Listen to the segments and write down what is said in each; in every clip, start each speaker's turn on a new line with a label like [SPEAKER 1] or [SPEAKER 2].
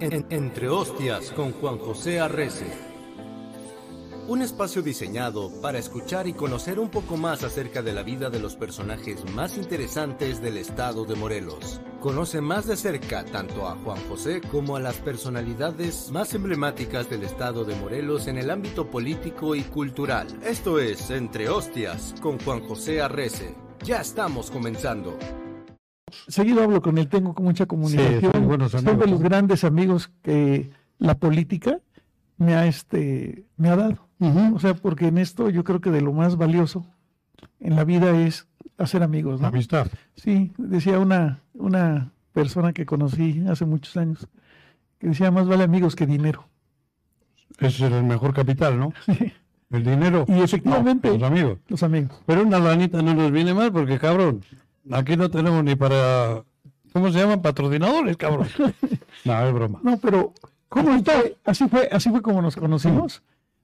[SPEAKER 1] En- Entre Hostias con Juan José Arrece. Un espacio diseñado para escuchar y conocer un poco más acerca de la vida de los personajes más interesantes del estado de Morelos. Conoce más de cerca tanto a Juan José como a las personalidades más emblemáticas del estado de Morelos en el ámbito político y cultural. Esto es Entre Hostias con Juan José Arrece. Ya estamos comenzando.
[SPEAKER 2] seguido hablo con él, tengo mucha comunicación.
[SPEAKER 3] son buenos
[SPEAKER 2] Son de
[SPEAKER 3] amigos.
[SPEAKER 2] los grandes amigos que la política me ha, este, me ha dado. O sea, porque en esto yo creo que de lo más valioso en la vida es hacer amigos, ¿no?
[SPEAKER 3] Amistad.
[SPEAKER 2] Sí, decía una, una persona que conocí hace muchos años, que decía, más vale amigos que dinero.
[SPEAKER 3] Ese es el mejor capital, ¿no? El dinero.
[SPEAKER 2] Y efectivamente-
[SPEAKER 3] No, los amigos.
[SPEAKER 2] Los amigos.
[SPEAKER 3] Pero una lanita no nos viene mal porque, cabrón, aquí no tenemos ni para. ¿Cómo se llaman? Patrocinadores, cabrón. no, es broma.
[SPEAKER 2] No, pero ¿cómo está? Así fue, así fue como nos conocimos.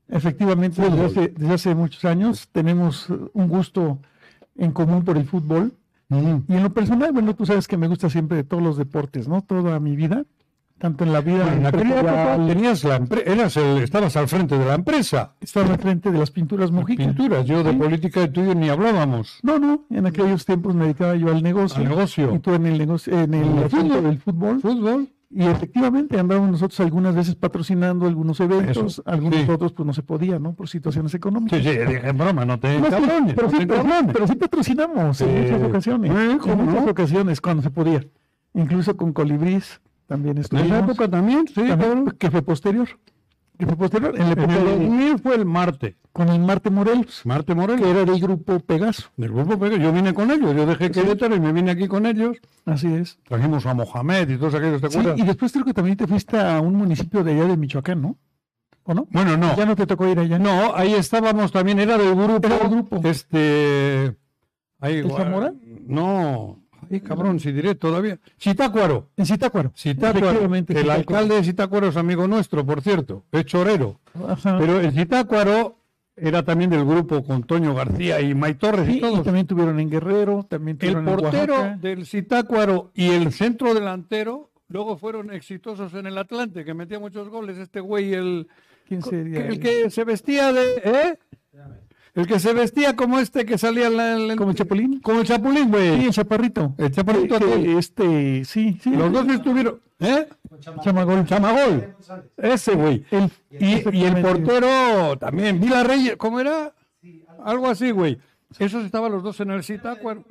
[SPEAKER 2] Efectivamente, desde hace, desde hace muchos años tenemos eh, un gusto en común por el fútbol.
[SPEAKER 3] Ujú.
[SPEAKER 2] Y en lo personal, bueno, tú sabes que me gusta siempre todos los deportes, ¿no? Toda mi vida, tanto en la vida
[SPEAKER 3] En aquella época
[SPEAKER 2] empresarial,
[SPEAKER 3] tenías la empre- eras el, estabas al frente de la empresa.
[SPEAKER 2] estaba al frente de las pinturas Mojica.
[SPEAKER 3] Pinturas. Yo de
[SPEAKER 2] Sí.
[SPEAKER 3] política y tuyo ni hablábamos.
[SPEAKER 2] No, no, en aquellos tiempos me dedicaba yo al negocio.
[SPEAKER 3] Al negocio.
[SPEAKER 2] Y tú en el negocio, en el
[SPEAKER 3] En el
[SPEAKER 2] asunto
[SPEAKER 3] fútbol.
[SPEAKER 2] del fútbol.
[SPEAKER 3] Fútbol.
[SPEAKER 2] Y efectivamente andábamos nosotros algunas veces patrocinando algunos eventos,
[SPEAKER 3] Eso,
[SPEAKER 2] algunos
[SPEAKER 3] sí.
[SPEAKER 2] otros pues no se podía, ¿no? Por situaciones económicas.
[SPEAKER 3] Sí, sí, dije, en broma, no te
[SPEAKER 2] No, sí,
[SPEAKER 3] cabrones.
[SPEAKER 2] pero,
[SPEAKER 3] no
[SPEAKER 2] sí,
[SPEAKER 3] te
[SPEAKER 2] pero-
[SPEAKER 3] cabrones.
[SPEAKER 2] pero sí patrocinamos en
[SPEAKER 3] Sí.
[SPEAKER 2] muchas ocasiones.
[SPEAKER 3] Eh, ¿cómo
[SPEAKER 2] en muchas
[SPEAKER 3] no?
[SPEAKER 2] ocasiones cuando se podía. Incluso con Colibrís también
[SPEAKER 3] en
[SPEAKER 2] estuvimos.
[SPEAKER 3] esa época también, sí,
[SPEAKER 2] también,
[SPEAKER 3] cabrón.
[SPEAKER 2] que fue posterior. Que fue posterior en la
[SPEAKER 3] En
[SPEAKER 2] época
[SPEAKER 3] el
[SPEAKER 2] de-
[SPEAKER 3] 2000 fue el Marte.
[SPEAKER 2] con el Marte Morelos,
[SPEAKER 3] Marte Morelos.
[SPEAKER 2] que era del grupo Pegaso.
[SPEAKER 3] Del grupo Pegaso. Yo vine con ellos, yo dejé Querétaro y me vine aquí con ellos.
[SPEAKER 2] Así es.
[SPEAKER 3] Trajimos a Mohamed y todos aquellos, ¿te
[SPEAKER 2] Sí,
[SPEAKER 3] acuerdas?
[SPEAKER 2] y después creo que también te fuiste a un municipio de allá de Michoacán, ¿no? ¿O no?
[SPEAKER 3] Bueno, no.
[SPEAKER 2] Ya no te tocó ir allá.
[SPEAKER 3] No, ahí estábamos también, era del grupo.
[SPEAKER 2] Era del grupo.
[SPEAKER 3] Este. Ahí,
[SPEAKER 2] ¿El
[SPEAKER 3] gua-
[SPEAKER 2] Zamora?
[SPEAKER 3] No. Ay, cabrón, si diré todavía. Citácuaro.
[SPEAKER 2] En Zitácuaro.
[SPEAKER 3] Citácuaro. El
[SPEAKER 2] Efectivamente, Zitácuaro.
[SPEAKER 3] alcalde de Citácuaro es amigo nuestro, por cierto. Es chorero.
[SPEAKER 2] Ajá.
[SPEAKER 3] Pero el Citácuaro era también del grupo con Toño García y May Torres
[SPEAKER 2] Sí,
[SPEAKER 3] y todos.
[SPEAKER 2] y también tuvieron en Guerrero, también
[SPEAKER 3] El
[SPEAKER 2] tuvieron en
[SPEAKER 3] portero
[SPEAKER 2] Oaxaca.
[SPEAKER 3] del Citácuaro y el centro delantero luego fueron exitosos en el Atlante, que metía muchos goles. Este güey, el,
[SPEAKER 2] ¿Quién sería?
[SPEAKER 3] el
[SPEAKER 2] El-
[SPEAKER 3] que se vestía de. ¿eh? El que se vestía como este que salía en la- en la-
[SPEAKER 2] ¿Como el Chapulín?
[SPEAKER 3] Como el Chapulín,
[SPEAKER 2] Sí,
[SPEAKER 3] güey.
[SPEAKER 2] el Chaparrito.
[SPEAKER 3] El Chaparrito
[SPEAKER 2] Que- que
[SPEAKER 3] Ortiz.
[SPEAKER 2] este, sí, sí.
[SPEAKER 3] Los dos estuvieron. ¿Eh?
[SPEAKER 2] Chamagol.
[SPEAKER 3] Chamagol. Ese güey.
[SPEAKER 2] El-
[SPEAKER 3] Y, y el
[SPEAKER 2] efectivamente.
[SPEAKER 3] portero también, Vila Reyes, ¿cómo era? Algo así, güey. Esos estaban los dos en el Citácuaro.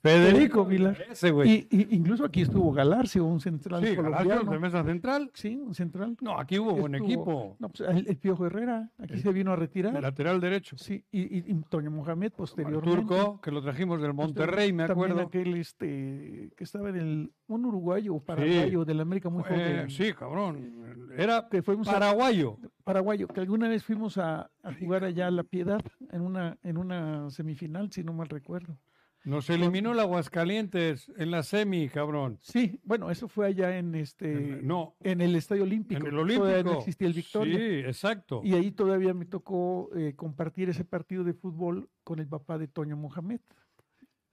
[SPEAKER 2] Federico Vilar.
[SPEAKER 3] Ese, güey.
[SPEAKER 2] Y, y incluso aquí estuvo Galarcio, un central
[SPEAKER 3] Sí,
[SPEAKER 2] colombiano.
[SPEAKER 3] Galarza, defensa central.
[SPEAKER 2] Sí, un central.
[SPEAKER 3] No, aquí hubo buen
[SPEAKER 2] Estuvo-
[SPEAKER 3] equipo.
[SPEAKER 2] No, pues, el, el Piojo Herrera, aquí se vino a
[SPEAKER 3] de
[SPEAKER 2] retirar.
[SPEAKER 3] lateral derecho.
[SPEAKER 2] Sí, y, y, y Toño Mohamed
[SPEAKER 3] El
[SPEAKER 2] posteriormente.
[SPEAKER 3] turco, que lo trajimos del Monterrey, me
[SPEAKER 2] Pues, También
[SPEAKER 3] acuerdo.
[SPEAKER 2] aquel este, que estaba en el, un uruguayo o paraguayo del América muy
[SPEAKER 3] Eh,
[SPEAKER 2] joven.
[SPEAKER 3] sí, cabrón. Era
[SPEAKER 2] Que fuimos a-
[SPEAKER 3] paraguayo.
[SPEAKER 2] paraguayo, que alguna vez fuimos a, a jugar allá a La Piedad en una, en una semifinal, si no mal recuerdo.
[SPEAKER 3] Nos eliminó el Aguascalientes en la semi, cabrón.
[SPEAKER 2] Sí, bueno, eso fue allá en este
[SPEAKER 3] En- no.
[SPEAKER 2] en el Estadio Olímpico.
[SPEAKER 3] en el
[SPEAKER 2] Todavía
[SPEAKER 3] Olímpico.
[SPEAKER 2] no existía el Victoria.
[SPEAKER 3] Sí, exacto.
[SPEAKER 2] Y ahí todavía me tocó eh, compartir ese partido de fútbol con el papá de Toño Mohamed.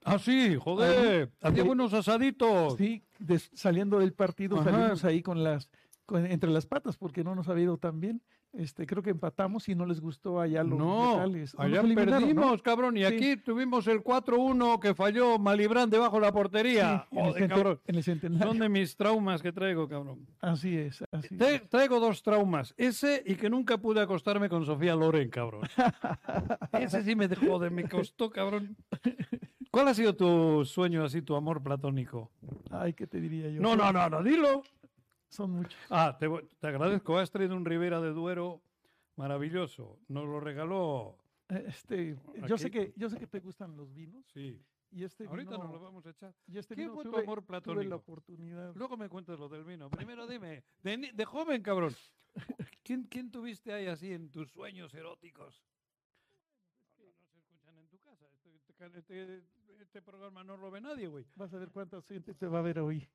[SPEAKER 3] Ah, sí, joder. Había buenos asaditos.
[SPEAKER 2] Sí, des- saliendo del partido
[SPEAKER 3] Ajá.
[SPEAKER 2] salimos ahí con las con- entre las patas porque no nos había ido tan bien. Este, creo que empatamos y no les gustó allá los
[SPEAKER 3] No,
[SPEAKER 2] locales. O
[SPEAKER 3] allá
[SPEAKER 2] nos eliminaron, ¿no?
[SPEAKER 3] perdimos, cabrón. Y
[SPEAKER 2] Sí.
[SPEAKER 3] aquí tuvimos el 4-1 que falló Malibrán debajo de la portería.
[SPEAKER 2] Sí, en, el
[SPEAKER 3] Joder,
[SPEAKER 2] centen-
[SPEAKER 3] cabrón.
[SPEAKER 2] en el centenario.
[SPEAKER 3] Son de mis traumas que traigo, cabrón.
[SPEAKER 2] Así es, así es.
[SPEAKER 3] Te- traigo dos traumas. Ese y que nunca pude acostarme con Sofía Loren, cabrón. Ese sí me dejó de, me costó, cabrón. ¿Cuál ha sido tu sueño así, tu amor platónico?
[SPEAKER 2] Ay, ¿qué te diría yo?
[SPEAKER 3] No, no, no, no, dilo.
[SPEAKER 2] Son muchos.
[SPEAKER 3] Ah, te, voy- te agradezco. Has traído un Rivera de Duero maravilloso. Nos lo regaló.
[SPEAKER 2] Eh, Este, yo sé
[SPEAKER 3] Aquí.
[SPEAKER 2] que yo sé que te gustan los vinos
[SPEAKER 3] Sí.
[SPEAKER 2] y este
[SPEAKER 3] Ahorita
[SPEAKER 2] vino-
[SPEAKER 3] nos lo vamos a echar.
[SPEAKER 2] y este
[SPEAKER 3] ¿Qué
[SPEAKER 2] vino
[SPEAKER 3] fue tu
[SPEAKER 2] tuve-
[SPEAKER 3] amor
[SPEAKER 2] tuve la
[SPEAKER 3] platónico?
[SPEAKER 2] oportunidad.
[SPEAKER 3] Luego me cuentas lo del vino. Primero dime, de, ni- de joven, cabrón. ¿Quién, quién tuviste ahí así en tus sueños eróticos? No se escuchan en tu casa. Este,
[SPEAKER 2] este
[SPEAKER 3] programa no lo ve nadie, güey.
[SPEAKER 2] Vas a ver cuánta gente te va a ver hoy.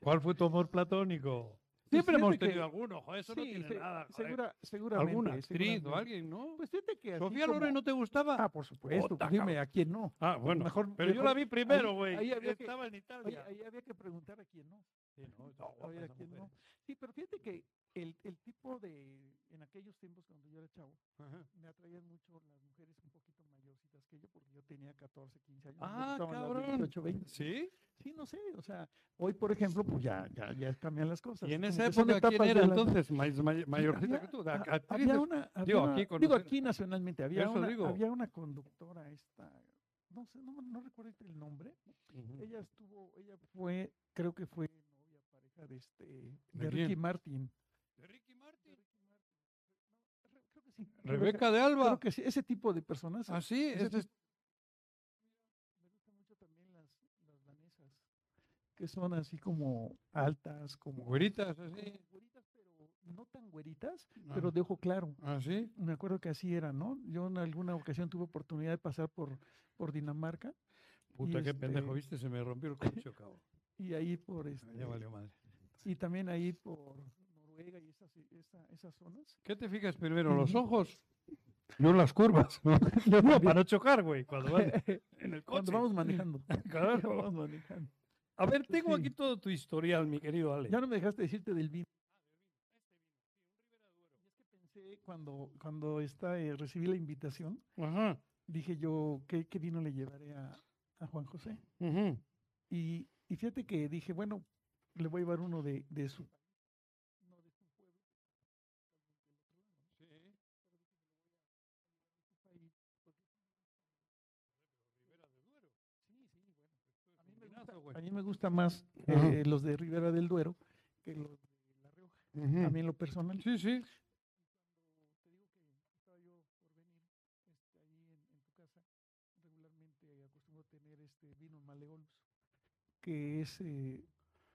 [SPEAKER 3] ¿Cuál fue tu amor platónico?
[SPEAKER 2] Pues
[SPEAKER 3] Siempre hemos
[SPEAKER 2] fíjate
[SPEAKER 3] tenido
[SPEAKER 2] que-
[SPEAKER 3] alguno, joder, eso no
[SPEAKER 2] Sí,
[SPEAKER 3] tiene
[SPEAKER 2] se-
[SPEAKER 3] nada. joder.
[SPEAKER 2] segura- seguramente.
[SPEAKER 3] Alguna actriz
[SPEAKER 2] seguramente.
[SPEAKER 3] o alguien, ¿no?
[SPEAKER 2] Pues fíjate que así
[SPEAKER 3] ¿Sofía
[SPEAKER 2] como-
[SPEAKER 3] Loren no te gustaba?
[SPEAKER 2] Ah, por supuesto.
[SPEAKER 3] Puta,
[SPEAKER 2] pues dime,
[SPEAKER 3] cabrón.
[SPEAKER 2] ¿a quién no?
[SPEAKER 3] Ah, bueno.
[SPEAKER 2] mejor-
[SPEAKER 3] pero yo
[SPEAKER 2] mejor-
[SPEAKER 3] la vi primero,
[SPEAKER 2] ahí-
[SPEAKER 3] güey.
[SPEAKER 2] ahí había que-
[SPEAKER 3] Estaba en
[SPEAKER 2] Oye,
[SPEAKER 3] Italia.
[SPEAKER 2] ahí había que preguntar a quién no.
[SPEAKER 3] Sí, no, está
[SPEAKER 2] A
[SPEAKER 3] guapa
[SPEAKER 2] ver, ¿a
[SPEAKER 3] esa
[SPEAKER 2] quién
[SPEAKER 3] mujer.
[SPEAKER 2] no? Sí, pero fíjate que el, el tipo de... En aquellos tiempos cuando yo era chavo,
[SPEAKER 3] Ajá.
[SPEAKER 2] me atraían mucho las mujeres un poquito mayorcitas que yo, porque yo tenía 14, 15 años. me
[SPEAKER 3] Ah,
[SPEAKER 2] gustaban las de
[SPEAKER 3] cabrón.
[SPEAKER 2] 18, 20.
[SPEAKER 3] ¿Sí?
[SPEAKER 2] Sí, no sé, o sea, hoy, por ejemplo, pues ya, ya, ya cambian las cosas.
[SPEAKER 3] Y en
[SPEAKER 2] como
[SPEAKER 3] esa
[SPEAKER 2] que son
[SPEAKER 3] época, ¿quién
[SPEAKER 2] etapas de
[SPEAKER 3] era
[SPEAKER 2] la-
[SPEAKER 3] entonces? May- may- Mayorcita
[SPEAKER 2] había-
[SPEAKER 3] que tú. de
[SPEAKER 2] a-
[SPEAKER 3] ac- actrices.
[SPEAKER 2] Había una, había
[SPEAKER 3] Digo,
[SPEAKER 2] una-
[SPEAKER 3] aquí
[SPEAKER 2] digo,
[SPEAKER 3] conocer-
[SPEAKER 2] aquí nacionalmente, había
[SPEAKER 3] Eso
[SPEAKER 2] una,
[SPEAKER 3] digo.
[SPEAKER 2] había una conductora esta, no sé, no, no recuerdo ahorita el nombre,
[SPEAKER 3] Ujú.
[SPEAKER 2] ella estuvo, ella fue, creo que fue novia, pareja de este, de,
[SPEAKER 3] ¿De
[SPEAKER 2] Ricky
[SPEAKER 3] quién?
[SPEAKER 2] Martin.
[SPEAKER 3] ¿De Ricky Martin?
[SPEAKER 2] Re- Creo que sí.
[SPEAKER 3] Rebeca de Alba.
[SPEAKER 2] Creo que sí, ese tipo de personas.
[SPEAKER 3] Ah, sí,
[SPEAKER 2] ese
[SPEAKER 3] este es-
[SPEAKER 2] Me gustan mucho también las, las danesas, que son así como altas, como,
[SPEAKER 3] güeritas, ah,
[SPEAKER 2] como
[SPEAKER 3] así.
[SPEAKER 2] güeritas, pero no tan güeritas, pero de ojo claro.
[SPEAKER 3] Ah, sí.
[SPEAKER 2] Me acuerdo que así era, ¿no? Yo en alguna ocasión tuve oportunidad de pasar por, por Dinamarca
[SPEAKER 3] Puta,
[SPEAKER 2] Y
[SPEAKER 3] qué pendejo,
[SPEAKER 2] este-
[SPEAKER 3] viste, se me rompió el coche, cabrón.
[SPEAKER 2] y ahí por este,
[SPEAKER 3] Ah, Ya valió madre.
[SPEAKER 2] y también ahí por Noruega y esas, esa- esas zonas.
[SPEAKER 3] ¿Qué te fijas primero, los
[SPEAKER 2] Ujú.
[SPEAKER 3] ojos? Yo las curvas. No, para no chocar, güey, cuando vas en el
[SPEAKER 2] Cuando
[SPEAKER 3] coche.
[SPEAKER 2] vamos manejando.
[SPEAKER 3] Claro.
[SPEAKER 2] cuando vamos manejando.
[SPEAKER 3] A ver, tengo
[SPEAKER 2] Sí.
[SPEAKER 3] aquí todo tu historial, mi querido Ale.
[SPEAKER 2] Ya no me dejaste decirte del vino. Pensé Cuando, cuando esta, eh, recibí la invitación,
[SPEAKER 3] Ajá.
[SPEAKER 2] dije yo, ¿qué, qué vino le llevaré a, a Juan José?
[SPEAKER 3] ujú.
[SPEAKER 2] Y, y fíjate que dije, bueno, le voy a llevar uno de, de su país, no de su pueblo, país, porque a mí me gusta-
[SPEAKER 3] pues
[SPEAKER 2] a mí me gusta más
[SPEAKER 3] Ajá.
[SPEAKER 2] eh, los de Ribera del Duero que los de La Rioja,
[SPEAKER 3] Ujú.
[SPEAKER 2] a mí en lo personal.
[SPEAKER 3] Mm. Sí, sí.
[SPEAKER 2] cuando te digo que estaba yo por venir este, ahí en, en tu casa, regularmente acostumbro tener este vino Maleolus, que es, eh,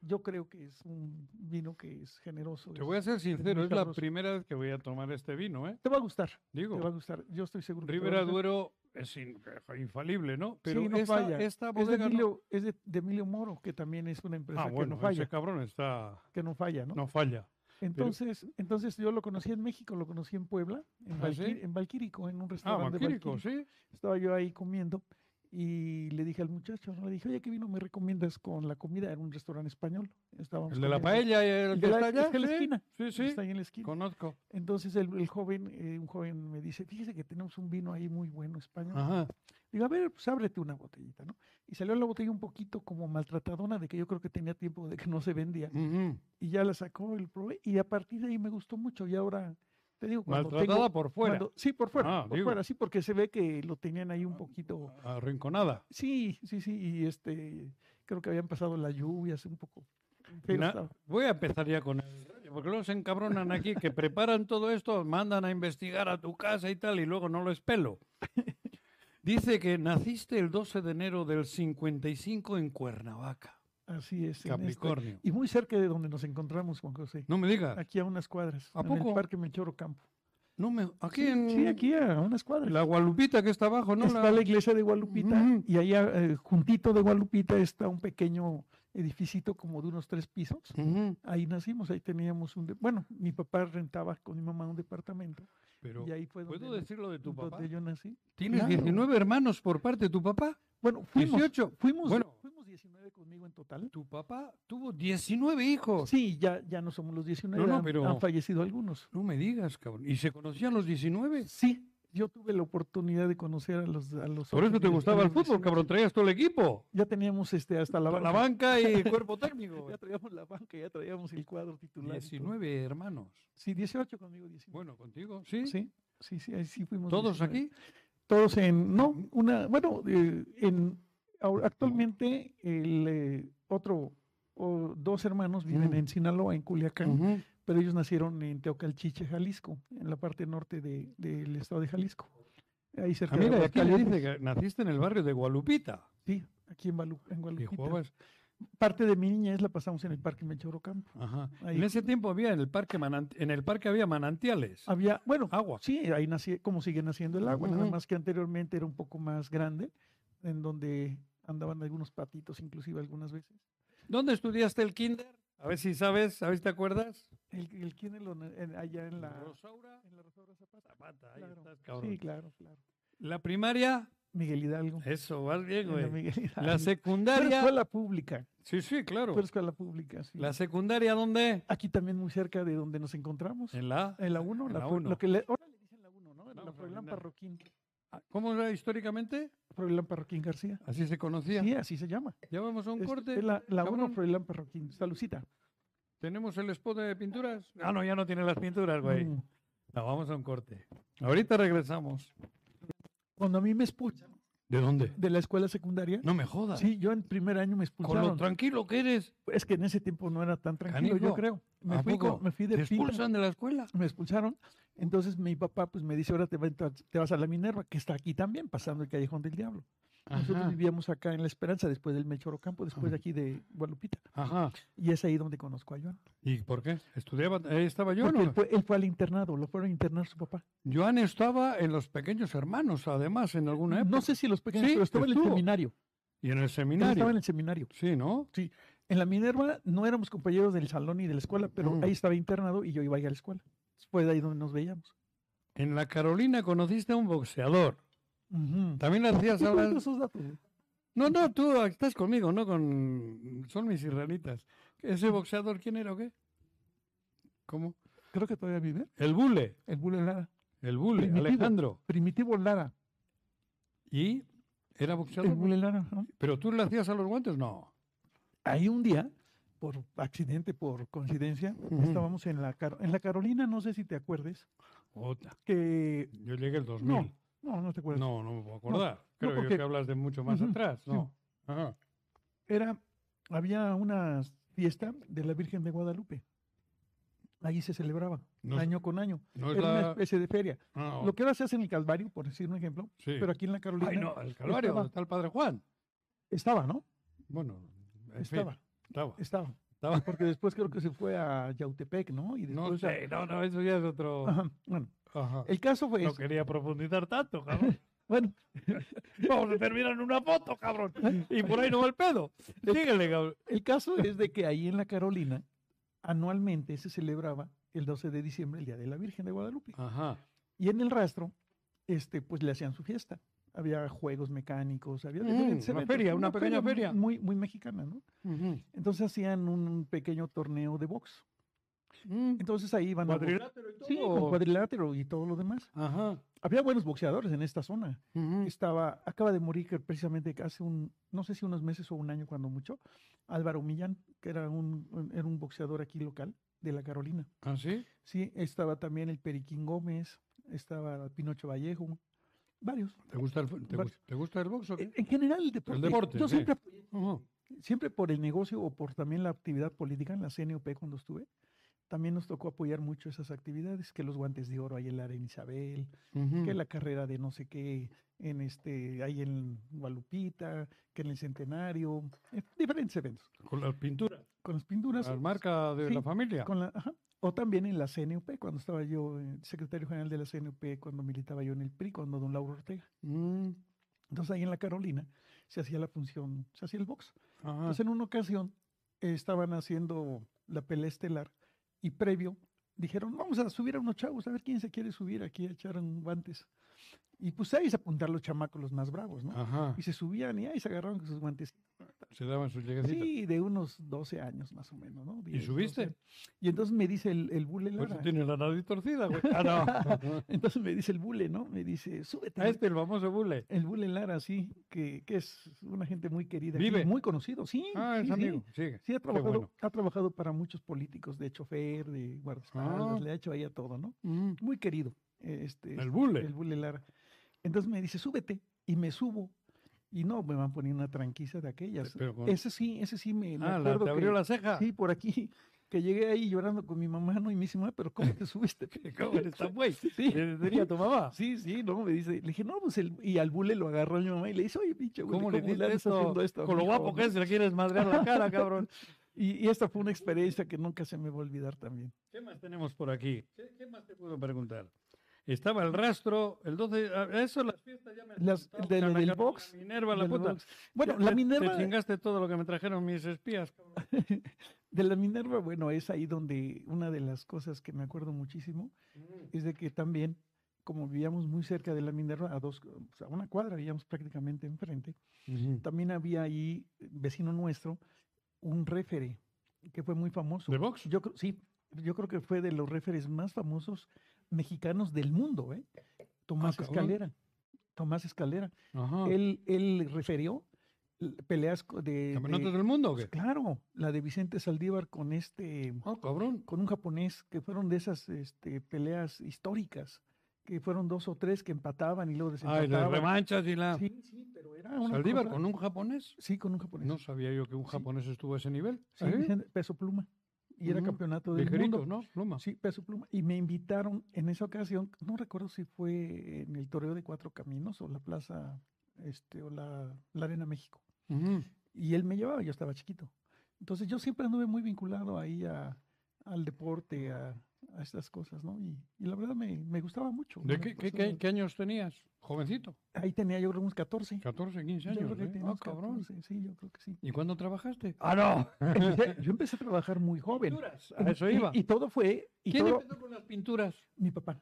[SPEAKER 2] yo creo que es un vino que es generoso.
[SPEAKER 3] Te
[SPEAKER 2] es-
[SPEAKER 3] voy a ser sincero,
[SPEAKER 2] muy
[SPEAKER 3] es la
[SPEAKER 2] sabroso.
[SPEAKER 3] primera vez que voy a tomar este vino, ¿eh?
[SPEAKER 2] te va a gustar,
[SPEAKER 3] Digo.
[SPEAKER 2] te va a gustar, yo estoy seguro. que te va a
[SPEAKER 3] Rivera
[SPEAKER 2] gustar.
[SPEAKER 3] Duero es in- infalible, ¿no? Pero
[SPEAKER 2] no
[SPEAKER 3] esta,
[SPEAKER 2] falla.
[SPEAKER 3] esta
[SPEAKER 2] Es de,
[SPEAKER 3] bodega no-
[SPEAKER 2] Emilio, es de, de Emilio Moro, que también es una empresa
[SPEAKER 3] Ah,
[SPEAKER 2] que
[SPEAKER 3] bueno,
[SPEAKER 2] no falla,
[SPEAKER 3] ese cabrón está
[SPEAKER 2] que no falla, ¿no?
[SPEAKER 3] no falla.
[SPEAKER 2] entonces, entonces yo lo conocí en México, lo conocí en Puebla, en,
[SPEAKER 3] Ah, ¿sí?
[SPEAKER 2] Valquir- en Valquírico, en un
[SPEAKER 3] Ah,
[SPEAKER 2] restaurante de
[SPEAKER 3] Vaquírico,
[SPEAKER 2] Valquírico.
[SPEAKER 3] sí.
[SPEAKER 2] estaba yo ahí comiendo y le dije al muchacho, ¿no? le dije, oye, ¿qué vino me recomiendas con la comida? Era un restaurante español. Estábamos
[SPEAKER 3] El de la
[SPEAKER 2] comiendo,
[SPEAKER 3] paella y el
[SPEAKER 2] El
[SPEAKER 3] que
[SPEAKER 2] de la-
[SPEAKER 3] está allá.
[SPEAKER 2] es que la
[SPEAKER 3] sí,
[SPEAKER 2] esquina.
[SPEAKER 3] Sí,
[SPEAKER 2] que
[SPEAKER 3] sí.
[SPEAKER 2] Está ahí en la esquina.
[SPEAKER 3] Conozco.
[SPEAKER 2] Entonces el, el joven, eh, un joven me dice, fíjese que tenemos un vino ahí muy bueno español.
[SPEAKER 3] Ajá.
[SPEAKER 2] Digo, a ver, pues ábrete una botellita, ¿no? Y salió la botella un poquito como maltratadona, de que yo creo que tenía tiempo de que no se vendía.
[SPEAKER 3] Ujú.
[SPEAKER 2] Y ya la sacó, el probé, y a partir de ahí me gustó mucho. Y ahora, te digo, cuando
[SPEAKER 3] Maltratada
[SPEAKER 2] tengo-
[SPEAKER 3] por fuera.
[SPEAKER 2] cuando- sí, por fuera,
[SPEAKER 3] Ah,
[SPEAKER 2] por
[SPEAKER 3] digo.
[SPEAKER 2] fuera, sí, porque se ve que lo tenían ahí un poquito...
[SPEAKER 3] Arrinconada.
[SPEAKER 2] Sí, sí, sí, y este, creo que habían pasado las lluvias un poco. feo
[SPEAKER 3] Na-
[SPEAKER 2] estaba.
[SPEAKER 3] voy a empezar ya con el rollo, porque luego se encabronan aquí, que preparan todo esto, mandan a investigar a tu casa y tal, y luego no lo espelo. Dice que naciste el 12 de enero del 55 en Cuernavaca,
[SPEAKER 2] Así es. en este-
[SPEAKER 3] Capricornio.
[SPEAKER 2] y muy cerca de donde nos encontramos, Juan José.
[SPEAKER 3] No me digas.
[SPEAKER 2] Aquí a unas cuadras,
[SPEAKER 3] ¿A
[SPEAKER 2] en
[SPEAKER 3] poco?
[SPEAKER 2] el Parque Melchor Campo.
[SPEAKER 3] No me, aquí
[SPEAKER 2] Sí,
[SPEAKER 3] en
[SPEAKER 2] sí, aquí a unas cuadras.
[SPEAKER 3] la Gualupita que está abajo, ¿no?
[SPEAKER 2] está la iglesia de Gualupita
[SPEAKER 3] Ujú.
[SPEAKER 2] y allá eh, juntito de Gualupita está un pequeño edificito como de unos tres pisos.
[SPEAKER 3] Ujú,
[SPEAKER 2] Ahí nacimos, ahí teníamos un... de- Bueno, mi papá rentaba con mi mamá un departamento
[SPEAKER 3] Pero,
[SPEAKER 2] y ahí fue donde,
[SPEAKER 3] ¿puedo
[SPEAKER 2] na-
[SPEAKER 3] decir lo de tu
[SPEAKER 2] donde
[SPEAKER 3] papá?
[SPEAKER 2] yo nací.
[SPEAKER 3] ¿Tienes
[SPEAKER 2] Claro.
[SPEAKER 3] 19 hermanos por parte de tu papá?
[SPEAKER 2] Bueno, fuimos,
[SPEAKER 3] 18.
[SPEAKER 2] fuimos,
[SPEAKER 3] Bueno.
[SPEAKER 2] fuimos 19 conmigo en total.
[SPEAKER 3] Tu papá tuvo 19 hijos.
[SPEAKER 2] Sí, ya, ya no somos los 19,
[SPEAKER 3] No, no,
[SPEAKER 2] han-
[SPEAKER 3] pero-
[SPEAKER 2] han fallecido algunos.
[SPEAKER 3] No me digas, cabrón. ¿Y se conocían los 19?
[SPEAKER 2] Sí, yo tuve la oportunidad de conocer a los... A los
[SPEAKER 3] Por eso
[SPEAKER 2] otros
[SPEAKER 3] te
[SPEAKER 2] diez- a
[SPEAKER 3] gustaba el
[SPEAKER 2] los
[SPEAKER 3] fútbol,
[SPEAKER 2] 19.
[SPEAKER 3] cabrón. Traías todo el equipo.
[SPEAKER 2] Ya teníamos este, hasta la banca.
[SPEAKER 3] La banca y cuerpo técnico.
[SPEAKER 2] Ya traíamos la banca, ya traíamos el cuadro titular. y todo.
[SPEAKER 3] 19 hermanos.
[SPEAKER 2] Sí, 18 conmigo, 19.
[SPEAKER 3] Bueno, contigo, ¿sí?
[SPEAKER 2] Sí, sí, sí, ahí sí fuimos.
[SPEAKER 3] ¿Todos
[SPEAKER 2] 19.
[SPEAKER 3] aquí?
[SPEAKER 2] Todos en, no, una, bueno, eh, en, ahora- actualmente el eh, otro, o dos hermanos viven
[SPEAKER 3] Ujú.
[SPEAKER 2] en Sinaloa, en Culiacán,
[SPEAKER 3] Mm. Ujú.
[SPEAKER 2] pero ellos nacieron en Teocalchiche, Jalisco, en la parte norte de- del estado de Jalisco. Ahí cerca
[SPEAKER 3] Ah, mira,
[SPEAKER 2] de
[SPEAKER 3] y aquí le
[SPEAKER 2] Aguascalientes.
[SPEAKER 3] dice que naciste en el barrio de Gualupita.
[SPEAKER 2] Sí, aquí en, Balu, en
[SPEAKER 3] Y
[SPEAKER 2] Gualupita.
[SPEAKER 3] jugabas.
[SPEAKER 2] Parte de mi niñez la pasamos en el Parque Melchor Ocampo.
[SPEAKER 3] Ajá.
[SPEAKER 2] Ahí.
[SPEAKER 3] En ese tiempo había en el parque manant- en el parque había manantiales.
[SPEAKER 2] Había, bueno,
[SPEAKER 3] Agua.
[SPEAKER 2] Sí, ahí nací, como sigue naciendo el agua, nada
[SPEAKER 3] Ujú.
[SPEAKER 2] más que anteriormente era un poco más grande, en donde andaban algunos patitos, inclusive algunas veces.
[SPEAKER 3] ¿Dónde estudiaste el kinder? A ver si sabes, a ver si te acuerdas.
[SPEAKER 2] El, el kinder lo na- en- allá en la,
[SPEAKER 3] Rosaura
[SPEAKER 2] en la Rosaura Zapata.
[SPEAKER 3] Zapata, ahí
[SPEAKER 2] Claro.
[SPEAKER 3] estás, cabrón.
[SPEAKER 2] Sí, claro, claro.
[SPEAKER 3] La primaria,
[SPEAKER 2] Miguel Hidalgo.
[SPEAKER 3] eso, vas
[SPEAKER 2] en
[SPEAKER 3] bien,
[SPEAKER 2] la
[SPEAKER 3] güey.
[SPEAKER 2] Miguel
[SPEAKER 3] La
[SPEAKER 2] Hidalgo. Fue
[SPEAKER 3] secundaria.
[SPEAKER 2] escuela pública.
[SPEAKER 3] Sí, sí, claro.
[SPEAKER 2] Fue escuela pública, sí.
[SPEAKER 3] La secundaria, ¿dónde?
[SPEAKER 2] Aquí también muy cerca de donde nos encontramos. En,
[SPEAKER 3] En la.
[SPEAKER 2] la 1,
[SPEAKER 3] en
[SPEAKER 2] la,
[SPEAKER 3] la
[SPEAKER 2] pro-
[SPEAKER 3] uno.
[SPEAKER 2] lo que le, ahora le dicen la 1, ¿no?
[SPEAKER 3] Vamos
[SPEAKER 2] la
[SPEAKER 3] a
[SPEAKER 2] Proelán
[SPEAKER 3] brindar.
[SPEAKER 2] Parroquín,
[SPEAKER 3] Ah, ¿Cómo era históricamente?
[SPEAKER 2] Proelán Parroquín García.
[SPEAKER 3] Así se conocía.
[SPEAKER 2] Sí, así se llama.
[SPEAKER 3] Ya vamos a un
[SPEAKER 2] Es-
[SPEAKER 3] corte.
[SPEAKER 2] es la, la 1
[SPEAKER 3] cabrón.
[SPEAKER 2] Proelán Parroquín. Salucita.
[SPEAKER 3] ¿Tenemos el spot de pinturas? Ah, no, ya no tiene las pinturas, güey.
[SPEAKER 2] Mm.
[SPEAKER 3] No, vamos a un corte. Ahorita regresamos.
[SPEAKER 2] Cuando a mí me expulsan
[SPEAKER 3] ¿De dónde?
[SPEAKER 2] de la escuela secundaria,
[SPEAKER 3] No me jodas.
[SPEAKER 2] sí, yo en primer año me
[SPEAKER 3] Con lo
[SPEAKER 2] expulsaron.
[SPEAKER 3] tranquilo que eres.
[SPEAKER 2] Es que en ese tiempo no era tan tranquilo,
[SPEAKER 3] Canijo,
[SPEAKER 2] yo creo. Me
[SPEAKER 3] ¿A
[SPEAKER 2] fui, con-
[SPEAKER 3] poco?
[SPEAKER 2] me fui de
[SPEAKER 3] Te
[SPEAKER 2] pinta,
[SPEAKER 3] expulsan de la escuela.
[SPEAKER 2] me expulsaron. Entonces mi papá pues me dice, ahora te, va- te vas a la Minerva, que está aquí también, pasando el Callejón del Diablo. Nosotros
[SPEAKER 3] Ajá,
[SPEAKER 2] vivíamos acá en La Esperanza, después del Melchor Ocampo, después de aquí de Guadalupita.
[SPEAKER 3] Ajá.
[SPEAKER 2] Y es ahí donde conozco a Joan.
[SPEAKER 3] ¿Y por qué? ¿Estudiaba? ahí estaba yo o
[SPEAKER 2] Porque
[SPEAKER 3] no?
[SPEAKER 2] él, fue, él fue al internado, lo fueron a internar su papá.
[SPEAKER 3] Joan estaba en los pequeños hermanos, además, en alguna época.
[SPEAKER 2] No sé si los pequeños,
[SPEAKER 3] Sí,
[SPEAKER 2] pero estaba en el
[SPEAKER 3] estuvo.
[SPEAKER 2] seminario. Él
[SPEAKER 3] Y en el
[SPEAKER 2] Estaba
[SPEAKER 3] seminario.
[SPEAKER 2] en el seminario.
[SPEAKER 3] Sí, ¿no?
[SPEAKER 2] En la Minerva no éramos compañeros del salón y de la escuela, pero
[SPEAKER 3] Mm.
[SPEAKER 2] ahí estaba internado y yo iba a ir a la escuela. Fue de ahí donde nos veíamos.
[SPEAKER 3] En la Carolina conociste a un boxeador.
[SPEAKER 2] Ujú.
[SPEAKER 3] También hacías
[SPEAKER 2] ¿Tú
[SPEAKER 3] hablar.
[SPEAKER 2] cuentas esos datos?
[SPEAKER 3] No, no, tú estás conmigo, ¿no? Con... Son mis israelitas. ¿Ese boxeador quién era o qué? ¿Cómo?
[SPEAKER 2] Creo que todavía vive
[SPEAKER 3] El Bule.
[SPEAKER 2] el Bule Lara.
[SPEAKER 3] El Bule,
[SPEAKER 2] Primitivo.
[SPEAKER 3] Alejandro.
[SPEAKER 2] Primitivo Lara.
[SPEAKER 3] Y era
[SPEAKER 2] El
[SPEAKER 3] boxeador.
[SPEAKER 2] Bule Lara. ¿no?
[SPEAKER 3] Pero tú le hacías a los guantes, no.
[SPEAKER 2] Ahí un día, por accidente, por coincidencia,
[SPEAKER 3] Ujú.
[SPEAKER 2] estábamos en la, Car- en la Carolina, no sé si te acuerdes,
[SPEAKER 3] Ota,
[SPEAKER 2] que...
[SPEAKER 3] Yo llegué el 2000.
[SPEAKER 2] No, no, no te acuerdas.
[SPEAKER 3] No, no me puedo acordar. Creo yo
[SPEAKER 2] porque-
[SPEAKER 3] que hablas de mucho más
[SPEAKER 2] Ujú,
[SPEAKER 3] atrás,
[SPEAKER 2] sí.
[SPEAKER 3] ¿no? Ajá.
[SPEAKER 2] Era, había una fiesta de la Virgen de Guadalupe. Ahí se celebraba,
[SPEAKER 3] No es-
[SPEAKER 2] año con año.
[SPEAKER 3] No es
[SPEAKER 2] Era una
[SPEAKER 3] la-
[SPEAKER 2] especie de feria.
[SPEAKER 3] ah,
[SPEAKER 2] Lo que ahora se hace en el Calvario, por decir un ejemplo,
[SPEAKER 3] sí.
[SPEAKER 2] pero aquí en la Carolina
[SPEAKER 3] Ay, no, el Calvario,
[SPEAKER 2] estaba-
[SPEAKER 3] donde está el Padre Juan.
[SPEAKER 2] estaba, ¿no?
[SPEAKER 3] Bueno, en fin,
[SPEAKER 2] Estaba,
[SPEAKER 3] estaba.
[SPEAKER 2] estaba.
[SPEAKER 3] Estaba.
[SPEAKER 2] Porque después creo que se fue a Yautepec, ¿no? Y
[SPEAKER 3] No
[SPEAKER 2] después a-
[SPEAKER 3] sé, no, no, eso ya es otro.
[SPEAKER 2] Ajá, Bueno,
[SPEAKER 3] Ajá.
[SPEAKER 2] el caso fue
[SPEAKER 3] No
[SPEAKER 2] ese.
[SPEAKER 3] quería profundizar tanto, cabrón.
[SPEAKER 2] Bueno,
[SPEAKER 3] Vamos a terminar en una foto, cabrón. Y por ahí no va el pedo. Síguele, cabrón.
[SPEAKER 2] el caso es de que ahí en la Carolina anualmente se celebraba el 12 de diciembre el Día de la Virgen de
[SPEAKER 3] Ah.
[SPEAKER 2] Guadalupe.
[SPEAKER 3] Ajá.
[SPEAKER 2] Y en el rastro, este, pues le hacían su fiesta. Había juegos mecánicos, había
[SPEAKER 3] Mm,
[SPEAKER 2] diferentes
[SPEAKER 3] una
[SPEAKER 2] eventos.
[SPEAKER 3] feria, una pequeña feria.
[SPEAKER 2] Muy, muy mexicana, ¿no?
[SPEAKER 3] Ujú.
[SPEAKER 2] Entonces hacían un pequeño torneo de box.
[SPEAKER 3] Mm.
[SPEAKER 2] Entonces ahí iban a box-
[SPEAKER 3] Cuadrilátero y todo.
[SPEAKER 2] Sí, con cuadrilátero y todo lo demás.
[SPEAKER 3] Ajá.
[SPEAKER 2] Había buenos boxeadores en esta zona.
[SPEAKER 3] Ujú.
[SPEAKER 2] Estaba, acaba de morir que precisamente hace un, no sé si unos meses o un año cuando mucho, Álvaro Millán, que era un, un- era un boxeador aquí local de la Carolina.
[SPEAKER 3] ¿Ah, sí?
[SPEAKER 2] Sí, estaba también el Periquín Gómez, estaba Pinocho Vallejo, varios.
[SPEAKER 3] ¿Te gusta el, fu- te
[SPEAKER 2] Bueno.
[SPEAKER 3] gus- te gusta el box o qué?
[SPEAKER 2] En, en general el deporte.
[SPEAKER 3] deporte,
[SPEAKER 2] Yo
[SPEAKER 3] sí.
[SPEAKER 2] siempre,
[SPEAKER 3] Ujú.
[SPEAKER 2] siempre por el negocio o por también la actividad política en la CNOP cuando estuve, también nos tocó apoyar mucho esas actividades, que los guantes de oro ahí en la Arena Isabel, que
[SPEAKER 3] Ujú.
[SPEAKER 2] la carrera de no sé qué en este ahí en Gualupita, que en el centenario, eh, diferentes eventos
[SPEAKER 3] Con las pinturas,
[SPEAKER 2] con las pinturas,
[SPEAKER 3] las marcas de
[SPEAKER 2] sí,
[SPEAKER 3] la familia.
[SPEAKER 2] con la, ajá, O también en la CNUP, cuando estaba yo eh, secretario general de la CNUP, cuando militaba yo en el PRI, cuando don Lauro Ortega.
[SPEAKER 3] Mm,
[SPEAKER 2] Entonces ahí en la Carolina se hacía la función, se hacía el box.
[SPEAKER 3] ajá.
[SPEAKER 2] Entonces en una ocasión eh, estaban haciendo la pelea estelar y previo dijeron, vamos a subir a unos chavos, a ver quién se quiere subir aquí a echar un guantes. Y pues ahí se apuntaron los chamacos, los más bravos, ¿no?
[SPEAKER 3] Ajá.
[SPEAKER 2] Y se subían y ahí se agarraron con sus guantes.
[SPEAKER 3] Se daban sus llegaditas.
[SPEAKER 2] Sí, de unos 12 años más o menos, ¿no? 10, 12.
[SPEAKER 3] subiste?
[SPEAKER 2] Y entonces me dice el, el bule
[SPEAKER 3] Por eso
[SPEAKER 2] Lara.
[SPEAKER 3] tiene la nariz torcida, güey. Ah, no.
[SPEAKER 2] Entonces me dice el bule, ¿no? Me dice, súbete.
[SPEAKER 3] A este, el famoso bule.
[SPEAKER 2] El bule Lara, sí, que, que es una gente muy querida. aquí,
[SPEAKER 3] Vive.
[SPEAKER 2] Muy conocido, sí.
[SPEAKER 3] Ah,
[SPEAKER 2] sí,
[SPEAKER 3] es
[SPEAKER 2] sí.
[SPEAKER 3] amigo. Sigue.
[SPEAKER 2] Sí, ha
[SPEAKER 3] Qué
[SPEAKER 2] trabajado,
[SPEAKER 3] bueno.
[SPEAKER 2] ha trabajado para muchos políticos, de chofer, de guardaespaldas,
[SPEAKER 3] Ah.
[SPEAKER 2] le ha hecho ahí a todo, ¿no?
[SPEAKER 3] Mm,
[SPEAKER 2] Muy querido, eh, este,
[SPEAKER 3] El bule.
[SPEAKER 2] el bule Lara. Entonces me dice, súbete, y me subo. Y no, me van poniendo una tranquiza de aquellas.
[SPEAKER 3] Pero con-
[SPEAKER 2] Ese sí, ese sí me, me
[SPEAKER 3] Ah, la,
[SPEAKER 2] acuerdo
[SPEAKER 3] te abrió
[SPEAKER 2] que-
[SPEAKER 3] la ceja.
[SPEAKER 2] Sí, por aquí, que llegué ahí llorando con mi mamá, ¿no? Y me dice, mamá, pero ¿cómo te subiste?
[SPEAKER 3] ¿Cómo eres tan güey?
[SPEAKER 2] Sí.
[SPEAKER 3] Le diría a tu mamá.
[SPEAKER 2] Sí, sí, no, me dice, le dije, no, pues el, y al bule lo agarró mi mamá y le dice, oye, pinche bule,
[SPEAKER 3] ¿Cómo le
[SPEAKER 2] andas
[SPEAKER 3] diste esto?
[SPEAKER 2] haciendo esto? a
[SPEAKER 3] Con lo
[SPEAKER 2] mi
[SPEAKER 3] guapo
[SPEAKER 2] hijo,
[SPEAKER 3] que
[SPEAKER 2] no?"
[SPEAKER 3] es, le quieres madrear la cara, cabrón.
[SPEAKER 2] Y, y esta fue una experiencia que nunca se me va a olvidar también.
[SPEAKER 3] ¿Qué más tenemos por aquí? ¿Qué, qué más te puedo preguntar? Estaba el rastro, el 12. ah, Eso, las fiestas ya me. has
[SPEAKER 2] Las-
[SPEAKER 3] contado,
[SPEAKER 2] de-
[SPEAKER 3] Ana
[SPEAKER 2] de- del
[SPEAKER 3] Carolina
[SPEAKER 2] box,
[SPEAKER 3] Minerva, la
[SPEAKER 2] del
[SPEAKER 3] puta.
[SPEAKER 2] box. Bueno,
[SPEAKER 3] Ya
[SPEAKER 2] la
[SPEAKER 3] te-
[SPEAKER 2] Minerva,
[SPEAKER 3] Te chingaste todo lo que me trajeron mis espías. cabrón.
[SPEAKER 2] de la Minerva, bueno, es ahí donde una de las cosas que me acuerdo muchísimo es de que también, como vivíamos muy cerca de la Minerva, a dos, o sea, a una cuadra vivíamos prácticamente enfrente, también había ahí, eh, vecino nuestro, un refere que fue muy famoso.
[SPEAKER 3] ¿De box?
[SPEAKER 2] Yo creo, sí, yo creo que fue de los referes más famosos mexicanos del mundo, ¿eh? Tomás
[SPEAKER 3] Ah, cabrón.
[SPEAKER 2] Escalera. Tomás Escalera.
[SPEAKER 3] Ajá.
[SPEAKER 2] Él, él referió l- peleas co- de,
[SPEAKER 3] ¿Campeonatos
[SPEAKER 2] de-
[SPEAKER 3] del mundo o qué?
[SPEAKER 2] claro, la de Vicente Saldívar con este,
[SPEAKER 3] Ah, cabrón.
[SPEAKER 2] con un japonés, que fueron de esas este, peleas históricas, que fueron dos o tres que empataban y luego
[SPEAKER 3] Ay, las
[SPEAKER 2] desempataban.
[SPEAKER 3] revanchas y la.
[SPEAKER 2] sí, sí, pero era una
[SPEAKER 3] Saldívar
[SPEAKER 2] cosa-
[SPEAKER 3] con un japonés.
[SPEAKER 2] Sí, con un japonés.
[SPEAKER 3] No sabía yo que un
[SPEAKER 2] Sí.
[SPEAKER 3] japonés estuvo a ese nivel.
[SPEAKER 2] Sí,
[SPEAKER 3] ¿Eh?
[SPEAKER 2] Vicente- peso pluma. Y era
[SPEAKER 3] Ujú,
[SPEAKER 2] campeonato del mundo.
[SPEAKER 3] Ligerito, ¿no? Pluma.
[SPEAKER 2] Sí, peso pluma. Y me invitaron en esa ocasión, no recuerdo si fue en el Toreo de Cuatro Caminos o la Plaza, este, o la, la Arena México.
[SPEAKER 3] Ujú.
[SPEAKER 2] Y él me llevaba, yo estaba chiquito. Entonces yo siempre anduve muy vinculado ahí a, al deporte, a, a estas cosas, ¿no? Y, y la verdad me, me gustaba mucho. me
[SPEAKER 3] ¿De
[SPEAKER 2] la
[SPEAKER 3] qué, qué-
[SPEAKER 2] pasaba-
[SPEAKER 3] qué- qué años tenías? Jovencito.
[SPEAKER 2] Ahí tenía yo creo unos 14.
[SPEAKER 3] 14, 15
[SPEAKER 2] Yo
[SPEAKER 3] años.
[SPEAKER 2] creo que
[SPEAKER 3] ¿eh?
[SPEAKER 2] tenía
[SPEAKER 3] Ah,
[SPEAKER 2] unos
[SPEAKER 3] cabrón.
[SPEAKER 2] 14, sí, yo creo que sí.
[SPEAKER 3] ¿Y cuándo trabajaste?
[SPEAKER 2] ¡Ah, no! yo empecé a trabajar muy joven.
[SPEAKER 3] Pinturas, A eso
[SPEAKER 2] Y-
[SPEAKER 3] iba.
[SPEAKER 2] Y, todo fue... Y
[SPEAKER 3] ¿Quién
[SPEAKER 2] todo-
[SPEAKER 3] empezó con las pinturas?
[SPEAKER 2] Mi papá.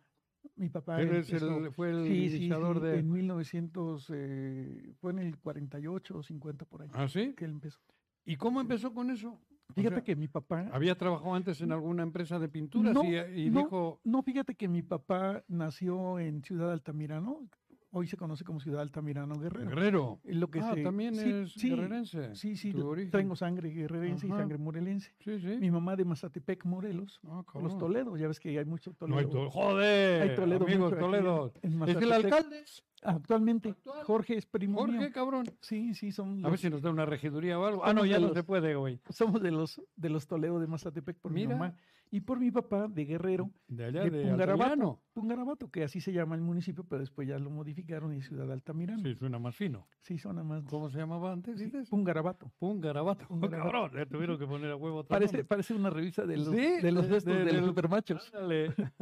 [SPEAKER 2] Mi papá
[SPEAKER 3] Él es
[SPEAKER 2] empezó-
[SPEAKER 3] el- fue el
[SPEAKER 2] Sí, sí,
[SPEAKER 3] iniciador
[SPEAKER 2] sí,
[SPEAKER 3] de.
[SPEAKER 2] en 1900, eh, fue en el 48 o 50 por ahí
[SPEAKER 3] ¿Ah, sí?
[SPEAKER 2] que él empezó.
[SPEAKER 3] ¿Y cómo empezó con eso? O
[SPEAKER 2] Fíjate
[SPEAKER 3] sea,
[SPEAKER 2] que mi papá,
[SPEAKER 3] ¿Había trabajado antes en alguna empresa de pinturas
[SPEAKER 2] No,
[SPEAKER 3] y, y
[SPEAKER 2] no.
[SPEAKER 3] dijo,
[SPEAKER 2] no, fíjate que mi papá nació en Ciudad Altamirano, hoy se conoce como Ciudad Altamirano Guerrero.
[SPEAKER 3] Guerrero?
[SPEAKER 2] Eh, Lo que
[SPEAKER 3] ah,
[SPEAKER 2] se-
[SPEAKER 3] también
[SPEAKER 2] sí,
[SPEAKER 3] es
[SPEAKER 2] sí,
[SPEAKER 3] guerrerense.
[SPEAKER 2] Sí, sí,
[SPEAKER 3] tu
[SPEAKER 2] lo-
[SPEAKER 3] origen.
[SPEAKER 2] tengo sangre guerrerense y
[SPEAKER 3] Ajá.
[SPEAKER 2] sangre morelense.
[SPEAKER 3] Sí, sí.
[SPEAKER 2] Mi mamá de Mazatepec, Morelos,
[SPEAKER 3] Ah, cabrón.
[SPEAKER 2] los Toledo, ya ves que hay mucho
[SPEAKER 3] No hay
[SPEAKER 2] Toledo.
[SPEAKER 3] to- ¡Joder!
[SPEAKER 2] hay Toledo
[SPEAKER 3] amigos,
[SPEAKER 2] mucho aquí ¿eh? en-
[SPEAKER 3] Toledo.
[SPEAKER 2] en
[SPEAKER 3] Es el
[SPEAKER 2] Mazatepec.
[SPEAKER 3] alcalde,
[SPEAKER 2] Actualmente,
[SPEAKER 3] Actual.
[SPEAKER 2] Jorge es primo mío.
[SPEAKER 3] Jorge, cabrón.
[SPEAKER 2] Sí, sí, son
[SPEAKER 3] A ver
[SPEAKER 2] los-
[SPEAKER 3] si nos da una regiduría o algo. Ah, no, ya no se puede, güey.
[SPEAKER 2] somos de los de los Toledo de Mazatepec por
[SPEAKER 3] Mira.
[SPEAKER 2] mi mamá y por mi papá de Guerrero,
[SPEAKER 3] De allá,
[SPEAKER 2] de
[SPEAKER 3] de,
[SPEAKER 2] Pungarabato.
[SPEAKER 3] Altamirano.
[SPEAKER 2] Pungarabato, que así se llama el municipio, pero después ya lo modificaron y Ciudad Altamirano. Sí,
[SPEAKER 3] Sí, suena más fino.
[SPEAKER 2] zona más.
[SPEAKER 3] ¿Cómo se llamaba antes,
[SPEAKER 2] sí,
[SPEAKER 3] dices?
[SPEAKER 2] Pungarabato.
[SPEAKER 3] Pungarabato.
[SPEAKER 2] Pungarabato.
[SPEAKER 3] Cabrón, le tuvieron que poner a huevo otro
[SPEAKER 2] Parece,
[SPEAKER 3] nombre.
[SPEAKER 2] parece una revista de los
[SPEAKER 3] Sí,
[SPEAKER 2] de los
[SPEAKER 3] de-
[SPEAKER 2] estos,
[SPEAKER 3] de-
[SPEAKER 2] de,
[SPEAKER 3] de
[SPEAKER 2] los
[SPEAKER 3] los- Ah.
[SPEAKER 2] supermachos.
[SPEAKER 3] Ándale.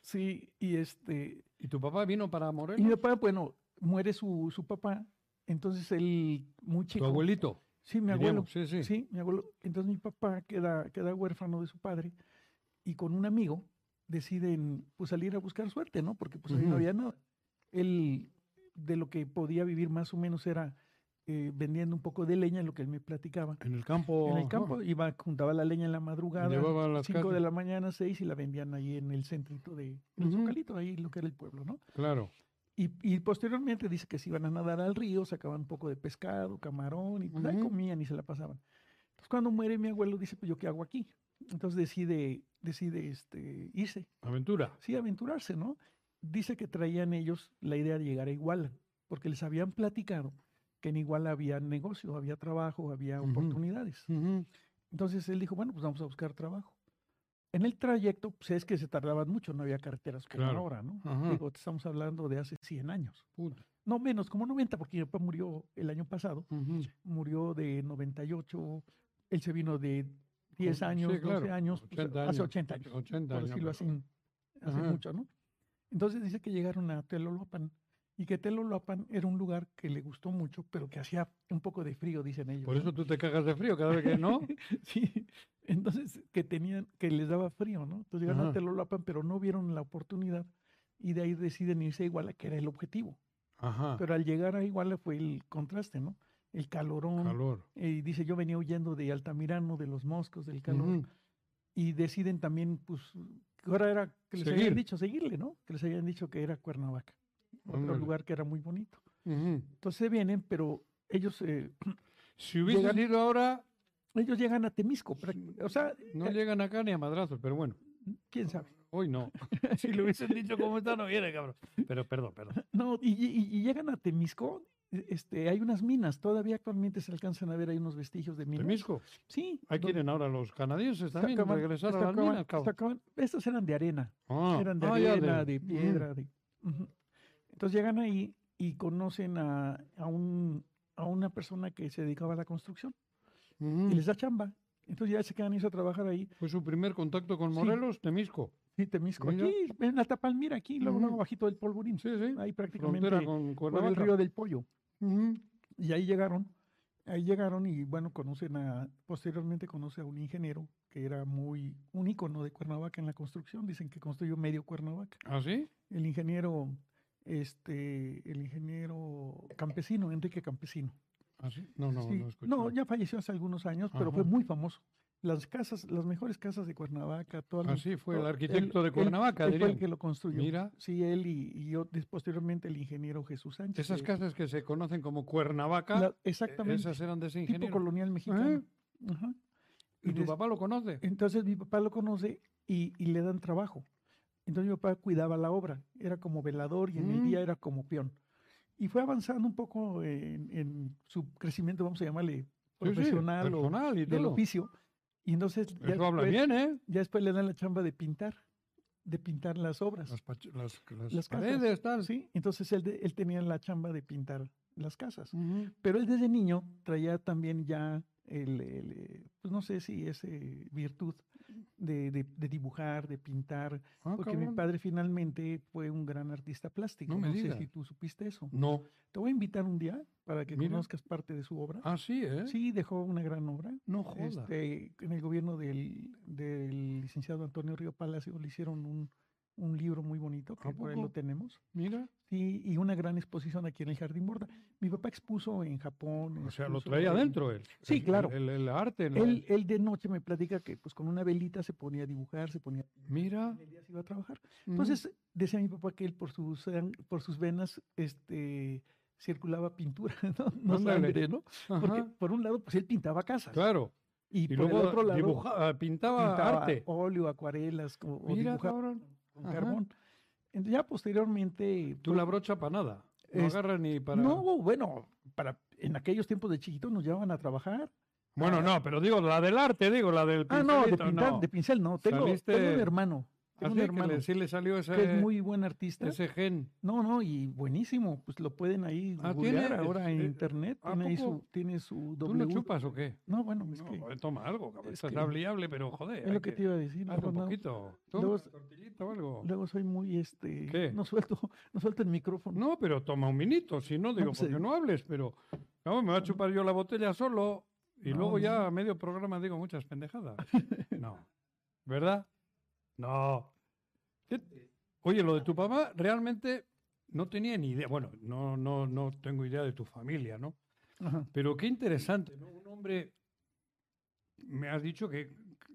[SPEAKER 2] Sí, y este
[SPEAKER 3] ¿Y tu papá vino para
[SPEAKER 2] y mi
[SPEAKER 3] Morelos?
[SPEAKER 2] papá, bueno, muere su, su papá, entonces él muy
[SPEAKER 3] Tu
[SPEAKER 2] chico.
[SPEAKER 3] abuelito.
[SPEAKER 2] Sí, mi abuelo.
[SPEAKER 3] diríamos. Sí, sí.
[SPEAKER 2] Sí, mi abuelo. Entonces mi papá queda, queda huérfano de su padre y con un amigo deciden pues, salir a buscar suerte, ¿no? Porque pues ahí
[SPEAKER 3] Ujú.
[SPEAKER 2] no había nada. Él de lo que podía vivir más o menos era eh, vendiendo un poco de leña, lo que él me platicaba.
[SPEAKER 3] En el campo.
[SPEAKER 2] En el
[SPEAKER 3] ¿no?
[SPEAKER 2] campo iba, juntaba la leña en la madrugada,
[SPEAKER 3] Llevaba a las
[SPEAKER 2] 5 de
[SPEAKER 3] casas.
[SPEAKER 2] la mañana, 6 y la vendían ahí en el centrito de del
[SPEAKER 3] Ujú.
[SPEAKER 2] Zocalito, ahí lo que era el pueblo, ¿no?
[SPEAKER 3] Claro.
[SPEAKER 2] Y, y posteriormente dice que se iban a nadar al río, sacaban un poco de pescado, camarón, y pues ahí
[SPEAKER 3] Ujú.
[SPEAKER 2] comían y se la pasaban. Entonces cuando muere mi abuelo dice, pues yo qué hago aquí. Entonces decide, decide este, irse,
[SPEAKER 3] Aventura.
[SPEAKER 2] sí, aventurarse, ¿no? Dice que traían ellos la idea de llegar a Iguala, porque les habían platicado que en Iguala había negocio, había trabajo, había
[SPEAKER 3] Ujú.
[SPEAKER 2] oportunidades. Entonces él dijo, bueno, pues vamos a buscar trabajo. En el trayecto, pues es que se tardaban mucho, no había carreteras como
[SPEAKER 3] Claro.
[SPEAKER 2] ahora, ¿no?
[SPEAKER 3] Ajá.
[SPEAKER 2] Digo, te estamos hablando de hace 100 años.
[SPEAKER 3] Puta.
[SPEAKER 2] No menos, como 90, porque mi papá murió el año pasado,
[SPEAKER 3] Ujú.
[SPEAKER 2] murió de 98, él se vino de 10
[SPEAKER 3] Sí,
[SPEAKER 2] años,
[SPEAKER 3] claro,
[SPEAKER 2] 12 años, pues,
[SPEAKER 3] 80
[SPEAKER 2] hace
[SPEAKER 3] años,
[SPEAKER 2] 80 años,
[SPEAKER 3] 80
[SPEAKER 2] por
[SPEAKER 3] años,
[SPEAKER 2] decirlo así,
[SPEAKER 3] pero-
[SPEAKER 2] hace
[SPEAKER 3] Ajá.
[SPEAKER 2] mucho, ¿no? Entonces dice que llegaron a Teloloapan y que Teloloapan era un lugar que le gustó mucho, pero que hacía un poco de frío, dicen ellos.
[SPEAKER 3] Por
[SPEAKER 2] ¿no?
[SPEAKER 3] eso tú te cagas de frío cada vez que no.
[SPEAKER 2] Sí, entonces que tenían, que les daba frío, ¿no? Entonces llegaron
[SPEAKER 3] Ajá.
[SPEAKER 2] a Telolapan, pero no vieron la oportunidad y de ahí deciden irse a Iguala, que era el objetivo.
[SPEAKER 3] Ajá.
[SPEAKER 2] Pero al llegar a Iguala fue el contraste, ¿no? El calorón.
[SPEAKER 3] Calor.
[SPEAKER 2] eh, y dice, yo venía huyendo de Altamirano, de los moscos, del calor.
[SPEAKER 3] Ujú.
[SPEAKER 2] Y deciden también, pues, que ahora era que les
[SPEAKER 3] Seguir.
[SPEAKER 2] habían dicho, seguirle, ¿no? Que les habían dicho que era Cuernavaca, otro
[SPEAKER 3] Ándale.
[SPEAKER 2] lugar que era muy bonito.
[SPEAKER 3] Ujú.
[SPEAKER 2] Entonces vienen, pero ellos, eh,
[SPEAKER 3] Si hubieses
[SPEAKER 2] Llegan-
[SPEAKER 3] ido ahora,
[SPEAKER 2] ellos llegan a Temisco. práct- O sea,
[SPEAKER 3] no
[SPEAKER 2] eh,
[SPEAKER 3] llegan acá ni a madrazos, pero bueno,
[SPEAKER 2] quién sabe.
[SPEAKER 3] hoy no. si lo hubiesen dicho como está, no viene, cabrón. Pero perdón, perdón.
[SPEAKER 2] No, y, y- y llegan a Temisco, e- este, hay unas minas, todavía actualmente se alcanzan a ver, hay unos vestigios de minas.
[SPEAKER 3] Temisco.
[SPEAKER 2] Sí.
[SPEAKER 3] Ahí
[SPEAKER 2] donde
[SPEAKER 3] quieren ahora los canadienses también
[SPEAKER 2] sacaban-
[SPEAKER 3] regresar a las
[SPEAKER 2] sacaban-
[SPEAKER 3] minas, cabrón.
[SPEAKER 2] sacaban- Estas eran de arena,
[SPEAKER 3] Ah,
[SPEAKER 2] eran de
[SPEAKER 3] ah, ya
[SPEAKER 2] arena,
[SPEAKER 3] del-
[SPEAKER 2] de
[SPEAKER 3] Ujú.
[SPEAKER 2] piedra, de... ujú. Entonces llegan ahí y conocen a, a un, a una persona que se dedicaba a la construcción
[SPEAKER 3] Ujú.
[SPEAKER 2] y les da chamba. Entonces ya se quedan ellos a trabajar ahí.
[SPEAKER 3] Fue su primer contacto con
[SPEAKER 2] Sí.
[SPEAKER 3] Morelos, Temisco.
[SPEAKER 2] Sí, Temisco,
[SPEAKER 3] Mira.
[SPEAKER 2] aquí, en la Tapalmira, aquí, luego, luego
[SPEAKER 3] Ujú.
[SPEAKER 2] bajito del polvorín.
[SPEAKER 3] Sí, sí.
[SPEAKER 2] Ahí prácticamente
[SPEAKER 3] Frontera con
[SPEAKER 2] por el
[SPEAKER 3] Cuernavaca.
[SPEAKER 2] río del Pollo.
[SPEAKER 3] Ujú.
[SPEAKER 2] Y ahí llegaron, ahí llegaron y bueno, conocen a, posteriormente conoce a un ingeniero que era muy, un ícono de Cuernavaca en la construcción, dicen que construyó medio Cuernavaca.
[SPEAKER 3] ¿Ah, sí?
[SPEAKER 2] El ingeniero, este, el ingeniero campesino, Enrique Campesino.
[SPEAKER 3] ¿Ah, sí? No, no,
[SPEAKER 2] Sí,
[SPEAKER 3] no escuché.
[SPEAKER 2] no, ya falleció hace algunos años, pero fue
[SPEAKER 3] Ajá.
[SPEAKER 2] muy famoso. Las casas, las mejores casas de Cuernavaca, todas las-
[SPEAKER 3] Así Ah, fue el
[SPEAKER 2] to-
[SPEAKER 3] arquitecto de
[SPEAKER 2] él-
[SPEAKER 3] Cuernavaca,
[SPEAKER 2] él fue el
[SPEAKER 3] dirían.
[SPEAKER 2] que lo construyó.
[SPEAKER 3] Mira,
[SPEAKER 2] Sí, él y, y yo, des- posteriormente el ingeniero Jesús Sánchez.
[SPEAKER 3] esas
[SPEAKER 2] que-
[SPEAKER 3] casas que se conocen como Cuernavaca,
[SPEAKER 2] la-
[SPEAKER 3] eh,
[SPEAKER 2] exactamente.
[SPEAKER 3] esas eran de ese
[SPEAKER 2] tipo
[SPEAKER 3] ingeniero.
[SPEAKER 2] colonial mexicano. Ah, Ajá.
[SPEAKER 3] ¿Y
[SPEAKER 2] Y
[SPEAKER 3] tu
[SPEAKER 2] des-
[SPEAKER 3] papá lo conoce?
[SPEAKER 2] Entonces mi papá lo conoce y, y le dan trabajo. Entonces mi papá cuidaba la obra, era como velador y en el
[SPEAKER 3] Mm.
[SPEAKER 2] día era como peón. Y fue avanzando un poco en, en su crecimiento, vamos a llamarle
[SPEAKER 3] Sí, sí,
[SPEAKER 2] profesional o
[SPEAKER 3] personal y
[SPEAKER 2] del
[SPEAKER 3] todo.
[SPEAKER 2] oficio. Y entonces ya
[SPEAKER 3] Eso habla
[SPEAKER 2] después-
[SPEAKER 3] bien, ¿eh?
[SPEAKER 2] ya después le dan la chamba de pintar, de pintar las obras.
[SPEAKER 3] Las, pach- las, las
[SPEAKER 2] Las casas,
[SPEAKER 3] paredes, tal.
[SPEAKER 2] ¿sí? Entonces él, de- él tenía la chamba de pintar las casas.
[SPEAKER 3] Ujú.
[SPEAKER 2] Pero él desde niño traía también ya el, el, eh, pues no sé si ese virtud de, de- de dibujar, de pintar,
[SPEAKER 3] Ah,
[SPEAKER 2] porque mi
[SPEAKER 3] cabrón.
[SPEAKER 2] padre finalmente fue un gran artista plástico.
[SPEAKER 3] No
[SPEAKER 2] No,
[SPEAKER 3] me
[SPEAKER 2] sé
[SPEAKER 3] digas.
[SPEAKER 2] si tú supiste eso.
[SPEAKER 3] No.
[SPEAKER 2] Te voy a invitar un día para que
[SPEAKER 3] Mira.
[SPEAKER 2] conozcas parte de su obra.
[SPEAKER 3] Ah, sí, ¿eh?
[SPEAKER 2] Sí, dejó una gran obra.
[SPEAKER 3] No joda.
[SPEAKER 2] Este, en el gobierno del, del licenciado Antonio Río Palacio le hicieron un, un libro muy bonito, que
[SPEAKER 3] ¿A
[SPEAKER 2] por ahí lo
[SPEAKER 3] poco?
[SPEAKER 2] tenemos.
[SPEAKER 3] Mira.
[SPEAKER 2] Sí, y una gran exposición aquí en el Jardín Borda. Mi papá expuso en Japón.
[SPEAKER 3] O sea, lo
[SPEAKER 2] expuso
[SPEAKER 3] traía
[SPEAKER 2] en-
[SPEAKER 3] adentro él.
[SPEAKER 2] Sí,
[SPEAKER 3] El-
[SPEAKER 2] claro.
[SPEAKER 3] El, el arte. la-
[SPEAKER 2] Él, él de noche me platica que pues con una velita se ponía a dibujar, se ponía...
[SPEAKER 3] Mira.
[SPEAKER 2] En el día se iba a trabajar.
[SPEAKER 3] Ah. ujú.
[SPEAKER 2] Entonces, decía mi papá que él por sus, sang- por sus venas este, circulaba pintura, no, No
[SPEAKER 3] Ándale.
[SPEAKER 2] sangre, ¿no? Porque
[SPEAKER 3] Ajá,
[SPEAKER 2] por un lado, pues él pintaba casas.
[SPEAKER 3] Claro.
[SPEAKER 2] Y, por
[SPEAKER 3] Y, luego
[SPEAKER 2] el otro lado,
[SPEAKER 3] dibujaba, pintaba,
[SPEAKER 2] pintaba
[SPEAKER 3] arte.
[SPEAKER 2] óleo, acuarelas, como, o
[SPEAKER 3] Mira,
[SPEAKER 2] dibujaba
[SPEAKER 3] cabrón.
[SPEAKER 2] con
[SPEAKER 3] ajá.
[SPEAKER 2] carbón. Entonces, ya posteriormente...
[SPEAKER 3] Tú
[SPEAKER 2] pues,
[SPEAKER 3] la brocha para nada. No
[SPEAKER 2] Es-
[SPEAKER 3] agarras ni para.
[SPEAKER 2] No, bueno, para, en aquellos tiempos de chiquito nos llevaban a trabajar.
[SPEAKER 3] Bueno, no, pero digo, la del arte, digo, la del
[SPEAKER 2] Ah, no, de,
[SPEAKER 3] pincelito,
[SPEAKER 2] pintar, de pincel no. Tengo, tengo
[SPEAKER 3] Saliste-
[SPEAKER 2] un hermano. Tengo
[SPEAKER 3] Así
[SPEAKER 2] un
[SPEAKER 3] que
[SPEAKER 2] hermano
[SPEAKER 3] le-
[SPEAKER 2] que,
[SPEAKER 3] sí le salió ese,
[SPEAKER 2] es muy buen artista.
[SPEAKER 3] ese gen.
[SPEAKER 2] No, no, y buenísimo. Pues lo pueden ahí
[SPEAKER 3] Ah,
[SPEAKER 2] googlear
[SPEAKER 3] tiene-
[SPEAKER 2] ahora en
[SPEAKER 3] eh,
[SPEAKER 2] internet.
[SPEAKER 3] ¿a
[SPEAKER 2] Tiene, ahí
[SPEAKER 3] poco?
[SPEAKER 2] su, tiene su
[SPEAKER 3] ¿Tú lo
[SPEAKER 2] W.
[SPEAKER 3] chupas o qué?
[SPEAKER 2] No, bueno, es
[SPEAKER 3] No,
[SPEAKER 2] que
[SPEAKER 3] joder, toma algo, cabrón.
[SPEAKER 2] es
[SPEAKER 3] Estás
[SPEAKER 2] que-
[SPEAKER 3] habliable, pero joder.
[SPEAKER 2] es
[SPEAKER 3] hay
[SPEAKER 2] lo que te iba a decir.
[SPEAKER 3] hazle
[SPEAKER 2] Luego,
[SPEAKER 3] un
[SPEAKER 2] no-
[SPEAKER 3] poquito. Toma
[SPEAKER 2] luego
[SPEAKER 3] una
[SPEAKER 2] s-
[SPEAKER 3] tortillita o algo.
[SPEAKER 2] luego soy muy, este,
[SPEAKER 3] ¿Qué?
[SPEAKER 2] no suelto, no suelto el micrófono.
[SPEAKER 3] No, pero toma un minuto, si no, digo,
[SPEAKER 2] pues,
[SPEAKER 3] porque
[SPEAKER 2] eh,
[SPEAKER 3] no hables, pero no, me va a chupar yo la botella solo y
[SPEAKER 2] No,
[SPEAKER 3] luego ya
[SPEAKER 2] no.
[SPEAKER 3] a medio programa digo muchas pendejadas. No. ¿Verdad? No. ¿Qué- Oye, lo de tu papá realmente no tenía ni idea. Bueno, no, no, no tengo idea de tu familia, ¿no?
[SPEAKER 2] Ajá.
[SPEAKER 3] Pero qué interesante, ¿no? Un hombre, me has dicho que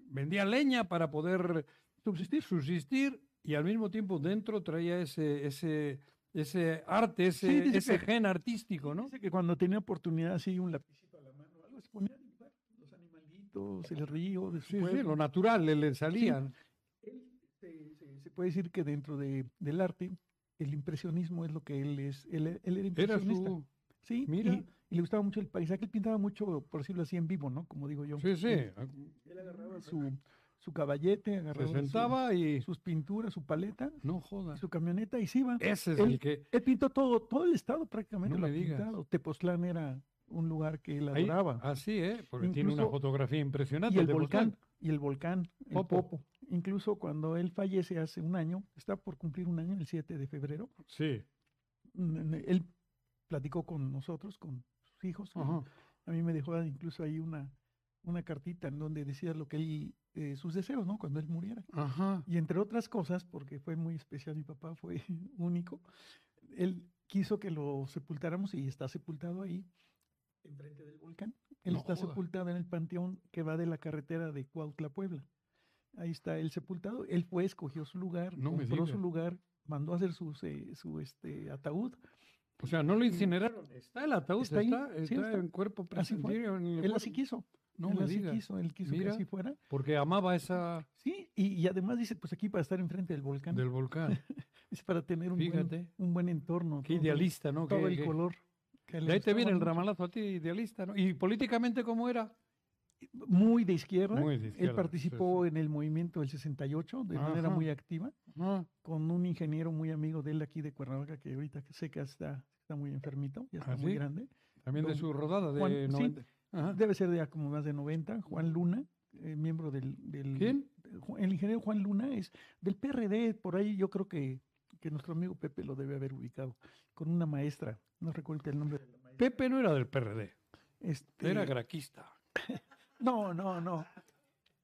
[SPEAKER 3] vendía leña para poder subsistir, subsistir y al mismo tiempo dentro traía ese, ese, ese arte, ese,
[SPEAKER 2] Sí, dice
[SPEAKER 3] ese
[SPEAKER 2] que-
[SPEAKER 3] gen artístico, ¿no?
[SPEAKER 2] Dice que cuando tenía oportunidad, así un lapicito a la mano, o algo, se ponía a dibujar los animalitos, el río, de su
[SPEAKER 3] Sí, sí,
[SPEAKER 2] pueblo.
[SPEAKER 3] lo natural le, le salían.
[SPEAKER 2] él se, se- se puede decir que dentro de, del arte, el impresionismo es lo que él es. Él, él era
[SPEAKER 3] Era
[SPEAKER 2] impresionista.
[SPEAKER 3] su...
[SPEAKER 2] sí,
[SPEAKER 3] mira.
[SPEAKER 2] Y, y le gustaba mucho el paisaje. Él pintaba mucho, por decirlo así, en vivo, ¿no? Como digo yo.
[SPEAKER 3] Sí, sí.
[SPEAKER 2] Él, él agarraba su, su caballete, agarraba
[SPEAKER 3] Se
[SPEAKER 2] su-
[SPEAKER 3] sentaba y...
[SPEAKER 2] sus pinturas, su paleta,
[SPEAKER 3] No jodas.
[SPEAKER 2] su camioneta y se iba.
[SPEAKER 3] Ese es
[SPEAKER 2] él-
[SPEAKER 3] el que...
[SPEAKER 2] Él pintó todo, todo el estado prácticamente.
[SPEAKER 3] No
[SPEAKER 2] lo
[SPEAKER 3] me
[SPEAKER 2] ha
[SPEAKER 3] digas.
[SPEAKER 2] pintado. Tepoztlán era un lugar que él
[SPEAKER 3] ahí-
[SPEAKER 2] adoraba.
[SPEAKER 3] así, ¿eh? Porque tiene una
[SPEAKER 2] Incluso-
[SPEAKER 3] fotografía impresionante.
[SPEAKER 2] y el
[SPEAKER 3] Ah, pues, de Volcán.
[SPEAKER 2] volcán. y el volcán, el
[SPEAKER 3] Popo.
[SPEAKER 2] Popo. Incluso cuando él fallece hace un año, está por cumplir un año el 7 de febrero,
[SPEAKER 3] Sí.
[SPEAKER 2] mm, él platicó con nosotros, con sus hijos. y
[SPEAKER 3] Ajá.
[SPEAKER 2] A mí me dejó incluso ahí una, una cartita en donde decía lo que él, eh, sus deseos, ¿no? Cuando él muriera.
[SPEAKER 3] Ajá.
[SPEAKER 2] Y entre otras cosas, porque fue muy especial, mi papá fue único, él quiso que lo sepultáramos y está sepultado ahí, enfrente del volcán. Él
[SPEAKER 3] No
[SPEAKER 2] está
[SPEAKER 3] joda.
[SPEAKER 2] sepultado en el panteón que va de la carretera de Cuautla, a Puebla. Ahí está él sepultado. Él fue, escogió su lugar,
[SPEAKER 3] No me
[SPEAKER 2] compró su
[SPEAKER 3] diga.
[SPEAKER 2] lugar, mandó a hacer sus, eh, su este, ataúd.
[SPEAKER 3] O sea, no lo incineraron. Está el ataúd,
[SPEAKER 2] Mm. Está
[SPEAKER 3] está,
[SPEAKER 2] ahí,
[SPEAKER 3] está,
[SPEAKER 2] sí, está.
[SPEAKER 3] en cuerpo
[SPEAKER 2] Así fue.
[SPEAKER 3] presente. en el
[SPEAKER 2] Él así
[SPEAKER 3] cuerpo.
[SPEAKER 2] quiso.
[SPEAKER 3] No
[SPEAKER 2] él
[SPEAKER 3] me
[SPEAKER 2] así
[SPEAKER 3] digas.
[SPEAKER 2] quiso, él quiso
[SPEAKER 3] Mira.
[SPEAKER 2] que así fuera.
[SPEAKER 3] Porque amaba esa
[SPEAKER 2] Sí, y, y además dice, pues aquí para estar enfrente del volcán,
[SPEAKER 3] del volcán.
[SPEAKER 2] es para tener un, buen,
[SPEAKER 3] Fíjate.
[SPEAKER 2] un buen entorno.
[SPEAKER 3] Qué
[SPEAKER 2] todo el-
[SPEAKER 3] idealista, ¿no?
[SPEAKER 2] todo
[SPEAKER 3] Qué-
[SPEAKER 2] el
[SPEAKER 3] qué-
[SPEAKER 2] color. que le
[SPEAKER 3] De ahí te
[SPEAKER 2] gustaba
[SPEAKER 3] viene el
[SPEAKER 2] mucho.
[SPEAKER 3] ramalazo a ti, idealista, ¿no? ¿Y políticamente cómo era?
[SPEAKER 2] Muy de izquierda.
[SPEAKER 3] Muy de izquierda,
[SPEAKER 2] Él
[SPEAKER 3] sí,
[SPEAKER 2] participó en el movimiento del 68 de manera
[SPEAKER 3] Ajá.
[SPEAKER 2] muy activa,
[SPEAKER 3] Ah,
[SPEAKER 2] con un ingeniero muy amigo de él aquí de Cuernavaca, que ahorita sé que está, está muy enfermito, ya está
[SPEAKER 3] ¿Ah,
[SPEAKER 2] muy
[SPEAKER 3] sí?
[SPEAKER 2] grande.
[SPEAKER 3] También de
[SPEAKER 2] Don
[SPEAKER 3] su rodada de
[SPEAKER 2] Juan- sí.
[SPEAKER 3] 90. Ajá.
[SPEAKER 2] Debe ser de ya como más de 90, Juan Luna, eh, miembro del, del...
[SPEAKER 3] ¿Quién?
[SPEAKER 2] de Ju- El ingeniero Juan Luna es del PRD, por ahí yo creo que, que nuestro amigo Pepe lo debe haber ubicado, con una maestra, no recuerdo el nombre. de la maestra.
[SPEAKER 3] Pepe no era del PRD,
[SPEAKER 2] Este,
[SPEAKER 3] era graquista.
[SPEAKER 2] No, no, no.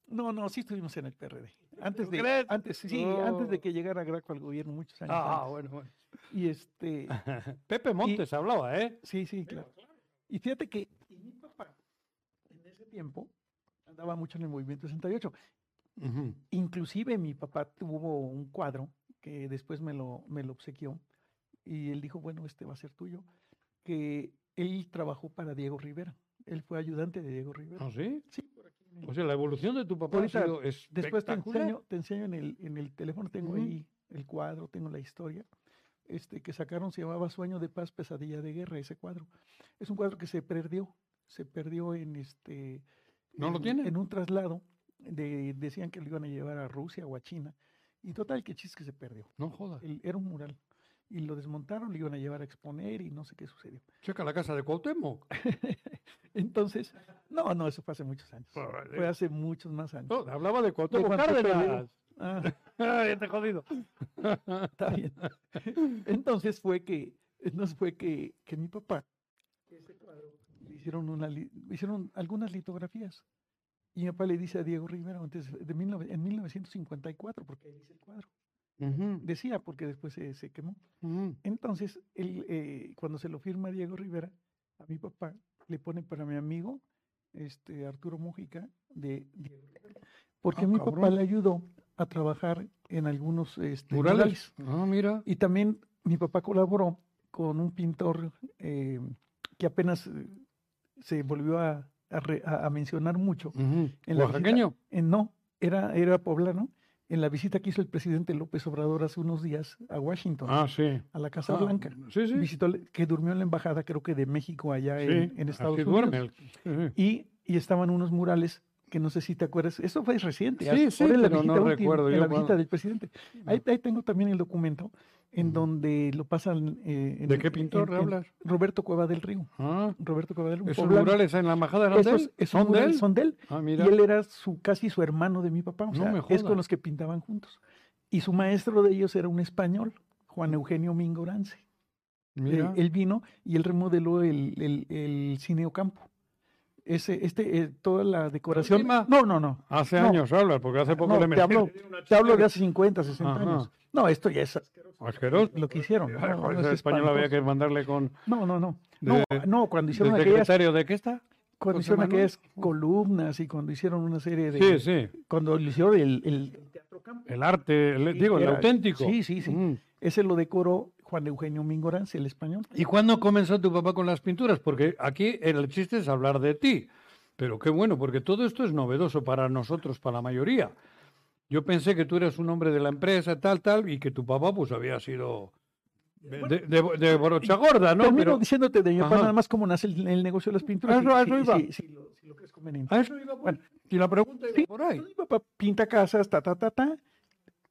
[SPEAKER 2] No, no, sí estuvimos en el PRD. Antes de,
[SPEAKER 3] crees?
[SPEAKER 2] antes, sí, antes de
[SPEAKER 3] Oh.
[SPEAKER 2] que llegara Graco al gobierno, muchos años.
[SPEAKER 3] Ah,
[SPEAKER 2] antes.
[SPEAKER 3] bueno, bueno.
[SPEAKER 2] Y este,
[SPEAKER 3] Pepe Montes hablaba, ¿eh?
[SPEAKER 2] sí, sí, claro. Y fíjate que y mi papá, en ese tiempo, andaba mucho en el movimiento 68.
[SPEAKER 3] Ujú.
[SPEAKER 2] Inclusive mi papá tuvo un cuadro que después me lo, me lo obsequió y él dijo, bueno, este va a ser tuyo, que él trabajó para Diego Rivera. Él fue ayudante de Diego Rivera.
[SPEAKER 3] ¿Ah, sí?
[SPEAKER 2] Sí, por aquí en el-
[SPEAKER 3] O sea, la evolución de tu papá
[SPEAKER 2] Ahorita,
[SPEAKER 3] ha sido
[SPEAKER 2] Después te
[SPEAKER 3] espectacular.
[SPEAKER 2] enseño, te enseño en el, en el teléfono, tengo
[SPEAKER 3] Ujú.
[SPEAKER 2] ahí el cuadro, tengo la historia, este, que sacaron, se llamaba Sueño de Paz, Pesadilla de Guerra, ese cuadro. Es un cuadro que se perdió, se perdió en este...
[SPEAKER 3] ¿No lo
[SPEAKER 2] en-
[SPEAKER 3] tienen?
[SPEAKER 2] En un traslado, de- decían que lo iban a llevar a Rusia o a China, y total, que chiste que se perdió.
[SPEAKER 3] No jodas.
[SPEAKER 2] El- era un mural, y lo desmontaron, lo iban a llevar a exponer, y no sé qué sucedió.
[SPEAKER 3] Checa la casa de Cuauhtémoc.
[SPEAKER 2] Entonces, no, no, eso fue hace muchos años. Fue hace muchos más años.
[SPEAKER 3] No, hablaba de Cuauhtémoc
[SPEAKER 2] Juan Pepe
[SPEAKER 3] Cárdenas.
[SPEAKER 2] Ah.
[SPEAKER 3] Ay, te he jodido.
[SPEAKER 2] Está bien. Entonces fue que, entonces fue que, que mi papá le hicieron, una, li- le hicieron algunas litografías. Y mi papá le dice a Diego Rivera, antes, de mil nove- en 1954, porque ahí dice el cuadro.
[SPEAKER 3] Ujú,
[SPEAKER 2] Decía, porque después se, se quemó.
[SPEAKER 3] ujú.
[SPEAKER 2] Entonces, él, eh, cuando se lo firma Diego Rivera, a mi papá le pone para mi amigo este, Arturo Mujica de Diego Rivera. Porque
[SPEAKER 3] Ah,
[SPEAKER 2] mi papá
[SPEAKER 3] cabrón.
[SPEAKER 2] le ayudó a trabajar en algunos este, murales.
[SPEAKER 3] Murales. Ah, mira.
[SPEAKER 2] Y también mi papá colaboró con un pintor eh, que apenas eh, se volvió a, a re- a- a mencionar mucho.
[SPEAKER 3] Ujú.
[SPEAKER 2] En la
[SPEAKER 3] Oaxaqueño.
[SPEAKER 2] En, no, era, era poblano. En la visita que hizo el presidente López Obrador hace unos días a Washington,
[SPEAKER 3] Ah, sí.
[SPEAKER 2] a la Casa
[SPEAKER 3] Ah,
[SPEAKER 2] Blanca,
[SPEAKER 3] Sí, sí.
[SPEAKER 2] visitó, la- que durmió en la embajada, creo que de México allá
[SPEAKER 3] Sí,
[SPEAKER 2] en, en
[SPEAKER 3] aquí
[SPEAKER 2] Estados Unidos.
[SPEAKER 3] duerme el- sí, sí.
[SPEAKER 2] Y, y estaban unos murales que no sé si te acuerdas. Eso fue reciente.
[SPEAKER 3] Sí,
[SPEAKER 2] hace-
[SPEAKER 3] sí,
[SPEAKER 2] ahora en la
[SPEAKER 3] pero no
[SPEAKER 2] visita última,
[SPEAKER 3] recuerdo
[SPEAKER 2] en
[SPEAKER 3] yo
[SPEAKER 2] la visita
[SPEAKER 3] cuándo.
[SPEAKER 2] del presidente. Ahí, ahí tengo también el documento en
[SPEAKER 3] Ujú.
[SPEAKER 2] donde lo pasan. eh, en-
[SPEAKER 3] ¿De qué
[SPEAKER 2] en-
[SPEAKER 3] pintor
[SPEAKER 2] en-
[SPEAKER 3] hablas?
[SPEAKER 2] Roberto Cueva del Río.
[SPEAKER 3] Ah,
[SPEAKER 2] Roberto Cueva del Río. un
[SPEAKER 3] esos
[SPEAKER 2] poblano.
[SPEAKER 3] murales en la embajada eran de
[SPEAKER 2] Esos-
[SPEAKER 3] él?
[SPEAKER 2] esos
[SPEAKER 3] ¿Son de
[SPEAKER 2] murales
[SPEAKER 3] él?
[SPEAKER 2] son de él.
[SPEAKER 3] Ah,
[SPEAKER 2] Y
[SPEAKER 3] mira.
[SPEAKER 2] él era su, casi su hermano de mi papá. O
[SPEAKER 3] No
[SPEAKER 2] sea,
[SPEAKER 3] me
[SPEAKER 2] es
[SPEAKER 3] jodas.
[SPEAKER 2] con los que pintaban juntos. Y su maestro de ellos era un español, Juan Eugenio Mingorance. Eh,
[SPEAKER 3] Mira.
[SPEAKER 2] Él vino y él remodeló el, el, el cine Ocampo. Ese, este, eh, toda la decoración.
[SPEAKER 3] última?
[SPEAKER 2] No, no, no.
[SPEAKER 3] Hace
[SPEAKER 2] no.
[SPEAKER 3] años hablas, porque hace poco
[SPEAKER 2] No, te
[SPEAKER 3] le metí-
[SPEAKER 2] hablo- Te hablo de hace 50, 60
[SPEAKER 3] Ajá.
[SPEAKER 2] años. No, esto ya es
[SPEAKER 3] Asqueroso.
[SPEAKER 2] lo que hicieron. No,
[SPEAKER 3] Ay,
[SPEAKER 2] no,
[SPEAKER 3] joder,
[SPEAKER 2] es
[SPEAKER 3] ese español había
[SPEAKER 2] espantoso.
[SPEAKER 3] que mandarle con
[SPEAKER 2] no, no, no.
[SPEAKER 3] de-
[SPEAKER 2] no, no, cuando
[SPEAKER 3] el
[SPEAKER 2] hicieron, aquellas,
[SPEAKER 3] secretario de qué está.
[SPEAKER 2] cuando
[SPEAKER 3] José
[SPEAKER 2] hicieron
[SPEAKER 3] Manuel.
[SPEAKER 2] aquellas columnas y cuando hicieron una serie de...
[SPEAKER 3] Sí, sí.
[SPEAKER 2] Cuando lo hicieron el, el-
[SPEAKER 3] El arte, el-
[SPEAKER 2] Sí,
[SPEAKER 3] digo, el
[SPEAKER 2] era-
[SPEAKER 3] auténtico.
[SPEAKER 2] sí, sí, sí.
[SPEAKER 3] Mm.
[SPEAKER 2] Ese lo decoró Juan Eugenio Mingorance, el español.
[SPEAKER 3] ¿Y cuándo comenzó tu papá con las pinturas? Porque aquí el chiste es hablar de ti. Pero qué bueno, porque todo esto es novedoso para nosotros, para la mayoría. Yo pensé que tú eras un hombre de la empresa, tal, tal, y que tu papá pues había sido eh, de, de- de brocha gorda, ¿no?
[SPEAKER 2] Termino
[SPEAKER 3] Pero
[SPEAKER 2] diciéndote de mi papá
[SPEAKER 3] Ajá.
[SPEAKER 2] nada más cómo nace el, el negocio de las pinturas.
[SPEAKER 3] A eso- a
[SPEAKER 2] si-
[SPEAKER 3] eso
[SPEAKER 2] si-
[SPEAKER 3] iba.
[SPEAKER 2] si- si lo, si lo crees conveniente.
[SPEAKER 3] a eso iba, bueno, y la pregunta iba
[SPEAKER 2] Sí,
[SPEAKER 3] por ahí.
[SPEAKER 2] Mi papá pinta casas, ta, ta, ta, ta.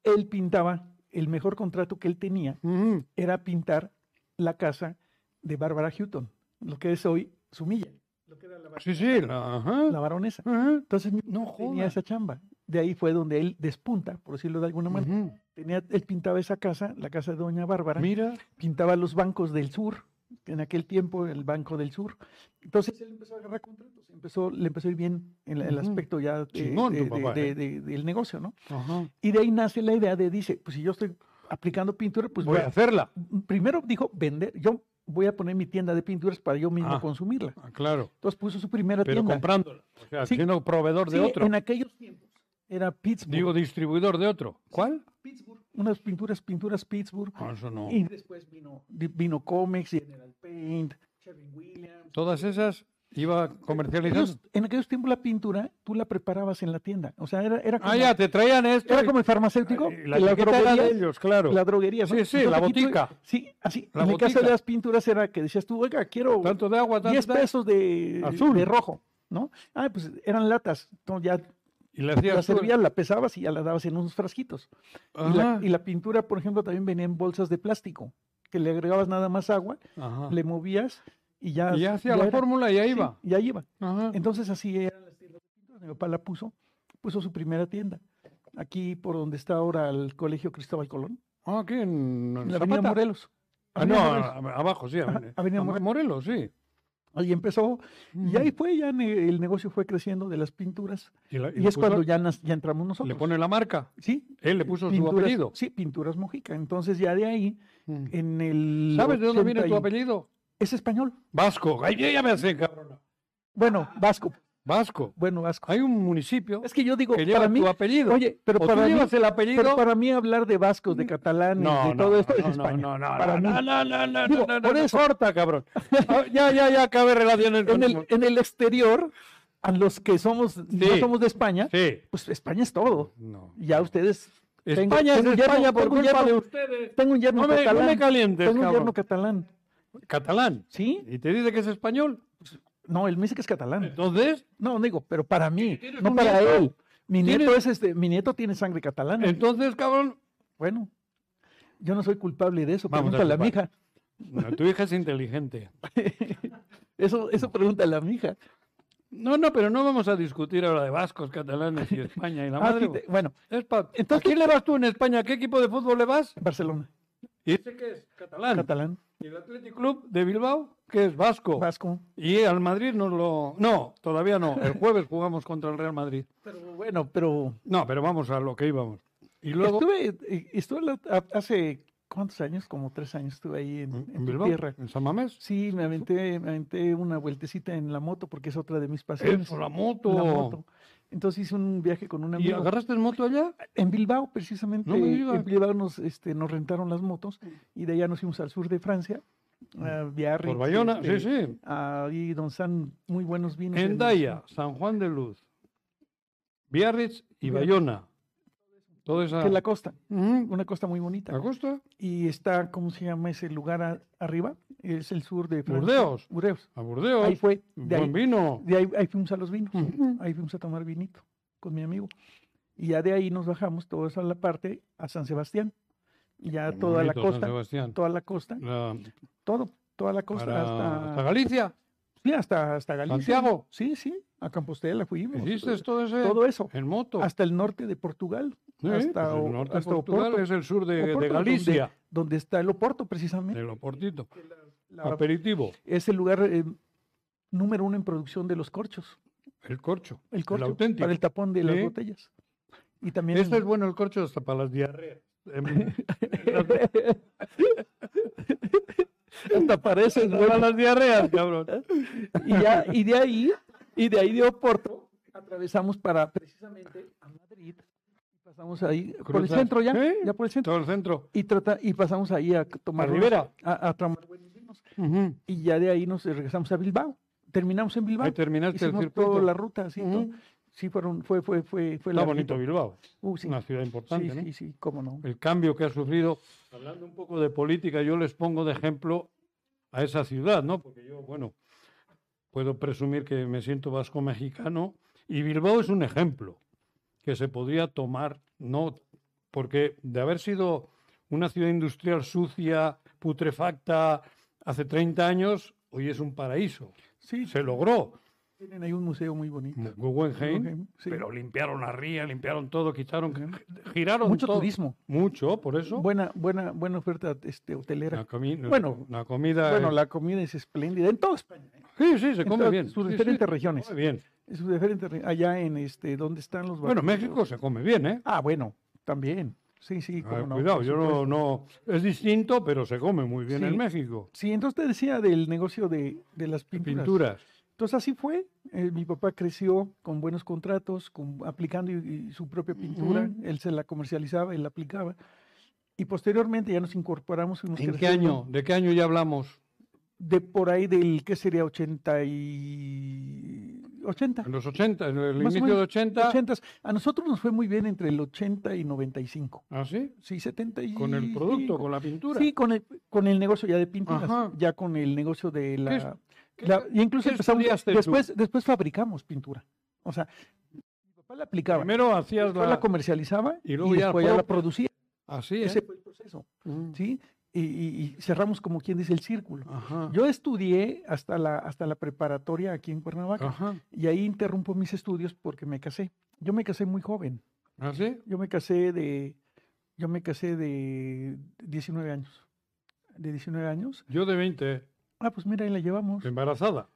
[SPEAKER 2] Él pintaba, el mejor contrato que él tenía
[SPEAKER 3] Ujú.
[SPEAKER 2] era pintar la casa de Bárbara Hutton, lo que es hoy Sumilla. Lo lo que era la,
[SPEAKER 3] Sí, sí, la, ajá,
[SPEAKER 2] la baronesa.
[SPEAKER 3] ajá.
[SPEAKER 2] Entonces mi
[SPEAKER 3] No
[SPEAKER 2] tenía
[SPEAKER 3] jodas.
[SPEAKER 2] esa chamba. De ahí fue donde él despunta, por decirlo de alguna manera.
[SPEAKER 3] Ujú.
[SPEAKER 2] Tenía, él pintaba esa casa, la casa de Doña Bárbara.
[SPEAKER 3] Mira,
[SPEAKER 2] Pintaba los bancos del sur, en aquel tiempo el Banco del Sur. Entonces él empezó a agarrar contratos, empezó, le empezó a ir bien en la- el
[SPEAKER 3] Ujú.
[SPEAKER 2] aspecto ya de-
[SPEAKER 3] Chingón tu
[SPEAKER 2] de- de-
[SPEAKER 3] papá,
[SPEAKER 2] de-
[SPEAKER 3] ¿eh?
[SPEAKER 2] de- del negocio, ¿no?
[SPEAKER 3] ajá,
[SPEAKER 2] Y de ahí nace la idea de, dice, pues si yo estoy aplicando pintura, pues
[SPEAKER 3] voy
[SPEAKER 2] voy
[SPEAKER 3] a hacerla.
[SPEAKER 2] a- primero dijo, vender, yo voy a poner mi tienda de pinturas para yo mismo
[SPEAKER 3] Ah.
[SPEAKER 2] consumirla.
[SPEAKER 3] Ah, claro,
[SPEAKER 2] Entonces puso su primera
[SPEAKER 3] pero
[SPEAKER 2] tienda.
[SPEAKER 3] comprándola. O sea,
[SPEAKER 2] Sí.
[SPEAKER 3] siendo proveedor de
[SPEAKER 2] Sí,
[SPEAKER 3] otro.
[SPEAKER 2] En aquellos tiempos era Pittsburgh.
[SPEAKER 3] Digo, distribuidor de otro. ¿Cuál?
[SPEAKER 2] Pittsburgh, unas pinturas, pinturas Pittsburgh.
[SPEAKER 3] Ah, eso no.
[SPEAKER 2] Y después vino, di- vino Comex, General Paint, Sherwin Williams.
[SPEAKER 3] Todas esas iba comercializando.
[SPEAKER 2] Ellos- en aquellos tiempos la pintura tú la preparabas en la tienda. O sea, era, era como,
[SPEAKER 3] Ah, ya, te traían esto.
[SPEAKER 2] era
[SPEAKER 3] y- Ah,
[SPEAKER 2] como el farmacéutico.
[SPEAKER 3] y la
[SPEAKER 2] que
[SPEAKER 3] etiqueta era de
[SPEAKER 2] droguería-
[SPEAKER 3] ellos, claro.
[SPEAKER 2] La droguería. ¿no?
[SPEAKER 3] Sí, sí,
[SPEAKER 2] Entonces,
[SPEAKER 3] la
[SPEAKER 2] aquí tú-
[SPEAKER 3] botica.
[SPEAKER 2] sí, así.
[SPEAKER 3] La
[SPEAKER 2] en el caso de
[SPEAKER 3] botica.
[SPEAKER 2] las pinturas era que decías tú, oiga, quiero
[SPEAKER 3] Tanto de agua, tanto
[SPEAKER 2] 10
[SPEAKER 3] de-
[SPEAKER 2] pesos de,
[SPEAKER 3] Azul.
[SPEAKER 2] de rojo, ¿no? Ah, pues eran latas. Entonces ya
[SPEAKER 3] Y le
[SPEAKER 2] la
[SPEAKER 3] hacías tú-
[SPEAKER 2] servías, la pesabas y ya la dabas en unos frasquitos. Y la,
[SPEAKER 3] Ajá,
[SPEAKER 2] y la pintura, por ejemplo, también venía en bolsas de plástico, que le agregabas nada más agua,
[SPEAKER 3] ajá.
[SPEAKER 2] le movías y ya.
[SPEAKER 3] Ah. Y ya hacía
[SPEAKER 2] ya
[SPEAKER 3] la
[SPEAKER 2] era.
[SPEAKER 3] fórmula y ahí
[SPEAKER 2] Sí,
[SPEAKER 3] iba.
[SPEAKER 2] ya iba.
[SPEAKER 3] Ajá.
[SPEAKER 2] Entonces así eran las tiendas de pintura. Mi papá la puso, puso su primera tienda. Aquí por donde está ahora el Colegio Cristóbal Colón,
[SPEAKER 3] Ah, aquí
[SPEAKER 2] en
[SPEAKER 3] en
[SPEAKER 2] la
[SPEAKER 3] Zapata.
[SPEAKER 2] Avenida Morelos.
[SPEAKER 3] Ah, no,
[SPEAKER 2] Avenida Morelos.
[SPEAKER 3] a- abajo, sí.
[SPEAKER 2] Ajá,
[SPEAKER 3] Avenida,
[SPEAKER 2] Avenida
[SPEAKER 3] Morelos. sí.
[SPEAKER 2] Ahí empezó, y ahí
[SPEAKER 3] Ujú.
[SPEAKER 2] fue, ya ne- el negocio fue creciendo de las pinturas,
[SPEAKER 3] Mm. Y, la- y
[SPEAKER 2] y,
[SPEAKER 3] le
[SPEAKER 2] es cuando
[SPEAKER 3] puso-
[SPEAKER 2] ya, nas- ya entramos
[SPEAKER 3] le
[SPEAKER 2] nosotros.
[SPEAKER 3] pone la marca.
[SPEAKER 2] Sí,
[SPEAKER 3] Él le puso su
[SPEAKER 2] pinturas-
[SPEAKER 3] apellido.
[SPEAKER 2] Sí, Pinturas Mojica. Entonces ya de ahí,
[SPEAKER 3] Ujú.
[SPEAKER 2] en el...
[SPEAKER 3] ¿Sabes de dónde viene
[SPEAKER 2] 80
[SPEAKER 3] tu
[SPEAKER 2] y-
[SPEAKER 3] apellido?
[SPEAKER 2] Es español.
[SPEAKER 3] Vasco. Ay, ya ya me hace, cabrón.
[SPEAKER 2] Bueno, vasco.
[SPEAKER 3] Vasco.
[SPEAKER 2] Bueno, vasco.
[SPEAKER 3] Hay un municipio
[SPEAKER 2] Es que yo digo,
[SPEAKER 3] que
[SPEAKER 2] para
[SPEAKER 3] lleva
[SPEAKER 2] mí,
[SPEAKER 3] tu apellido.
[SPEAKER 2] oye, pero
[SPEAKER 3] O tú
[SPEAKER 2] para mí-
[SPEAKER 3] llevas el apellido.
[SPEAKER 2] pero para mí hablar de vascos, de catalanes, de todo esto es
[SPEAKER 3] no,
[SPEAKER 2] España.
[SPEAKER 3] No, no, no,
[SPEAKER 2] para
[SPEAKER 3] no,
[SPEAKER 2] mí.
[SPEAKER 3] no, no, no,
[SPEAKER 2] Digo,
[SPEAKER 3] no, no,
[SPEAKER 2] por
[SPEAKER 3] no,
[SPEAKER 2] eso.
[SPEAKER 3] corta, cabrón. Ah, ya, ya, ya, cabe relaciones
[SPEAKER 2] En
[SPEAKER 3] con-
[SPEAKER 2] el, en el exterior, a los que somos, no
[SPEAKER 3] Sí.
[SPEAKER 2] somos de España,
[SPEAKER 3] Sí.
[SPEAKER 2] pues España es todo.
[SPEAKER 3] No.
[SPEAKER 2] Ya ustedes. tengo-
[SPEAKER 3] España
[SPEAKER 2] tengo un
[SPEAKER 3] es
[SPEAKER 2] yerno-
[SPEAKER 3] España por
[SPEAKER 2] tengo un
[SPEAKER 3] culpa de
[SPEAKER 2] yerno-
[SPEAKER 3] ustedes.
[SPEAKER 2] Tengo un yerno
[SPEAKER 3] No me, no
[SPEAKER 2] catalán.
[SPEAKER 3] me calientes,
[SPEAKER 2] tengo un yerno
[SPEAKER 3] cabrón.
[SPEAKER 2] catalán.
[SPEAKER 3] Catalán.
[SPEAKER 2] ¿Sí?
[SPEAKER 3] Y te dice que es español.
[SPEAKER 2] No, él me dice que es catalán.
[SPEAKER 3] Entonces,
[SPEAKER 2] No, digo, pero para mí,
[SPEAKER 3] ¿Tienes
[SPEAKER 2] no
[SPEAKER 3] un
[SPEAKER 2] para
[SPEAKER 3] nieto?
[SPEAKER 2] él. Mi nieto
[SPEAKER 3] ¿Tienes-
[SPEAKER 2] es este, mi nieto tiene sangre catalana.
[SPEAKER 3] entonces, cabrón.
[SPEAKER 2] Bueno, yo no soy culpable de eso,
[SPEAKER 3] Vamos a
[SPEAKER 2] pregúntale a mi
[SPEAKER 3] culpar.
[SPEAKER 2] hija.
[SPEAKER 3] no, tu hija es inteligente.
[SPEAKER 2] Eso, eso pregúntale a mi hija.
[SPEAKER 3] No, no, pero no vamos a discutir ahora de vascos, catalanes y España y la
[SPEAKER 2] Ah, sí,
[SPEAKER 3] madre.
[SPEAKER 2] te- bueno,
[SPEAKER 3] Es pa-
[SPEAKER 2] Entonces-
[SPEAKER 3] ¿A quién le vas tú en España? ¿A qué equipo de fútbol le vas?
[SPEAKER 2] Barcelona,
[SPEAKER 3] Y este que es catalán.
[SPEAKER 2] catalán,
[SPEAKER 3] Y el Athletic Club de Bilbao, que es vasco.
[SPEAKER 2] vasco.
[SPEAKER 3] Y al Madrid nos lo. No, todavía no. El jueves jugamos contra el Real Madrid.
[SPEAKER 2] Pero bueno, pero
[SPEAKER 3] No, pero vamos a lo que íbamos. Y luego.
[SPEAKER 2] estuve, eh, estuve la- a- hace cuántos años, como tres años, estuve ahí en, en
[SPEAKER 3] ¿En
[SPEAKER 2] tu
[SPEAKER 3] Bilbao?
[SPEAKER 2] tierra.
[SPEAKER 3] ¿En San Mamés?
[SPEAKER 2] Sí, me aventé, me aventé una vueltecita en la moto porque es otra de mis pasiones.
[SPEAKER 3] Eso, la moto.
[SPEAKER 2] la moto. Entonces hice un viaje con un
[SPEAKER 3] ¿Y
[SPEAKER 2] amigo.
[SPEAKER 3] agarraste el moto allá?
[SPEAKER 2] En Bilbao, precisamente,
[SPEAKER 3] No me digas. Mm.
[SPEAKER 2] en Bilbao nos, este, nos rentaron las motos y de allá nos fuimos al sur de Francia, a Biarritz.
[SPEAKER 3] Por Bayona.
[SPEAKER 2] este,
[SPEAKER 3] Sí, sí.
[SPEAKER 2] Ahí donde están muy buenos vinos.
[SPEAKER 3] En Daya, San Juan de Luz, Biarritz y
[SPEAKER 2] Mira.
[SPEAKER 3] Bayona. Toda
[SPEAKER 2] Que
[SPEAKER 3] esa.
[SPEAKER 2] es la costa,
[SPEAKER 3] Ujú.
[SPEAKER 2] una costa muy bonita.
[SPEAKER 3] ¿La costa?
[SPEAKER 2] Y está, ¿cómo se llama ese lugar a- arriba? Es el sur de Francia.
[SPEAKER 3] Burdeos.
[SPEAKER 2] Burdeos.
[SPEAKER 3] A Burdeos.
[SPEAKER 2] Ahí fue. De ahí,
[SPEAKER 3] Buen vino.
[SPEAKER 2] de ahí- ahí fuimos a los vinos.
[SPEAKER 3] Ujú.
[SPEAKER 2] Ahí fuimos a tomar vinito con mi amigo. Y ya de ahí nos bajamos todos a la parte, a San Sebastián. Y ya
[SPEAKER 3] Qué
[SPEAKER 2] toda la
[SPEAKER 3] bonito, San
[SPEAKER 2] costa,
[SPEAKER 3] Sebastián.
[SPEAKER 2] toda la costa,
[SPEAKER 3] La-
[SPEAKER 2] todo, toda la costa
[SPEAKER 3] para-
[SPEAKER 2] hasta,
[SPEAKER 3] hasta Galicia.
[SPEAKER 2] sí, hasta, hasta Galicia.
[SPEAKER 3] Santiago.
[SPEAKER 2] Sí, sí, a Compostela fuimos.
[SPEAKER 3] ¿Hiciste
[SPEAKER 2] eh,
[SPEAKER 3] todo ese?
[SPEAKER 2] Todo eso.
[SPEAKER 3] En moto.
[SPEAKER 2] Hasta el norte de Portugal.
[SPEAKER 3] Sí,
[SPEAKER 2] hasta
[SPEAKER 3] pues
[SPEAKER 2] O-
[SPEAKER 3] el norte de
[SPEAKER 2] hasta
[SPEAKER 3] Portugal
[SPEAKER 2] Oporto,
[SPEAKER 3] es el sur de, de
[SPEAKER 2] Oporto, donde-
[SPEAKER 3] Galicia,
[SPEAKER 2] Donde está el Oporto, precisamente.
[SPEAKER 3] el Oportito.
[SPEAKER 2] La-
[SPEAKER 3] Aperitivo,
[SPEAKER 2] es el lugar eh, número uno en producción de los corchos.
[SPEAKER 3] el corcho,
[SPEAKER 2] El corcho
[SPEAKER 3] auténtico.
[SPEAKER 2] para el tapón de las
[SPEAKER 3] Sí.
[SPEAKER 2] botellas. Y también.
[SPEAKER 3] Este es bueno el corcho hasta para las diarreas. Em,
[SPEAKER 2] Hasta parece el
[SPEAKER 3] para
[SPEAKER 2] huevo.
[SPEAKER 3] las diarreas, cabrón.
[SPEAKER 2] Y, ya- y de ahí, y de ahí de Oporto, atravesamos para precisamente a Madrid. Y pasamos ahí por el
[SPEAKER 3] Cruzas.
[SPEAKER 2] centro ya.
[SPEAKER 3] Sí.
[SPEAKER 2] Ya por el centro.
[SPEAKER 3] Todo el centro.
[SPEAKER 2] Y, trata, y pasamos ahí a tomar.
[SPEAKER 3] A
[SPEAKER 2] unos-
[SPEAKER 3] Rivera.
[SPEAKER 2] A, a tomar buenos vinos.
[SPEAKER 3] Ujú.
[SPEAKER 2] Y ya de ahí nos regresamos a Bilbao. Terminamos en Bilbao.
[SPEAKER 3] Ahí terminaste el
[SPEAKER 2] Hicimos
[SPEAKER 3] circuito.
[SPEAKER 2] toda la ruta, así. todo.
[SPEAKER 3] Ujú.
[SPEAKER 2] Sí, fueron, fue, fue, fue, fue
[SPEAKER 3] Está
[SPEAKER 2] larguito.
[SPEAKER 3] bonito Bilbao,
[SPEAKER 2] Uh, sí.
[SPEAKER 3] una ciudad importante,
[SPEAKER 2] sí,
[SPEAKER 3] ¿no?
[SPEAKER 2] sí, sí, cómo no.
[SPEAKER 3] El cambio que ha sufrido. Hablando un poco de política, yo les pongo de ejemplo a esa ciudad, ¿no? Porque yo, bueno, puedo presumir que me siento vasco mexicano y Bilbao es un ejemplo que se podría tomar, ¿no? Porque de haber sido una ciudad industrial sucia, putrefacta, hace 30 años, hoy es un paraíso.
[SPEAKER 2] Sí,
[SPEAKER 3] Se logró.
[SPEAKER 2] Tienen ahí un museo muy bonito.
[SPEAKER 3] Guggenheim,
[SPEAKER 2] Guggenheim, sí.
[SPEAKER 3] pero limpiaron la ría, limpiaron todo, quitaron, giraron
[SPEAKER 2] Mucho
[SPEAKER 3] todo.
[SPEAKER 2] turismo.
[SPEAKER 3] Mucho, por eso.
[SPEAKER 2] Buena, buena, buena oferta este, hotelera.
[SPEAKER 3] la comi-
[SPEAKER 2] bueno,
[SPEAKER 3] la comida.
[SPEAKER 2] bueno,
[SPEAKER 3] es-
[SPEAKER 2] la comida es espléndida en toda España, ¿eh?
[SPEAKER 3] sí, sí, se
[SPEAKER 2] en
[SPEAKER 3] come
[SPEAKER 2] todas
[SPEAKER 3] bien.
[SPEAKER 2] sus
[SPEAKER 3] sí, sí,
[SPEAKER 2] diferentes
[SPEAKER 3] se
[SPEAKER 2] regiones.
[SPEAKER 3] come bien.
[SPEAKER 2] en sus diferentes re- allá en este donde están los barcos.
[SPEAKER 3] Bueno, México se come bien, ¿eh?
[SPEAKER 2] Ah, bueno, también. Sí, sí,
[SPEAKER 3] Ah,
[SPEAKER 2] cómo no,
[SPEAKER 3] cuidado,
[SPEAKER 2] por
[SPEAKER 3] yo
[SPEAKER 2] supuesto.
[SPEAKER 3] no, no- Es distinto, pero se come muy bien
[SPEAKER 2] Sí.
[SPEAKER 3] en México.
[SPEAKER 2] Sí, entonces te decía del negocio de, de las pinturas.
[SPEAKER 3] Pinturas.
[SPEAKER 2] Entonces así fue. eh, mi papá creció con buenos contratos, con, aplicando y- y su propia pintura.
[SPEAKER 3] Ujú.
[SPEAKER 2] Él se la comercializaba, él la aplicaba. Y posteriormente ya nos incorporamos. fuimos
[SPEAKER 3] ¿En qué
[SPEAKER 2] creciendo.
[SPEAKER 3] año? ¿De qué año ya hablamos?
[SPEAKER 2] De por ahí del, ¿qué sería? 80 y... 80.
[SPEAKER 3] En los 80, en el
[SPEAKER 2] Más o
[SPEAKER 3] inicio
[SPEAKER 2] menos,
[SPEAKER 3] de 80.
[SPEAKER 2] 80. A nosotros nos fue muy bien entre el 80 y 95.
[SPEAKER 3] ¿Ah, sí?
[SPEAKER 2] Sí, 70 y...
[SPEAKER 3] Con el producto, con la pintura.
[SPEAKER 2] Sí, con el, con el negocio ya de pinturas,
[SPEAKER 3] Ajá.
[SPEAKER 2] ya con el negocio de
[SPEAKER 3] es-
[SPEAKER 2] la...
[SPEAKER 3] qué-
[SPEAKER 2] la- y incluso
[SPEAKER 3] qué
[SPEAKER 2] empezamos,
[SPEAKER 3] estudiaste tú?
[SPEAKER 2] después, después fabricamos pintura. O sea, mi papá la aplicaba,
[SPEAKER 3] Primero hacías
[SPEAKER 2] después
[SPEAKER 3] la.
[SPEAKER 2] la, comercializaba
[SPEAKER 3] y
[SPEAKER 2] y,
[SPEAKER 3] luego ya la
[SPEAKER 2] después ya la
[SPEAKER 3] propia.
[SPEAKER 2] producía.
[SPEAKER 3] Así, ¿eh?
[SPEAKER 2] Ese fue el proceso,
[SPEAKER 3] Mm.
[SPEAKER 2] ¿sí? Y, y- y cerramos como quien dice el círculo.
[SPEAKER 3] Ajá.
[SPEAKER 2] Yo estudié hasta la, hasta la preparatoria aquí en Cuernavaca
[SPEAKER 3] Ajá.
[SPEAKER 2] y ahí interrumpo mis estudios porque me casé. Yo me casé muy joven.
[SPEAKER 3] ¿Ah, sí?
[SPEAKER 2] Yo me casé de, yo me casé de 19 años. De 19 años.
[SPEAKER 3] Yo de 20,
[SPEAKER 2] Ah, pues mira, ahí la llevamos
[SPEAKER 3] embarazada.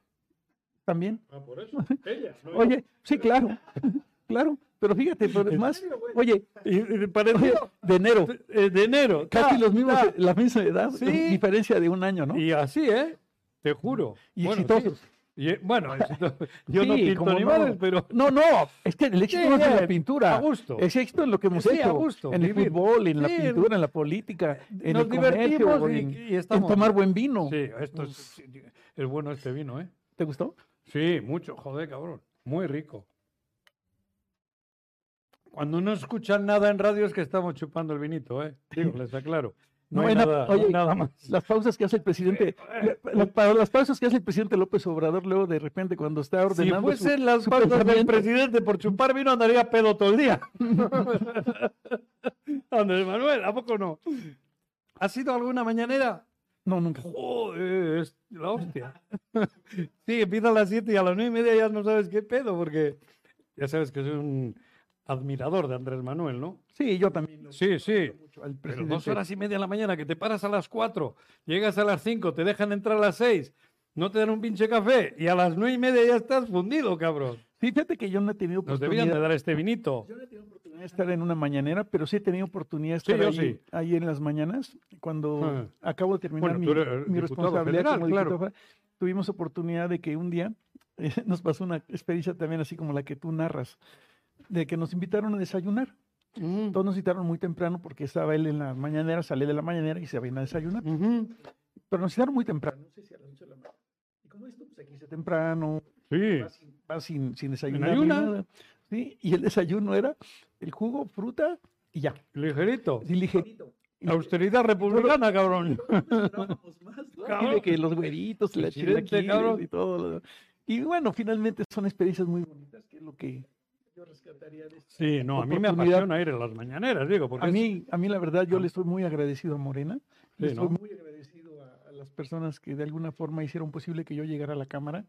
[SPEAKER 2] también.
[SPEAKER 3] Ah, por eso. Ella. no yo.
[SPEAKER 2] Oye, sí, claro, claro, pero fíjate, pero
[SPEAKER 3] ¿En
[SPEAKER 2] más,
[SPEAKER 3] serio, güey?
[SPEAKER 2] oye,
[SPEAKER 3] Y- y parece-
[SPEAKER 2] oye, de enero,
[SPEAKER 3] eh, de enero.
[SPEAKER 2] casi
[SPEAKER 3] ta,
[SPEAKER 2] los mismos,
[SPEAKER 3] ta.
[SPEAKER 2] la misma edad,
[SPEAKER 3] Sí.
[SPEAKER 2] diferencia de un año, ¿no?
[SPEAKER 3] Y así, ¿eh? Te juro.
[SPEAKER 2] Y
[SPEAKER 3] Bueno,
[SPEAKER 2] exitosos.
[SPEAKER 3] sí. Y, eh, bueno, exitosos. yo no
[SPEAKER 2] Sí,
[SPEAKER 3] pinto
[SPEAKER 2] cómo
[SPEAKER 3] animales,
[SPEAKER 2] no.
[SPEAKER 3] pero
[SPEAKER 2] No, no, es que el éxito
[SPEAKER 3] Sí,
[SPEAKER 2] no es en
[SPEAKER 3] ya,
[SPEAKER 2] la pintura.
[SPEAKER 3] a gusto.
[SPEAKER 2] Es éxito en lo que hemos
[SPEAKER 3] Sí, a
[SPEAKER 2] hecho.
[SPEAKER 3] gusto,
[SPEAKER 2] en el
[SPEAKER 3] vivir.
[SPEAKER 2] fútbol, en la
[SPEAKER 3] Sí,
[SPEAKER 2] pintura, en la política, en
[SPEAKER 3] nos
[SPEAKER 2] el comercio,
[SPEAKER 3] divertimos y-
[SPEAKER 2] en,
[SPEAKER 3] y
[SPEAKER 2] en
[SPEAKER 3] estamos-
[SPEAKER 2] tomar buen vino.
[SPEAKER 3] sí, esto es, sí, es bueno este vino, ¿eh?
[SPEAKER 2] ¿Te gustó?
[SPEAKER 3] Sí, mucho, joder, cabrón. Muy rico. Cuando no escuchan nada en radio es que estamos chupando el vinito, ¿eh? Digo, les aclaro. No, hay
[SPEAKER 2] Buena-
[SPEAKER 3] nada,
[SPEAKER 2] oye,
[SPEAKER 3] nada más.
[SPEAKER 2] Las pausas que hace el presidente, la- la- para las pausas que hace el presidente López Obrador luego de repente cuando está
[SPEAKER 3] Si
[SPEAKER 2] ordenando su-
[SPEAKER 3] fuesen pues, las
[SPEAKER 2] su
[SPEAKER 3] patas del
[SPEAKER 2] pensamiento.
[SPEAKER 3] presidente por chupar vino, andaría pedo todo el día. Andrés Manuel, ¿a poco no? ¿Ha sido alguna mañanera?
[SPEAKER 2] No, nunca.
[SPEAKER 3] Joder, es la hostia. sí, empieza a las 7 y a las 9 y media ya no sabes qué pedo, porque ya sabes que soy un admirador de Andrés Manuel, ¿no?
[SPEAKER 2] Sí, yo también. lo-
[SPEAKER 3] Sí, sí.
[SPEAKER 2] mucho al
[SPEAKER 3] Pero dos
[SPEAKER 2] presidente.
[SPEAKER 3] horas y media de la mañana, que te paras a las 4, llegas a las 5, te dejan entrar a las 6, no te dan un pinche café y a las 9 y media ya estás fundido, cabrón.
[SPEAKER 2] Fíjate que yo no he tenido
[SPEAKER 3] Nos debían de
[SPEAKER 2] oportunidad,
[SPEAKER 3] dar este vinito.
[SPEAKER 2] yo no he tenido oportunidad de estar en una mañanera, pero sí he tenido oportunidad de
[SPEAKER 3] Sí,
[SPEAKER 2] estar
[SPEAKER 3] yo
[SPEAKER 2] ahí,
[SPEAKER 3] sí.
[SPEAKER 2] ahí en las mañanas, cuando
[SPEAKER 3] Ah.
[SPEAKER 2] acabo de terminar
[SPEAKER 3] Bueno,
[SPEAKER 2] mi,
[SPEAKER 3] tú eres eh,
[SPEAKER 2] mi
[SPEAKER 3] diputado
[SPEAKER 2] responsabilidad
[SPEAKER 3] federal,
[SPEAKER 2] como
[SPEAKER 3] claro.
[SPEAKER 2] diputado federal, Tuvimos oportunidad de que un día eh, nos pasó una experiencia también así como la que tú narras, de que nos invitaron a desayunar. Todos nos citaron muy temprano porque estaba él en la mañanera, salí de la mañanera y se venía a desayunar.
[SPEAKER 3] Ujú.
[SPEAKER 2] Pero nos citaron muy temprano, no sé si a las 8 de la mañana. Y como esto, pues aquí se temprano,
[SPEAKER 3] Sí.
[SPEAKER 2] va sin, va sin- sin desayunar. ni
[SPEAKER 3] ayunas.
[SPEAKER 2] nada, ¿sí? Y el desayuno era el jugo, fruta y ya.
[SPEAKER 3] Ligerito.
[SPEAKER 2] Así ligerito. Y
[SPEAKER 3] La austeridad republicana, cabrón.
[SPEAKER 2] esperábamos más, ¿no? Así
[SPEAKER 3] Cabrón.
[SPEAKER 2] de que los güeritos, la
[SPEAKER 3] Presidente,
[SPEAKER 2] chilaquiles
[SPEAKER 3] cabrón.
[SPEAKER 2] y todo. lo- Y bueno, finalmente son experiencias muy bonitas, que es lo que yo rescataría de esto.
[SPEAKER 3] Sí, no, a mí me
[SPEAKER 2] Oportunidad.
[SPEAKER 3] apasiona ir a las mañaneras, digo, porque
[SPEAKER 2] A
[SPEAKER 3] es-
[SPEAKER 2] mí, a mí la verdad, yo le estoy muy agradecido a Morena. Le
[SPEAKER 3] Ah. Sí,
[SPEAKER 2] estoy
[SPEAKER 3] ¿no?
[SPEAKER 2] muy agradecido a, a las personas que de alguna forma hicieron posible que yo llegara a la Cámara,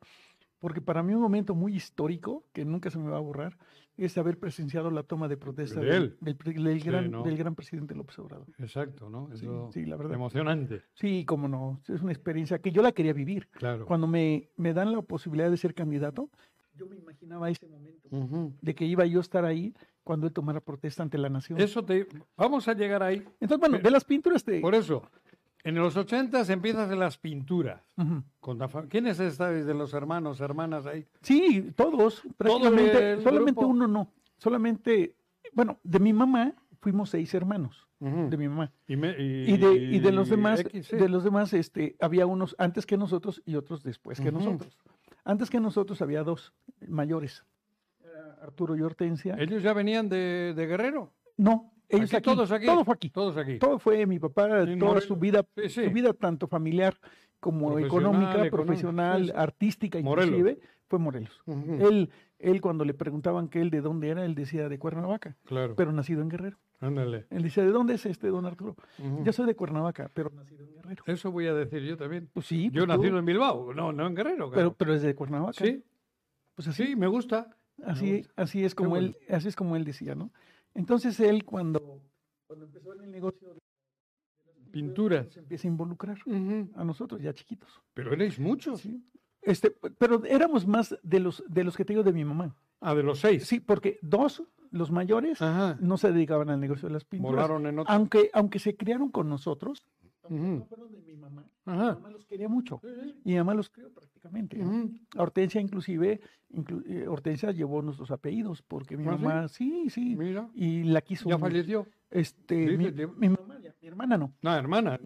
[SPEAKER 2] porque para mí un momento muy histórico, que nunca se me va a borrar, es haber presenciado la toma de protesta
[SPEAKER 3] De
[SPEAKER 2] del,
[SPEAKER 3] él.
[SPEAKER 2] del pre- del
[SPEAKER 3] Sí,
[SPEAKER 2] gran,
[SPEAKER 3] ¿no?
[SPEAKER 2] del gran presidente López Obrador.
[SPEAKER 3] Exacto, ¿no? Es
[SPEAKER 2] Sí,
[SPEAKER 3] lo
[SPEAKER 2] sí, la verdad.
[SPEAKER 3] emocionante.
[SPEAKER 2] Sí, cómo no, es una experiencia que yo la quería vivir.
[SPEAKER 3] Claro.
[SPEAKER 2] Cuando me, me dan la posibilidad de ser candidato, yo me imaginaba ese momento
[SPEAKER 3] Ujú.
[SPEAKER 2] de que iba yo a estar ahí cuando él tomara protesta ante la nación.
[SPEAKER 3] Eso te... Vamos a llegar ahí.
[SPEAKER 2] Entonces, bueno, de las pinturas te...
[SPEAKER 3] Por eso, en los 80 empiezas en las pinturas.
[SPEAKER 2] Ujú.
[SPEAKER 3] Con la fa- ¿Quiénes estáis de los hermanos, hermanas ahí?
[SPEAKER 2] Sí, todos, prácticamente,
[SPEAKER 3] el
[SPEAKER 2] solamente
[SPEAKER 3] grupo?
[SPEAKER 2] uno no, solamente, bueno, de mi mamá fuimos seis hermanos,
[SPEAKER 3] Ujú.
[SPEAKER 2] de mi mamá,
[SPEAKER 3] y, me-
[SPEAKER 2] y de, y de los demás,
[SPEAKER 3] X, sí.
[SPEAKER 2] de los demás, este, había unos antes que nosotros y otros después que
[SPEAKER 3] Ujú.
[SPEAKER 2] nosotros. Antes que nosotros había dos mayores, era Arturo y Hortensia.
[SPEAKER 3] Ellos ya venían de, de Guerrero.
[SPEAKER 2] no, ellos
[SPEAKER 3] Aquí,
[SPEAKER 2] aquí,
[SPEAKER 3] todos aquí.
[SPEAKER 2] todo fue aquí,
[SPEAKER 3] Todos aquí.
[SPEAKER 2] todo fue mi papá,
[SPEAKER 3] En
[SPEAKER 2] toda
[SPEAKER 3] Morelos.
[SPEAKER 2] su vida,
[SPEAKER 3] Sí, sí.
[SPEAKER 2] su vida tanto familiar como
[SPEAKER 3] Profesional,
[SPEAKER 2] económica,
[SPEAKER 3] económica, sí,
[SPEAKER 2] profesional,
[SPEAKER 3] sí.
[SPEAKER 2] artística,
[SPEAKER 3] Morelos. Mm.
[SPEAKER 2] inclusive, fue Morelos.
[SPEAKER 3] Ujú.
[SPEAKER 2] Él, él cuando le preguntaban que él de dónde era, él decía de Cuernavaca,
[SPEAKER 3] Claro.
[SPEAKER 2] pero nacido en Guerrero.
[SPEAKER 3] Ándale.
[SPEAKER 2] Él decía, ¿de dónde es este don Arturo?
[SPEAKER 3] Ujú.
[SPEAKER 2] Yo soy de Cuernavaca, pero nacido en Guerrero.
[SPEAKER 3] Eso voy a decir yo también.
[SPEAKER 2] Pues sí, pues
[SPEAKER 3] Yo
[SPEAKER 2] tú,
[SPEAKER 3] nacido en Bilbao, no, no en Guerrero.
[SPEAKER 2] pero,
[SPEAKER 3] claro.
[SPEAKER 2] pero es de Cuernavaca.
[SPEAKER 3] sí,
[SPEAKER 2] Pues así,
[SPEAKER 3] Sí, me gusta. Me
[SPEAKER 2] así,
[SPEAKER 3] gusta.
[SPEAKER 2] así es
[SPEAKER 3] Qué
[SPEAKER 2] como
[SPEAKER 3] bueno.
[SPEAKER 2] él, así es como él decía, ¿no? Entonces él cuando, cuando empezó en el negocio de
[SPEAKER 3] Pinturas.
[SPEAKER 2] se empieza a involucrar
[SPEAKER 3] Ujú.
[SPEAKER 2] a nosotros ya chiquitos.
[SPEAKER 3] Pero erais muchos.
[SPEAKER 2] ¿sí? Este, p- pero éramos más de los de los que te digo de mi mamá.
[SPEAKER 3] Ah, de los seis.
[SPEAKER 2] Sí, porque dos, los mayores,
[SPEAKER 3] Ajá.
[SPEAKER 2] no se dedicaban al negocio de las pinturas.
[SPEAKER 3] Ah. Volaron en otro.
[SPEAKER 2] Aunque, aunque se criaron con nosotros, aunque
[SPEAKER 3] Ah, Ujú.
[SPEAKER 2] no fueron de mi mamá, mi
[SPEAKER 3] Ajá.
[SPEAKER 2] mamá los quería mucho.
[SPEAKER 3] Mm. Sí, sí. Mm.
[SPEAKER 2] Y mi mamá los crió prácticamente. ¿no?
[SPEAKER 3] Ujú.
[SPEAKER 2] A Hortensia inclusive, inclu- eh, Hortensia llevó nuestros apellidos porque mi
[SPEAKER 3] ¿Ah, sí?
[SPEAKER 2] mamá, sí, sí,
[SPEAKER 3] Mira.
[SPEAKER 2] y la quiso.
[SPEAKER 3] Ya
[SPEAKER 2] mu-
[SPEAKER 3] falleció.
[SPEAKER 2] Este, mi,
[SPEAKER 3] Dices, de-
[SPEAKER 2] mi mamá, ya, mi hermana no.
[SPEAKER 3] No, hermana.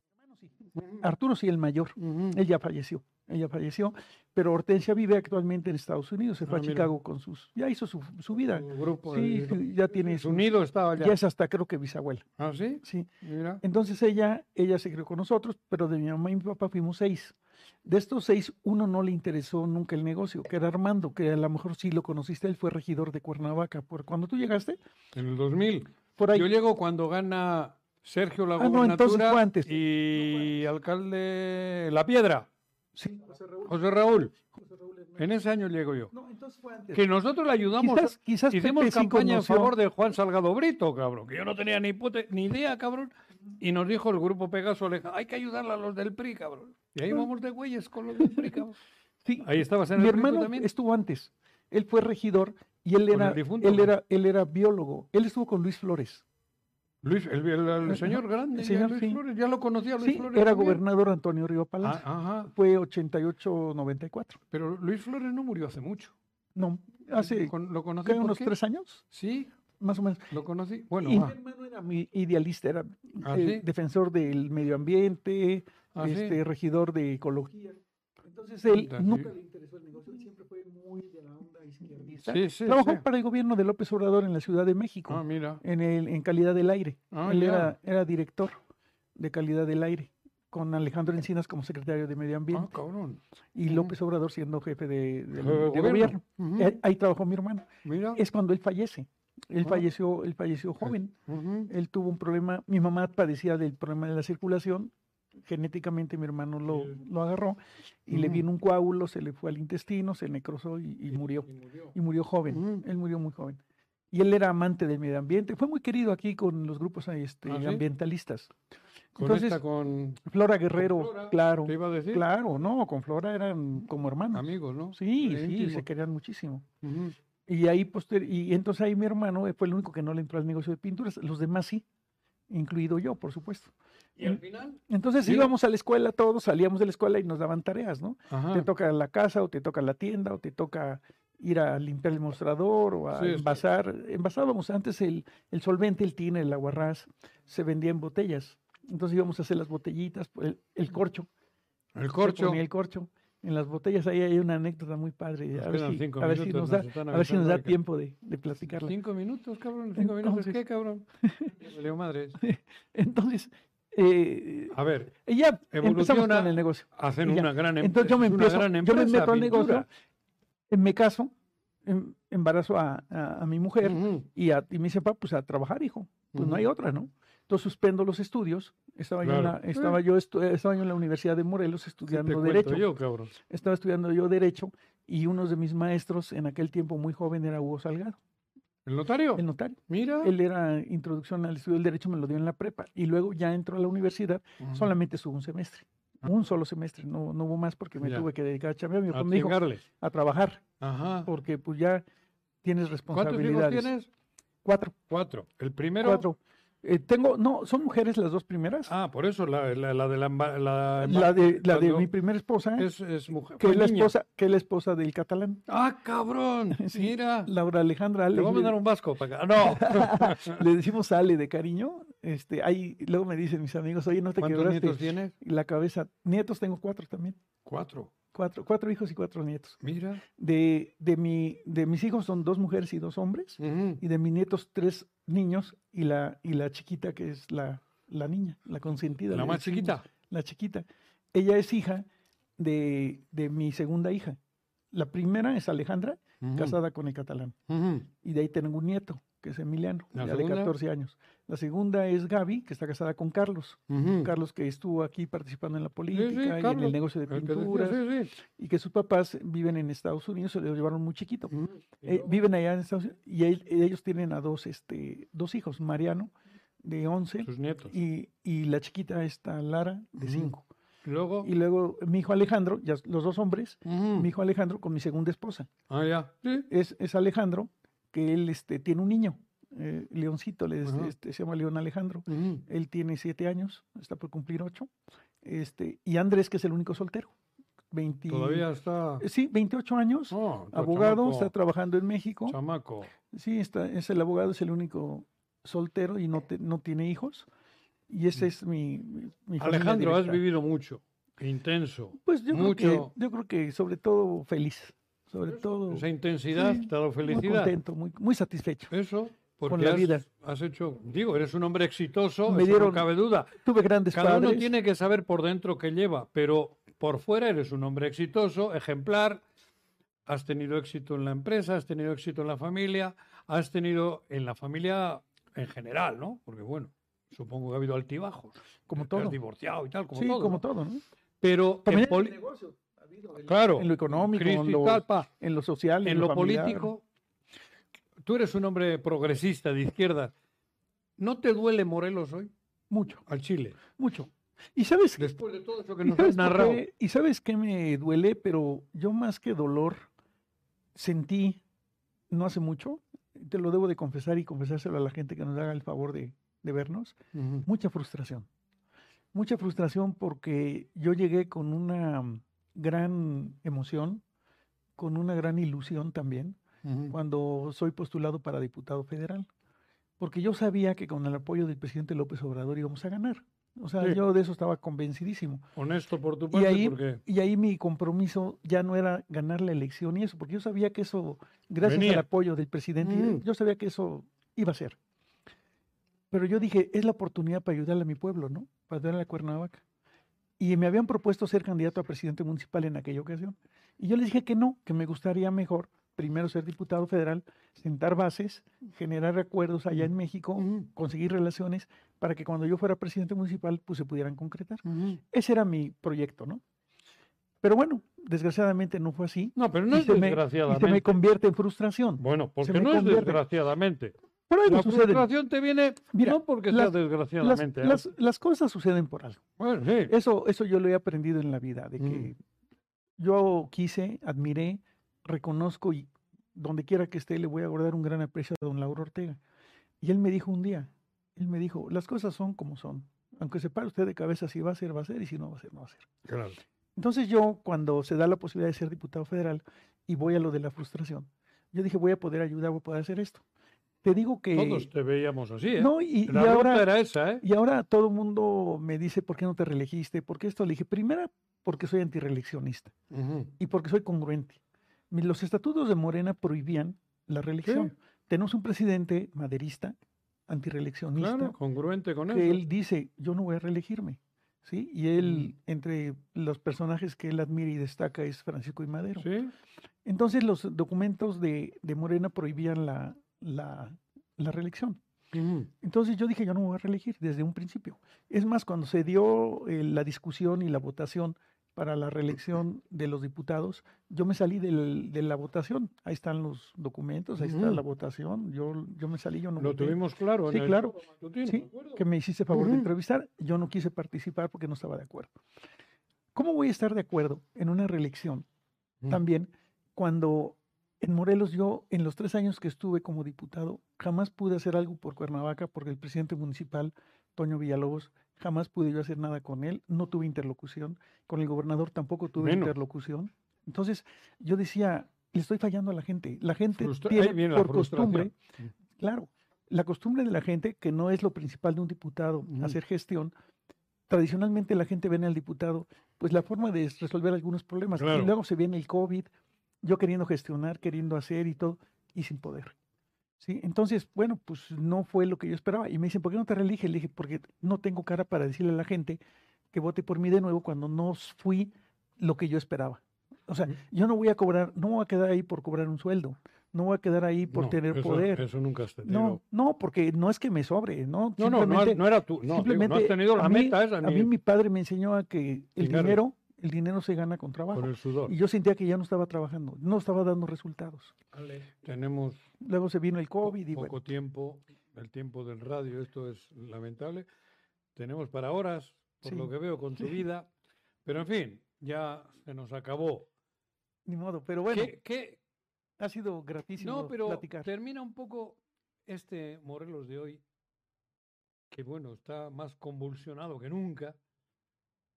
[SPEAKER 3] Mm.
[SPEAKER 2] Arturo sí, el mayor.
[SPEAKER 3] Ujú.
[SPEAKER 2] Ella falleció, ella falleció, pero Hortensia vive actualmente en Estados Unidos, se fue
[SPEAKER 3] Ah,
[SPEAKER 2] a
[SPEAKER 3] mira.
[SPEAKER 2] Chicago con sus, ya hizo su, su vida.
[SPEAKER 3] Tu grupo
[SPEAKER 2] Sí,
[SPEAKER 3] de-
[SPEAKER 2] sí, ya tiene
[SPEAKER 3] Su
[SPEAKER 2] sus-
[SPEAKER 3] nido estaba allá.
[SPEAKER 2] ya es hasta creo que bisabuela,
[SPEAKER 3] ¿Ah, sí?
[SPEAKER 2] sí.
[SPEAKER 3] Mira.
[SPEAKER 2] Entonces ella, ella se crió con nosotros, pero de mi mamá y mi papá fuimos seis. De estos seis, uno no le interesó nunca el negocio, que era Armando, que a lo mejor sí lo conociste, él fue regidor de Cuernavaca. Por cuando tú llegaste,
[SPEAKER 3] En el 2000.
[SPEAKER 2] por ahí.
[SPEAKER 3] Yo llego cuando gana Sergio la
[SPEAKER 2] Ah, no, entonces
[SPEAKER 3] gubernatura
[SPEAKER 2] fue antes.
[SPEAKER 3] y alcalde La Piedra,
[SPEAKER 2] Sí, José Raúl.
[SPEAKER 3] José Raúl.
[SPEAKER 2] José Raúl Hernández.
[SPEAKER 3] En ese año llego yo.
[SPEAKER 2] No, entonces fue antes.
[SPEAKER 3] Que nosotros le ayudamos.
[SPEAKER 2] Quizás, quizás
[SPEAKER 3] Hicimos
[SPEAKER 2] Pepe sí
[SPEAKER 3] campaña en
[SPEAKER 2] conoció-
[SPEAKER 3] favor de Juan Salgado Brito, cabrón, que yo no tenía ni puta, ni idea, cabrón. Y nos dijo el grupo Pegaso, Aleja, hay que ayudarle a los del PRI, cabrón. Y ahí vamos de güeyes con los del PRI, cabrón.
[SPEAKER 2] Sí,
[SPEAKER 3] Ahí estabas en
[SPEAKER 2] mi
[SPEAKER 3] el PRI tú
[SPEAKER 2] hermano
[SPEAKER 3] también.
[SPEAKER 2] estuvo antes. Él fue regidor y él
[SPEAKER 3] Con
[SPEAKER 2] era,
[SPEAKER 3] el difunto,
[SPEAKER 2] él
[SPEAKER 3] ¿no?
[SPEAKER 2] era, él era biólogo. Él estuvo con Luis Flores.
[SPEAKER 3] Luis, el, el- el
[SPEAKER 2] Ajá.
[SPEAKER 3] señor grande,
[SPEAKER 2] El
[SPEAKER 3] ya
[SPEAKER 2] señor,
[SPEAKER 3] Luis
[SPEAKER 2] sí.
[SPEAKER 3] Flores, ya lo conocía Luis
[SPEAKER 2] Sí,
[SPEAKER 3] Flores.
[SPEAKER 2] era
[SPEAKER 3] también.
[SPEAKER 2] gobernador Antonio Río Palacio.
[SPEAKER 3] Ah, ajá.
[SPEAKER 2] Fue 88-94.
[SPEAKER 3] Pero Luis Flores no murió hace mucho.
[SPEAKER 2] No, Ah, hace
[SPEAKER 3] Con- ¿Lo conocí
[SPEAKER 2] ¿qué,
[SPEAKER 3] por
[SPEAKER 2] unos
[SPEAKER 3] qué?
[SPEAKER 2] tres años,
[SPEAKER 3] Sí,
[SPEAKER 2] más o menos.
[SPEAKER 3] lo conocí. Bueno,
[SPEAKER 2] y mi
[SPEAKER 3] ah,
[SPEAKER 2] hermano era muy idealista, era
[SPEAKER 3] ¿Ah,
[SPEAKER 2] eh,
[SPEAKER 3] sí?
[SPEAKER 2] defensor del medio ambiente,
[SPEAKER 3] ah, sí.
[SPEAKER 2] este, regidor de ecología. Entonces él
[SPEAKER 3] Puta,
[SPEAKER 2] nunca
[SPEAKER 3] sí.
[SPEAKER 2] le interesó el negocio, él siempre fue muy de la onda izquierdista.
[SPEAKER 3] Sí, sí,
[SPEAKER 2] Trabajó
[SPEAKER 3] sí.
[SPEAKER 2] para el gobierno de López Obrador en la Ciudad de México,
[SPEAKER 3] Ah, mira.
[SPEAKER 2] en, el, en calidad del aire.
[SPEAKER 3] Ah,
[SPEAKER 2] él
[SPEAKER 3] ya.
[SPEAKER 2] era, era director de calidad del aire, con Alejandro Encinas como secretario de medio
[SPEAKER 3] Ah,
[SPEAKER 2] ambiente
[SPEAKER 3] cabrón.
[SPEAKER 2] y
[SPEAKER 3] ujú.
[SPEAKER 2] López Obrador siendo jefe de, del-
[SPEAKER 3] Jefe de
[SPEAKER 2] de
[SPEAKER 3] gobierno.
[SPEAKER 2] gobierno.
[SPEAKER 3] Ujú,
[SPEAKER 2] Eh, Ahí trabajó mi hermano
[SPEAKER 3] Mira.
[SPEAKER 2] es cuando él fallece. Él
[SPEAKER 3] Ah.
[SPEAKER 2] falleció, él falleció joven.
[SPEAKER 3] ujú,
[SPEAKER 2] Él tuvo un problema, mi mamá padecía del problema de la circulación, genéticamente mi hermano lo,
[SPEAKER 3] Bien.
[SPEAKER 2] lo agarró y le
[SPEAKER 3] Ujú.
[SPEAKER 2] vino un coágulo, se le fue al intestino, se necrosó y, y murió.
[SPEAKER 3] y murió.
[SPEAKER 2] Y murió joven,
[SPEAKER 3] Ujú.
[SPEAKER 2] él murió muy joven. Y él era amante del medio ambiente, fue muy querido aquí con los grupos este,
[SPEAKER 3] ¿Ah, sí?
[SPEAKER 2] ambientalistas.
[SPEAKER 3] Con
[SPEAKER 2] Entonces,
[SPEAKER 3] esta, con.
[SPEAKER 2] Flora Guerrero,
[SPEAKER 3] Flora,
[SPEAKER 2] claro,
[SPEAKER 3] Te iba a decir.
[SPEAKER 2] claro, no, con Flora eran como hermanos.
[SPEAKER 3] Amigos, ¿no?
[SPEAKER 2] Sí,
[SPEAKER 3] Eh,
[SPEAKER 2] sí, se
[SPEAKER 3] íntimos.
[SPEAKER 2] querían muchísimo.
[SPEAKER 3] Ujú.
[SPEAKER 2] Y ahí poster- y entonces ahí mi hermano eh, fue el único que no le entró al negocio de pinturas, los demás sí, incluido yo, por supuesto.
[SPEAKER 3] Y al final.
[SPEAKER 2] Entonces
[SPEAKER 3] Digo-
[SPEAKER 2] íbamos a la escuela todos, salíamos de la escuela y nos daban tareas, ¿no? Te
[SPEAKER 3] Ajá.
[SPEAKER 2] toca la casa o te toca la tienda o te toca ir a limpiar el mostrador o a
[SPEAKER 3] Sí, sí.
[SPEAKER 2] envasar. Envasábamos antes el, el solvente, el tiner, el aguarrás, se vendía en botellas. Entonces íbamos a hacer las botellitas, el, el corcho.
[SPEAKER 3] El
[SPEAKER 2] se
[SPEAKER 3] corcho.
[SPEAKER 2] ponía el corcho. En las botellas ahí hay una anécdota muy padre.
[SPEAKER 3] Nos
[SPEAKER 2] A ver
[SPEAKER 3] quedan
[SPEAKER 2] si,
[SPEAKER 3] cinco
[SPEAKER 2] a ver si
[SPEAKER 3] minutos,
[SPEAKER 2] nos da,
[SPEAKER 3] están
[SPEAKER 2] a ver si nos
[SPEAKER 3] avisando
[SPEAKER 2] da
[SPEAKER 3] de que-
[SPEAKER 2] tiempo de, de platicarla.
[SPEAKER 3] Cinco minutos, cabrón. Cinco minutos.
[SPEAKER 2] Entonces-
[SPEAKER 3] ¿Qué, cabrón? Ya valió madres.
[SPEAKER 2] Entonces, eh,
[SPEAKER 3] A ver,
[SPEAKER 2] ella empezamos
[SPEAKER 3] evoluciona
[SPEAKER 2] con el negocio.
[SPEAKER 3] hacen
[SPEAKER 2] Y ya.
[SPEAKER 3] una gran em-
[SPEAKER 2] Entonces yo me
[SPEAKER 3] es una
[SPEAKER 2] empiezo,
[SPEAKER 3] gran
[SPEAKER 2] yo me
[SPEAKER 3] empresa,
[SPEAKER 2] meto al negocio,
[SPEAKER 3] pintura.
[SPEAKER 2] eh, me caso, em- embarazo a, a- a mi mujer
[SPEAKER 3] Ujú,
[SPEAKER 2] y, a, y me dice, "Pa, pues a trabajar, hijo. Pues
[SPEAKER 3] Ujú.
[SPEAKER 2] no hay otra, ¿no? Entonces suspendo los estudios. Estaba yo en
[SPEAKER 3] Claro.
[SPEAKER 2] la, estaba yo estu- estaba yo en la Universidad de Morelos
[SPEAKER 3] ¿qué te
[SPEAKER 2] estudiando
[SPEAKER 3] cuento
[SPEAKER 2] derecho.
[SPEAKER 3] yo, cabrón.
[SPEAKER 2] Estaba estudiando yo derecho y uno de mis maestros en aquel tiempo muy joven era Hugo Salgado,
[SPEAKER 3] ¿El notario?
[SPEAKER 2] el notario.
[SPEAKER 3] Mira.
[SPEAKER 2] Él era introducción al estudio del derecho, me lo dio en la prepa y luego ya entró a la universidad
[SPEAKER 3] Ujú.
[SPEAKER 2] solamente estuvo un semestre,
[SPEAKER 3] Ah.
[SPEAKER 2] un solo semestre, no, no hubo más porque me
[SPEAKER 3] Ya.
[SPEAKER 2] tuve que dedicar a chambear. Mi
[SPEAKER 3] A
[SPEAKER 2] papá me dijo
[SPEAKER 3] chingarle.
[SPEAKER 2] a trabajar
[SPEAKER 3] Ajá.
[SPEAKER 2] porque pues ya tienes
[SPEAKER 3] ¿Cuántos
[SPEAKER 2] responsabilidades.
[SPEAKER 3] hijos tienes?
[SPEAKER 2] Cuatro,
[SPEAKER 3] Cuatro. El primero.
[SPEAKER 2] cuatro. Eh, tengo, no, son mujeres las dos primeras.
[SPEAKER 3] Ah, por eso la, la, la de la, emba- la emba-
[SPEAKER 2] la de, la de
[SPEAKER 3] cuando-
[SPEAKER 2] mi primera esposa,
[SPEAKER 3] es, es mujer.
[SPEAKER 2] que
[SPEAKER 3] fue
[SPEAKER 2] es la
[SPEAKER 3] niña.
[SPEAKER 2] esposa, que es la esposa del catalán,
[SPEAKER 3] Ah, cabrón.
[SPEAKER 2] Sí.
[SPEAKER 3] Mira.
[SPEAKER 2] Laura Alejandra
[SPEAKER 3] Te
[SPEAKER 2] Ale.
[SPEAKER 3] voy a mandar un vasco para acá. No.
[SPEAKER 2] Le decimos Ale de cariño. Este, ahí, luego me dicen mis amigos, oye, no te
[SPEAKER 3] ¿Cuántos
[SPEAKER 2] quebraste
[SPEAKER 3] nietos tienes?
[SPEAKER 2] la cabeza. Nietos tengo cuatro también.
[SPEAKER 3] Cuatro.
[SPEAKER 2] Cuatro, cuatro hijos y cuatro nietos.
[SPEAKER 3] Mira.
[SPEAKER 2] De, de, mi, de mis hijos son dos mujeres y dos hombres,
[SPEAKER 3] Ujú.
[SPEAKER 2] y de mis nietos tres niños y la, y la chiquita que es la, la niña, la consentida.
[SPEAKER 3] La
[SPEAKER 2] le
[SPEAKER 3] más
[SPEAKER 2] decimos,
[SPEAKER 3] chiquita.
[SPEAKER 2] La chiquita. Ella es hija de, de mi segunda hija. La primera es Alejandra
[SPEAKER 3] Ujú,
[SPEAKER 2] casada con el catalán.
[SPEAKER 3] ujú.
[SPEAKER 2] Y de ahí tengo un nieto, que es Emiliano,
[SPEAKER 3] ¿La
[SPEAKER 2] ya de
[SPEAKER 3] segunda?
[SPEAKER 2] 14 años. La segunda es Gaby, que está casada con Carlos.
[SPEAKER 3] Ujú.
[SPEAKER 2] Carlos que estuvo aquí participando en la
[SPEAKER 3] Sí, sí,
[SPEAKER 2] política y en
[SPEAKER 3] Carlos,
[SPEAKER 2] el negocio de
[SPEAKER 3] el que decía,
[SPEAKER 2] pinturas.
[SPEAKER 3] sí, sí.
[SPEAKER 2] Y que sus papás viven en Estados Unidos, se los llevaron muy chiquito.
[SPEAKER 3] Ujú.
[SPEAKER 2] Eh, viven allá en Estados Unidos y él- ellos tienen a dos, este, dos hijos, Mariano, de 11,
[SPEAKER 3] Sus nietos.
[SPEAKER 2] y, y la chiquita está Lara, de
[SPEAKER 3] Ujú.
[SPEAKER 2] 5.
[SPEAKER 3] Luego.
[SPEAKER 2] Y luego mi hijo Alejandro, ya los dos hombres,
[SPEAKER 3] Ujú.
[SPEAKER 2] mi hijo Alejandro con mi segunda esposa.
[SPEAKER 3] Ah, ya. Sí.
[SPEAKER 2] Es, es Alejandro, que él este, tiene un niño, eh, Leoncito, le-
[SPEAKER 3] Ajá.
[SPEAKER 2] este, se llama León Alejandro.
[SPEAKER 3] Ujú.
[SPEAKER 2] Él tiene siete años, está por cumplir ocho. Este, y Andrés, que es el único soltero. 20
[SPEAKER 3] Todavía está.
[SPEAKER 2] Sí, 28 años,
[SPEAKER 3] Oh, está
[SPEAKER 2] abogado, está
[SPEAKER 3] chamaco,
[SPEAKER 2] trabajando en México.
[SPEAKER 3] Chamaco.
[SPEAKER 2] Sí, está, es el abogado, es el único soltero y no, te- no tiene hijos. Y ese es mi, mi- mi familia
[SPEAKER 3] Alejandro, has
[SPEAKER 2] directa.
[SPEAKER 3] vivido mucho. Intenso.
[SPEAKER 2] Pues yo, creo
[SPEAKER 3] mucho.
[SPEAKER 2] que, yo creo que sobre todo feliz, sobre todo
[SPEAKER 3] Esa intensidad
[SPEAKER 2] Sí,
[SPEAKER 3] te ha dado
[SPEAKER 2] muy
[SPEAKER 3] felicidad.
[SPEAKER 2] contento, muy, muy satisfecho.
[SPEAKER 3] Eso, porque
[SPEAKER 2] la
[SPEAKER 3] has,
[SPEAKER 2] vida.
[SPEAKER 3] has hecho, digo, eres un hombre exitoso,
[SPEAKER 2] Me
[SPEAKER 3] eso
[SPEAKER 2] dieron
[SPEAKER 3] no cabe duda.
[SPEAKER 2] Tuve grandes
[SPEAKER 3] Cada
[SPEAKER 2] padres.
[SPEAKER 3] uno tiene que saber por dentro qué lleva, pero por fuera eres un hombre exitoso, ejemplar, has tenido éxito en la empresa, has tenido éxito en la familia, has tenido en la familia en general, ¿no? Porque bueno, supongo que ha habido altibajos.
[SPEAKER 2] Como
[SPEAKER 3] Te has
[SPEAKER 2] todo.
[SPEAKER 3] divorciado y tal, como
[SPEAKER 2] sí,
[SPEAKER 3] todo.
[SPEAKER 2] como
[SPEAKER 3] ¿no?
[SPEAKER 2] todo, ¿no?
[SPEAKER 3] Pero
[SPEAKER 2] También
[SPEAKER 3] en poli- claro,
[SPEAKER 2] en lo económico, en
[SPEAKER 3] Cristi,
[SPEAKER 2] lo-
[SPEAKER 3] tal, pa
[SPEAKER 2] En lo social, en,
[SPEAKER 3] en lo
[SPEAKER 2] familiar.
[SPEAKER 3] político, tú eres un hombre progresista de izquierda. ¿No te duele Morelos hoy
[SPEAKER 2] Mucho,
[SPEAKER 3] al Chile?
[SPEAKER 2] mucho. Y sabes,
[SPEAKER 3] Después de todo eso que
[SPEAKER 2] y
[SPEAKER 3] nos
[SPEAKER 2] sabes
[SPEAKER 3] has
[SPEAKER 2] por
[SPEAKER 3] narrado.
[SPEAKER 2] qué- y sabes que me duele, pero yo más que dolor sentí no hace mucho, te lo debo de confesar y confesárselo a la gente que nos haga el favor de- de vernos,
[SPEAKER 3] Ujú.
[SPEAKER 2] mucha frustración. Mucha frustración porque yo llegué con una gran emoción, con una gran ilusión también,
[SPEAKER 3] Ujú.
[SPEAKER 2] cuando soy postulado para diputado federal. Porque yo sabía que con el apoyo del presidente López Obrador íbamos a ganar. O sea,
[SPEAKER 3] Sí.
[SPEAKER 2] yo de eso estaba convencidísimo.
[SPEAKER 3] Honesto por tu parte,
[SPEAKER 2] ahí,
[SPEAKER 3] porque
[SPEAKER 2] Y ahí mi compromiso ya no era ganar la elección y eso, porque yo sabía que eso, gracias al
[SPEAKER 3] Venía.
[SPEAKER 2] apoyo del presidente,
[SPEAKER 3] Mm.
[SPEAKER 2] yo sabía que eso iba a ser. Pero yo dije, es la oportunidad para ayudarle a mi pueblo, ¿no? Para ayudarle a Cuernavaca. Y me habían propuesto ser candidato a presidente municipal en aquella ocasión. Y yo les dije que no, que me gustaría mejor primero ser diputado federal, sentar bases, generar acuerdos allá en México,
[SPEAKER 3] Ujú.
[SPEAKER 2] conseguir relaciones para que cuando yo fuera presidente municipal pues se pudieran concretar.
[SPEAKER 3] Ujú.
[SPEAKER 2] Ese era mi proyecto, ¿no? Pero bueno, desgraciadamente no fue así.
[SPEAKER 3] No, pero no
[SPEAKER 2] y
[SPEAKER 3] es
[SPEAKER 2] se me- y
[SPEAKER 3] desgraciadamente.
[SPEAKER 2] se me convierte en frustración.
[SPEAKER 3] Bueno, porque
[SPEAKER 2] me
[SPEAKER 3] no es
[SPEAKER 2] convierte.
[SPEAKER 3] desgraciadamente.
[SPEAKER 2] Pero algo
[SPEAKER 3] La
[SPEAKER 2] sucede.
[SPEAKER 3] frustración te viene
[SPEAKER 2] Mira,
[SPEAKER 3] no porque
[SPEAKER 2] las-
[SPEAKER 3] sea
[SPEAKER 2] Las,
[SPEAKER 3] desgraciadamente. ¿eh?
[SPEAKER 2] las- las cosas suceden por algo.
[SPEAKER 3] Bueno, sí.
[SPEAKER 2] Eso, eso yo lo he aprendido en la vida, de
[SPEAKER 3] Mm.
[SPEAKER 2] que yo quise, admiré, reconozco y donde quiera que esté le voy a guardar un gran aprecio a don Lauro Ortega. Y él me dijo un día, él me dijo, las cosas son como son. Aunque se pare usted de cabeza si va a ser, va a ser, y si no va a ser, no va a ser.
[SPEAKER 3] claro.
[SPEAKER 2] Entonces yo, cuando se da la posibilidad de ser diputado federal y voy a lo de la frustración, yo dije, voy a poder ayudar, voy a poder hacer esto. Te digo que...
[SPEAKER 3] Todos te veíamos así, ¿eh?
[SPEAKER 2] no, y, y
[SPEAKER 3] la ruta
[SPEAKER 2] ahora,
[SPEAKER 3] era esa, ¿eh?
[SPEAKER 2] y ahora todo el mundo me dice, ¿por qué no te reelegiste? ¿Por qué esto? Le dije, primera, porque soy antireeleccionista
[SPEAKER 3] Ujú.
[SPEAKER 2] y porque soy congruente. Mi- Los estatutos de Morena prohibían la reelección. Tenemos un presidente maderista, antireeleccionista,
[SPEAKER 3] Claro, congruente con
[SPEAKER 2] que
[SPEAKER 3] eso.
[SPEAKER 2] él dice, yo no voy a reelegirme. ¿Sí? Y él, entre los personajes que él admira y destaca, es Francisco y Madero.
[SPEAKER 3] Sí,
[SPEAKER 2] Entonces, los documentos de, de Morena prohibían la, la, la reelección.
[SPEAKER 3] Ujú.
[SPEAKER 2] Entonces, yo dije, yo no me voy a reelegir desde un principio. Es más, cuando se dio eh, la discusión y la votación para la reelección de los diputados, yo me salí del- de la votación. Ahí están los documentos, ahí está
[SPEAKER 3] Ujú.
[SPEAKER 2] la votación. Yo, yo me salí, yo no
[SPEAKER 3] lo
[SPEAKER 2] voté.
[SPEAKER 3] tuvimos claro. en
[SPEAKER 2] Sí,
[SPEAKER 3] el
[SPEAKER 2] claro.
[SPEAKER 3] foro matutino,
[SPEAKER 2] Sí,
[SPEAKER 3] ¿de acuerdo?
[SPEAKER 2] que me hiciste favor de
[SPEAKER 3] Ujú.
[SPEAKER 2] entrevistar. Yo no quise participar porque no estaba de acuerdo. ¿Cómo voy a estar de acuerdo en una reelección
[SPEAKER 3] Ujú.
[SPEAKER 2] también cuando en Morelos yo, en los tres años que estuve como diputado, jamás pude hacer algo por Cuernavaca porque el presidente municipal, Toño Villalobos, jamás pude yo hacer nada con él, no tuve interlocución, con el gobernador tampoco tuve
[SPEAKER 3] Menos.
[SPEAKER 2] interlocución. Entonces yo decía, le estoy fallando a la gente. La gente
[SPEAKER 3] Frustra- ahí
[SPEAKER 2] tiene
[SPEAKER 3] viene la
[SPEAKER 2] por
[SPEAKER 3] frustración.
[SPEAKER 2] costumbre Claro, la costumbre de la gente, que no es lo principal de un diputado,
[SPEAKER 3] Ujú.
[SPEAKER 2] hacer gestión, tradicionalmente la gente ve en el diputado, pues la forma de resolver algunos problemas.
[SPEAKER 3] Claro.
[SPEAKER 2] Y luego se viene el COVID, yo queriendo gestionar, queriendo hacer y todo, y sin poder. ¿Sí? Entonces, bueno, pues no fue lo que yo esperaba. Y me dicen, ¿por qué no te reeliges? Le dije, porque no tengo cara para decirle a la gente que vote por mí de nuevo cuando no fui lo que yo esperaba. O sea, yo no voy a cobrar, no me voy a quedar ahí por cobrar un sueldo, no voy a quedar ahí por
[SPEAKER 3] No,
[SPEAKER 2] tener
[SPEAKER 3] eso-
[SPEAKER 2] poder.
[SPEAKER 3] Eso nunca has tenido.
[SPEAKER 2] no, no, porque no es que me sobre, ¿no?
[SPEAKER 3] No, no, no,
[SPEAKER 2] Simplemente-
[SPEAKER 3] no era tú. No, digo, no has
[SPEAKER 2] simplemente
[SPEAKER 3] tenido la
[SPEAKER 2] a mí-
[SPEAKER 3] meta esa.
[SPEAKER 2] A
[SPEAKER 3] ni
[SPEAKER 2] mí mi padre me enseñó a que el
[SPEAKER 3] Dinero.
[SPEAKER 2] dinero, el dinero se gana con trabajo.
[SPEAKER 3] Con el sudor.
[SPEAKER 2] Y yo sentía que ya no estaba trabajando, no estaba dando resultados.
[SPEAKER 3] Tenemos
[SPEAKER 2] Luego se vino el
[SPEAKER 3] po-
[SPEAKER 2] COVID y
[SPEAKER 3] poco
[SPEAKER 2] bueno,
[SPEAKER 3] tiempo, el tiempo del radio, esto es lamentable. Tenemos para horas, por lo
[SPEAKER 2] Sí.
[SPEAKER 3] que veo, con tu vida. Pero en fin, ya se nos acabó.
[SPEAKER 2] ni modo. Pero bueno,
[SPEAKER 3] ¿Qué- qué-
[SPEAKER 2] ha sido gratísimo
[SPEAKER 3] No, pero
[SPEAKER 2] platicar.
[SPEAKER 3] termina un poco este Morelos de hoy, que bueno, está más convulsionado que nunca.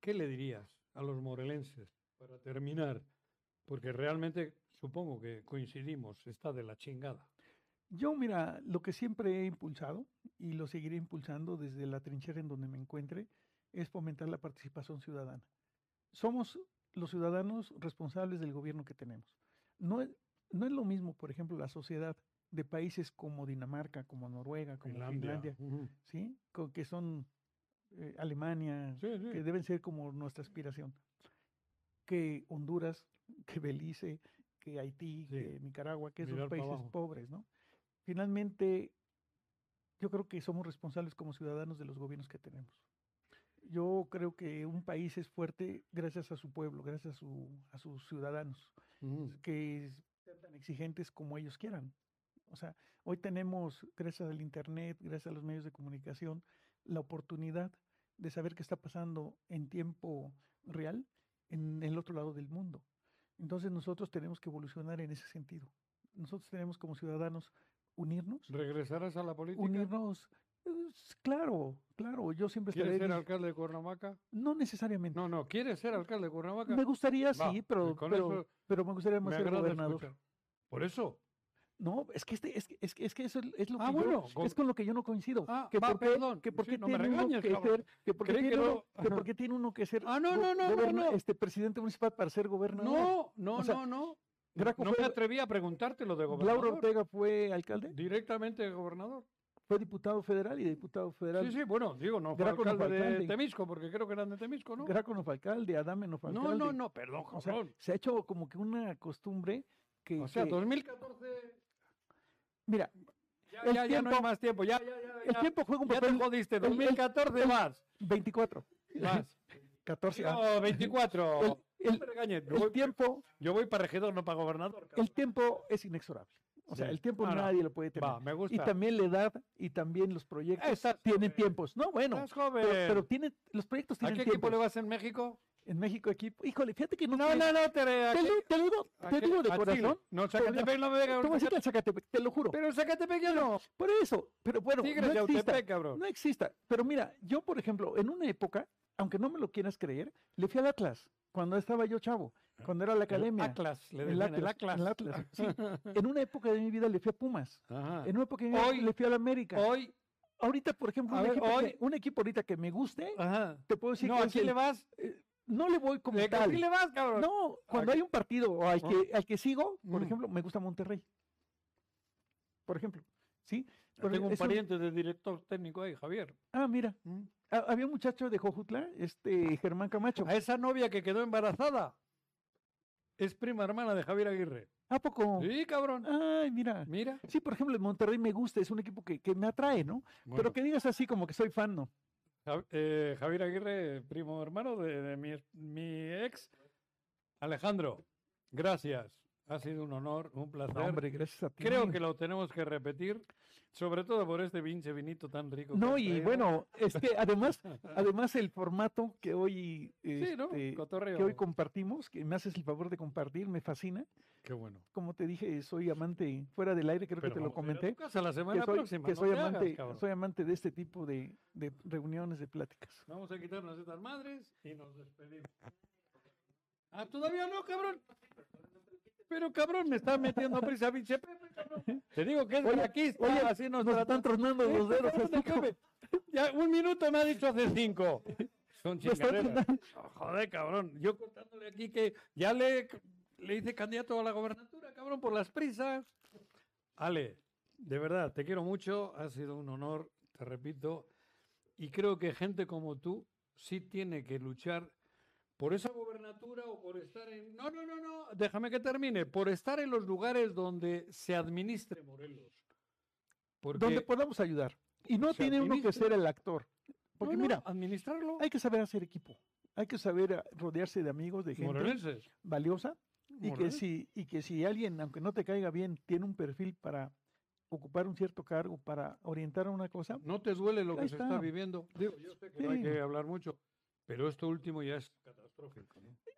[SPEAKER 3] ¿Qué le dirías a los morelenses para terminar? Porque realmente supongo que coincidimos, está de la chingada.
[SPEAKER 2] Yo, mira, lo que siempre he impulsado y lo seguiré impulsando desde la trinchera en donde me encuentre es fomentar la participación ciudadana. Somos los ciudadanos responsables del gobierno que tenemos. No es, no es lo mismo, por ejemplo, la sociedad de países como Dinamarca, como Noruega, como Finlandia,
[SPEAKER 3] Ujú.
[SPEAKER 2] ¿sí? Co- que son eh, Alemania,
[SPEAKER 3] Sí, sí.
[SPEAKER 2] que deben ser como nuestra aspiración. Que Honduras, que Belice, que Haití,
[SPEAKER 3] Sí.
[SPEAKER 2] que Nicaragua, que
[SPEAKER 3] Mirar
[SPEAKER 2] esos
[SPEAKER 3] pa'
[SPEAKER 2] países
[SPEAKER 3] abajo.
[SPEAKER 2] pobres, ¿no? Finalmente, yo creo que somos responsables como ciudadanos de los gobiernos que tenemos. Yo creo que un país es fuerte gracias a su pueblo, gracias a, su- a sus ciudadanos,
[SPEAKER 3] Ujú.
[SPEAKER 2] pues, que es- sean tan exigentes como ellos quieran. O sea, hoy tenemos, gracias al Internet, gracias a los medios de comunicación, la oportunidad de saber qué está pasando en tiempo real en el otro lado del mundo. Entonces nosotros tenemos que evolucionar en ese sentido. Nosotros tenemos como ciudadanos unirnos,
[SPEAKER 3] ¿Regresarás a la política?
[SPEAKER 2] unirnos. es- Claro, claro, yo siempre
[SPEAKER 3] ¿Quieres
[SPEAKER 2] estaré...
[SPEAKER 3] ser
[SPEAKER 2] dis-
[SPEAKER 3] alcalde de Cuernavaca?
[SPEAKER 2] No necesariamente.
[SPEAKER 3] No, no, ¿quieres ser alcalde de Cuernavaca?
[SPEAKER 2] Me gustaría,
[SPEAKER 3] Va,
[SPEAKER 2] sí,
[SPEAKER 3] eh,
[SPEAKER 2] pero,
[SPEAKER 3] con
[SPEAKER 2] pero,
[SPEAKER 3] eso
[SPEAKER 2] pero me gustaría
[SPEAKER 3] me
[SPEAKER 2] más ser
[SPEAKER 3] agrada
[SPEAKER 2] gobernador.
[SPEAKER 3] escuchar. Por eso.
[SPEAKER 2] No, es que este, es que, es que, es que eso es lo que
[SPEAKER 3] Ah,
[SPEAKER 2] yo-
[SPEAKER 3] bueno, con-
[SPEAKER 2] es con lo que yo no coincido.
[SPEAKER 3] Ah,
[SPEAKER 2] que
[SPEAKER 3] va,
[SPEAKER 2] por qué-
[SPEAKER 3] perdón,
[SPEAKER 2] que por
[SPEAKER 3] sí,
[SPEAKER 2] qué
[SPEAKER 3] no me
[SPEAKER 2] tiene uno
[SPEAKER 3] regañes,
[SPEAKER 2] que
[SPEAKER 3] cabrón.
[SPEAKER 2] ser, que por qué
[SPEAKER 3] Creí que
[SPEAKER 2] tiene uno,
[SPEAKER 3] no.
[SPEAKER 2] que por qué tiene uno que ser
[SPEAKER 3] Ah, no,
[SPEAKER 2] go-
[SPEAKER 3] no, no, no, no.
[SPEAKER 2] este presidente municipal para ser gobernador.
[SPEAKER 3] No, no,
[SPEAKER 2] O sea,
[SPEAKER 3] no, no.
[SPEAKER 2] Graco
[SPEAKER 3] no me
[SPEAKER 2] fue-
[SPEAKER 3] atreví a preguntarte lo de
[SPEAKER 2] Laura
[SPEAKER 3] gobernador.
[SPEAKER 2] Ortega fue alcalde,
[SPEAKER 3] Directamente de gobernador.
[SPEAKER 2] fue diputado federal y diputado federal.
[SPEAKER 3] Sí, sí, bueno, digo, no fue
[SPEAKER 2] Graco no fue
[SPEAKER 3] alcalde de
[SPEAKER 2] alcalde.
[SPEAKER 3] Temisco, porque creo que eran de Temisco, ¿no?
[SPEAKER 2] Graco no fue alcalde, Adame no fue
[SPEAKER 3] No,
[SPEAKER 2] alcalde.
[SPEAKER 3] no, no, perdón,
[SPEAKER 2] O sea,
[SPEAKER 3] cabrón.
[SPEAKER 2] se ha hecho como que una costumbre que,
[SPEAKER 3] O sea,
[SPEAKER 2] que-
[SPEAKER 3] 2014.
[SPEAKER 2] mira,
[SPEAKER 3] Ya,
[SPEAKER 2] El
[SPEAKER 3] ya, ya no hay
[SPEAKER 2] tiempo-
[SPEAKER 3] más tiempo. Ya, ya, ya.
[SPEAKER 2] el
[SPEAKER 3] ya.
[SPEAKER 2] tiempo juega un
[SPEAKER 3] Ya te
[SPEAKER 2] papel
[SPEAKER 3] jodiste.
[SPEAKER 2] el- el-
[SPEAKER 3] 2014 más.
[SPEAKER 2] 24,
[SPEAKER 3] Más.
[SPEAKER 2] 14. ah,
[SPEAKER 3] No, 24.
[SPEAKER 2] El- el-
[SPEAKER 3] No me regañes, yo
[SPEAKER 2] el
[SPEAKER 3] voy-
[SPEAKER 2] tiempo,
[SPEAKER 3] Yo voy para regidor, no para gobernador.
[SPEAKER 2] el tiempo es inexorable. O sea,
[SPEAKER 3] Sí.
[SPEAKER 2] el tiempo
[SPEAKER 3] No, no.
[SPEAKER 2] nadie lo puede tener.
[SPEAKER 3] Va, me gusta.
[SPEAKER 2] Y también la edad y también los proyectos
[SPEAKER 3] Estás
[SPEAKER 2] tienen
[SPEAKER 3] joven,
[SPEAKER 2] tiempos. No, bueno,
[SPEAKER 3] Estás joven.
[SPEAKER 2] pero, pero tiene, los proyectos
[SPEAKER 3] ¿A
[SPEAKER 2] tienen
[SPEAKER 3] qué
[SPEAKER 2] tiempo.
[SPEAKER 3] equipo le vas en México?
[SPEAKER 2] En México, equipo. Híjole, fíjate que no.
[SPEAKER 3] No,
[SPEAKER 2] tiene-
[SPEAKER 3] no, no, te, re- a
[SPEAKER 2] Te,
[SPEAKER 3] qué-
[SPEAKER 2] lo, te lo digo,
[SPEAKER 3] a
[SPEAKER 2] te
[SPEAKER 3] qué-
[SPEAKER 2] digo de
[SPEAKER 3] a Chile.
[SPEAKER 2] corazón.
[SPEAKER 3] No,
[SPEAKER 2] te lo digo. Te
[SPEAKER 3] Zacatepec no me
[SPEAKER 2] voy a
[SPEAKER 3] venga.
[SPEAKER 2] decir que al Zacatepec, te lo juro.
[SPEAKER 3] Pero Zacatepec ya no.
[SPEAKER 2] Por eso, pero bueno,
[SPEAKER 3] Tigres de
[SPEAKER 2] no exista.
[SPEAKER 3] Autepec, cabrón.
[SPEAKER 2] No exista. Pero mira, yo, por ejemplo, en una época, aunque no me lo quieras creer, le fui al Atlas cuando estaba yo chavo, cuando era la academia.
[SPEAKER 3] Atlas, le
[SPEAKER 2] El
[SPEAKER 3] decían, el
[SPEAKER 2] Atlas,
[SPEAKER 3] Atlas.
[SPEAKER 2] el Atlas, sí. En una época de mi vida le fui a Pumas.
[SPEAKER 3] Ajá.
[SPEAKER 2] En una época de mi vida
[SPEAKER 3] Ah. Hoy-
[SPEAKER 2] le fui al América.
[SPEAKER 3] Hoy,
[SPEAKER 2] Ahorita, por ejemplo,
[SPEAKER 3] A
[SPEAKER 2] un,
[SPEAKER 3] ver,
[SPEAKER 2] equipo
[SPEAKER 3] hoy-
[SPEAKER 2] que, un equipo ahorita que me guste,
[SPEAKER 3] ajá.
[SPEAKER 2] te puedo decir
[SPEAKER 3] No,
[SPEAKER 2] que
[SPEAKER 3] ¿a
[SPEAKER 2] es
[SPEAKER 3] quién
[SPEAKER 2] el-
[SPEAKER 3] le vas?
[SPEAKER 2] no le voy como
[SPEAKER 3] ¿De- ¿A
[SPEAKER 2] tal.
[SPEAKER 3] quién le vas, cabrón?
[SPEAKER 2] No, cuando
[SPEAKER 3] qué?
[SPEAKER 2] hay un partido o al
[SPEAKER 3] Ah.
[SPEAKER 2] que, al que sigo, por
[SPEAKER 3] Mm.
[SPEAKER 2] ejemplo, me gusta Monterrey. Por ejemplo, ¿sí? pero
[SPEAKER 3] Tengo un Mm,
[SPEAKER 2] es un-
[SPEAKER 3] pariente de director técnico ahí, Javier.
[SPEAKER 2] Ah, mira, ha- había un muchacho de Jojutla, este Germán Camacho.
[SPEAKER 3] A esa novia que quedó embarazada es prima hermana de Javier Aguirre.
[SPEAKER 2] ¿A poco?
[SPEAKER 3] Sí, cabrón.
[SPEAKER 2] Ay, mira.
[SPEAKER 3] Mira.
[SPEAKER 2] Sí, por ejemplo, el Monterrey me gusta, es un equipo que, que me atrae, ¿no?
[SPEAKER 3] Bueno,
[SPEAKER 2] Pero que digas así como que soy fan, ¿no?
[SPEAKER 3] Jav- eh, Javier Aguirre, primo hermano de, de mi, es- mi ex. Alejandro, gracias. Ha sido un honor, un placer.
[SPEAKER 2] No, hombre, gracias a ti.
[SPEAKER 3] Creo que lo tenemos que repetir, sobre todo por este vinche vinito tan rico. que
[SPEAKER 2] No,
[SPEAKER 3] has
[SPEAKER 2] y
[SPEAKER 3] traído.
[SPEAKER 2] bueno, es que además, además el formato que hoy,
[SPEAKER 3] sí, ¿no?
[SPEAKER 2] este,
[SPEAKER 3] Cotorreo.
[SPEAKER 2] que hoy compartimos, que me haces el favor de compartir, me fascina.
[SPEAKER 3] Qué bueno.
[SPEAKER 2] Como te dije, soy amante fuera del aire, creo
[SPEAKER 3] Pero
[SPEAKER 2] que te lo
[SPEAKER 3] vamos a ir a tu
[SPEAKER 2] comenté.
[SPEAKER 3] casa la semana
[SPEAKER 2] Que soy,
[SPEAKER 3] próxima.
[SPEAKER 2] que
[SPEAKER 3] no
[SPEAKER 2] soy
[SPEAKER 3] te hagas,
[SPEAKER 2] amante,
[SPEAKER 3] cabrón.
[SPEAKER 2] soy amante de este tipo de, de reuniones, de pláticas.
[SPEAKER 3] Vamos a quitarnos estas madres y nos despedimos. Ah, todavía no, cabrón. Pero cabrón, me está metiendo prisa, pinche Pepe, cabrón. Te digo que es
[SPEAKER 2] Oye,
[SPEAKER 3] braquista,
[SPEAKER 2] oye,
[SPEAKER 3] así nos,
[SPEAKER 2] Nos
[SPEAKER 3] tratan.
[SPEAKER 2] están tronando los
[SPEAKER 3] Este
[SPEAKER 2] dedos.
[SPEAKER 3] cabrón de
[SPEAKER 2] así como-
[SPEAKER 3] Pepe. Ya un minuto me ha dicho hace cinco. Son
[SPEAKER 2] Me están
[SPEAKER 3] chingaderas. Oh, joder, cabrón. Yo contándole aquí que ya le, le hice candidato a la gobernatura, cabrón, por las prisas. Ale, de verdad, te quiero mucho. Ha sido un honor, te repito. Y creo que gente como tú sí tiene que luchar ¿Por esa gobernatura o por estar en.? No, no, no, no, déjame que termine. Por estar en los lugares donde se administre Morelos. Porque
[SPEAKER 2] donde podamos ayudar. Y no
[SPEAKER 3] se
[SPEAKER 2] tiene uno que
[SPEAKER 3] administra.
[SPEAKER 2] ser el actor. Porque
[SPEAKER 3] No, no,
[SPEAKER 2] mira,
[SPEAKER 3] administrarlo.
[SPEAKER 2] hay que saber hacer equipo. Hay que saber eh, rodearse de amigos, de gente
[SPEAKER 3] Morelenses.
[SPEAKER 2] valiosa. Y que,
[SPEAKER 3] Morelenses.
[SPEAKER 2] si, y que si alguien, aunque no te caiga bien, tiene un perfil para ocupar un cierto cargo, para orientar a una cosa,
[SPEAKER 3] No te duele lo
[SPEAKER 2] Ahí
[SPEAKER 3] que se está
[SPEAKER 2] está.
[SPEAKER 3] viviendo. Digo, yo sé que no hay
[SPEAKER 2] Sí.
[SPEAKER 3] que hablar mucho, pero esto último ya es catastrófico. ¿no?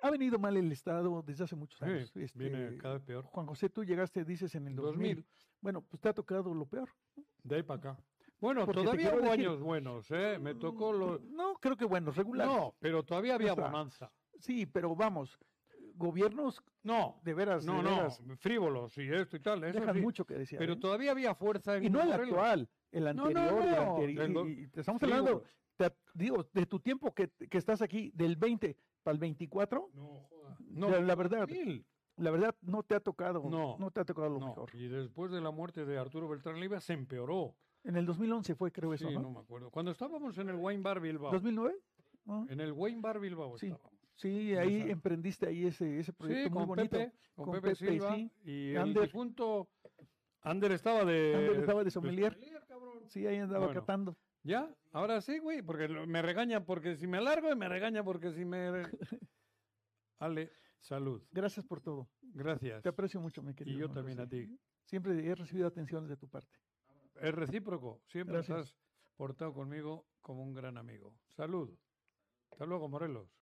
[SPEAKER 2] ha venido mal el Estado desde hace muchos
[SPEAKER 3] Sí,
[SPEAKER 2] años.
[SPEAKER 3] viene
[SPEAKER 2] Este,
[SPEAKER 3] cada vez peor.
[SPEAKER 2] Juan José, tú llegaste, dices, en el 2000.
[SPEAKER 3] 2000,
[SPEAKER 2] Bueno, pues te ha tocado lo peor.
[SPEAKER 3] de ahí para acá. Bueno,
[SPEAKER 2] Porque te
[SPEAKER 3] todavía
[SPEAKER 2] quiero
[SPEAKER 3] hubo
[SPEAKER 2] decir-
[SPEAKER 3] años buenos, ¿eh? Me tocó
[SPEAKER 2] Mm,
[SPEAKER 3] lo...
[SPEAKER 2] No, creo que bueno, regular.
[SPEAKER 3] No, pero todavía había
[SPEAKER 2] O sea,
[SPEAKER 3] bonanza.
[SPEAKER 2] Sí, pero vamos, gobiernos
[SPEAKER 3] No,
[SPEAKER 2] de veras,
[SPEAKER 3] no,
[SPEAKER 2] de
[SPEAKER 3] no,
[SPEAKER 2] veras,
[SPEAKER 3] frívolos y esto y tal, eso
[SPEAKER 2] dejan
[SPEAKER 3] sí,
[SPEAKER 2] mucho que desear.
[SPEAKER 3] Pero
[SPEAKER 2] ¿eh?
[SPEAKER 3] todavía había fuerza en
[SPEAKER 2] y no el
[SPEAKER 3] Morelos.
[SPEAKER 2] actual, el
[SPEAKER 3] No, no,
[SPEAKER 2] anterior, el
[SPEAKER 3] no, pues.
[SPEAKER 2] anterior-
[SPEAKER 3] del go-
[SPEAKER 2] y- y te estamos hablando,
[SPEAKER 3] frívolos.
[SPEAKER 2] te- digo, de tu tiempo que, que estás aquí, del 20 para el 24,
[SPEAKER 3] No, joda.
[SPEAKER 2] la-
[SPEAKER 3] No,
[SPEAKER 2] la verdad,
[SPEAKER 3] 2000.
[SPEAKER 2] la verdad no te ha tocado,
[SPEAKER 3] No,
[SPEAKER 2] no, te ha tocado lo
[SPEAKER 3] No,
[SPEAKER 2] mejor.
[SPEAKER 3] Y después de la muerte de Arturo Beltrán Leiva se empeoró.
[SPEAKER 2] En el 2011 fue, creo eso,
[SPEAKER 3] Sí,
[SPEAKER 2] ¿no?
[SPEAKER 3] no me acuerdo. Cuando estábamos en el Wine Bar Bilbao.
[SPEAKER 2] ¿2009? ¿no?
[SPEAKER 3] En el Wayne Bar Bilbao
[SPEAKER 2] Sí,
[SPEAKER 3] estábamos.
[SPEAKER 2] Sí,
[SPEAKER 3] en
[SPEAKER 2] ahí
[SPEAKER 3] esa.
[SPEAKER 2] emprendiste ahí ese, ese proyecto
[SPEAKER 3] Sí,
[SPEAKER 2] muy
[SPEAKER 3] con
[SPEAKER 2] bonito.
[SPEAKER 3] Pepe, con,
[SPEAKER 2] con
[SPEAKER 3] Pepe,
[SPEAKER 2] Pepe,
[SPEAKER 3] Silva
[SPEAKER 2] sí.
[SPEAKER 3] y
[SPEAKER 2] Ander-
[SPEAKER 3] el difunto Ander estaba de
[SPEAKER 2] Ander estaba de sommelier.
[SPEAKER 3] cabrón.
[SPEAKER 2] Sí, ahí andaba
[SPEAKER 3] Eh, pues, Bueno.
[SPEAKER 2] catando.
[SPEAKER 3] Ya, ahora sí, güey, porque lo- me regaña porque si me alargo y me regaña porque si me Ale, salud.
[SPEAKER 2] Gracias por todo.
[SPEAKER 3] Gracias.
[SPEAKER 2] Te aprecio mucho, mi querido.
[SPEAKER 3] Y yo
[SPEAKER 2] Juan
[SPEAKER 3] también a
[SPEAKER 2] José.
[SPEAKER 3] ti.
[SPEAKER 2] Siempre he recibido atenciones de tu parte.
[SPEAKER 3] Es recíproco, siempre
[SPEAKER 2] Gracias.
[SPEAKER 3] estás portado conmigo como un gran amigo. Salud. Hasta luego, Morelos.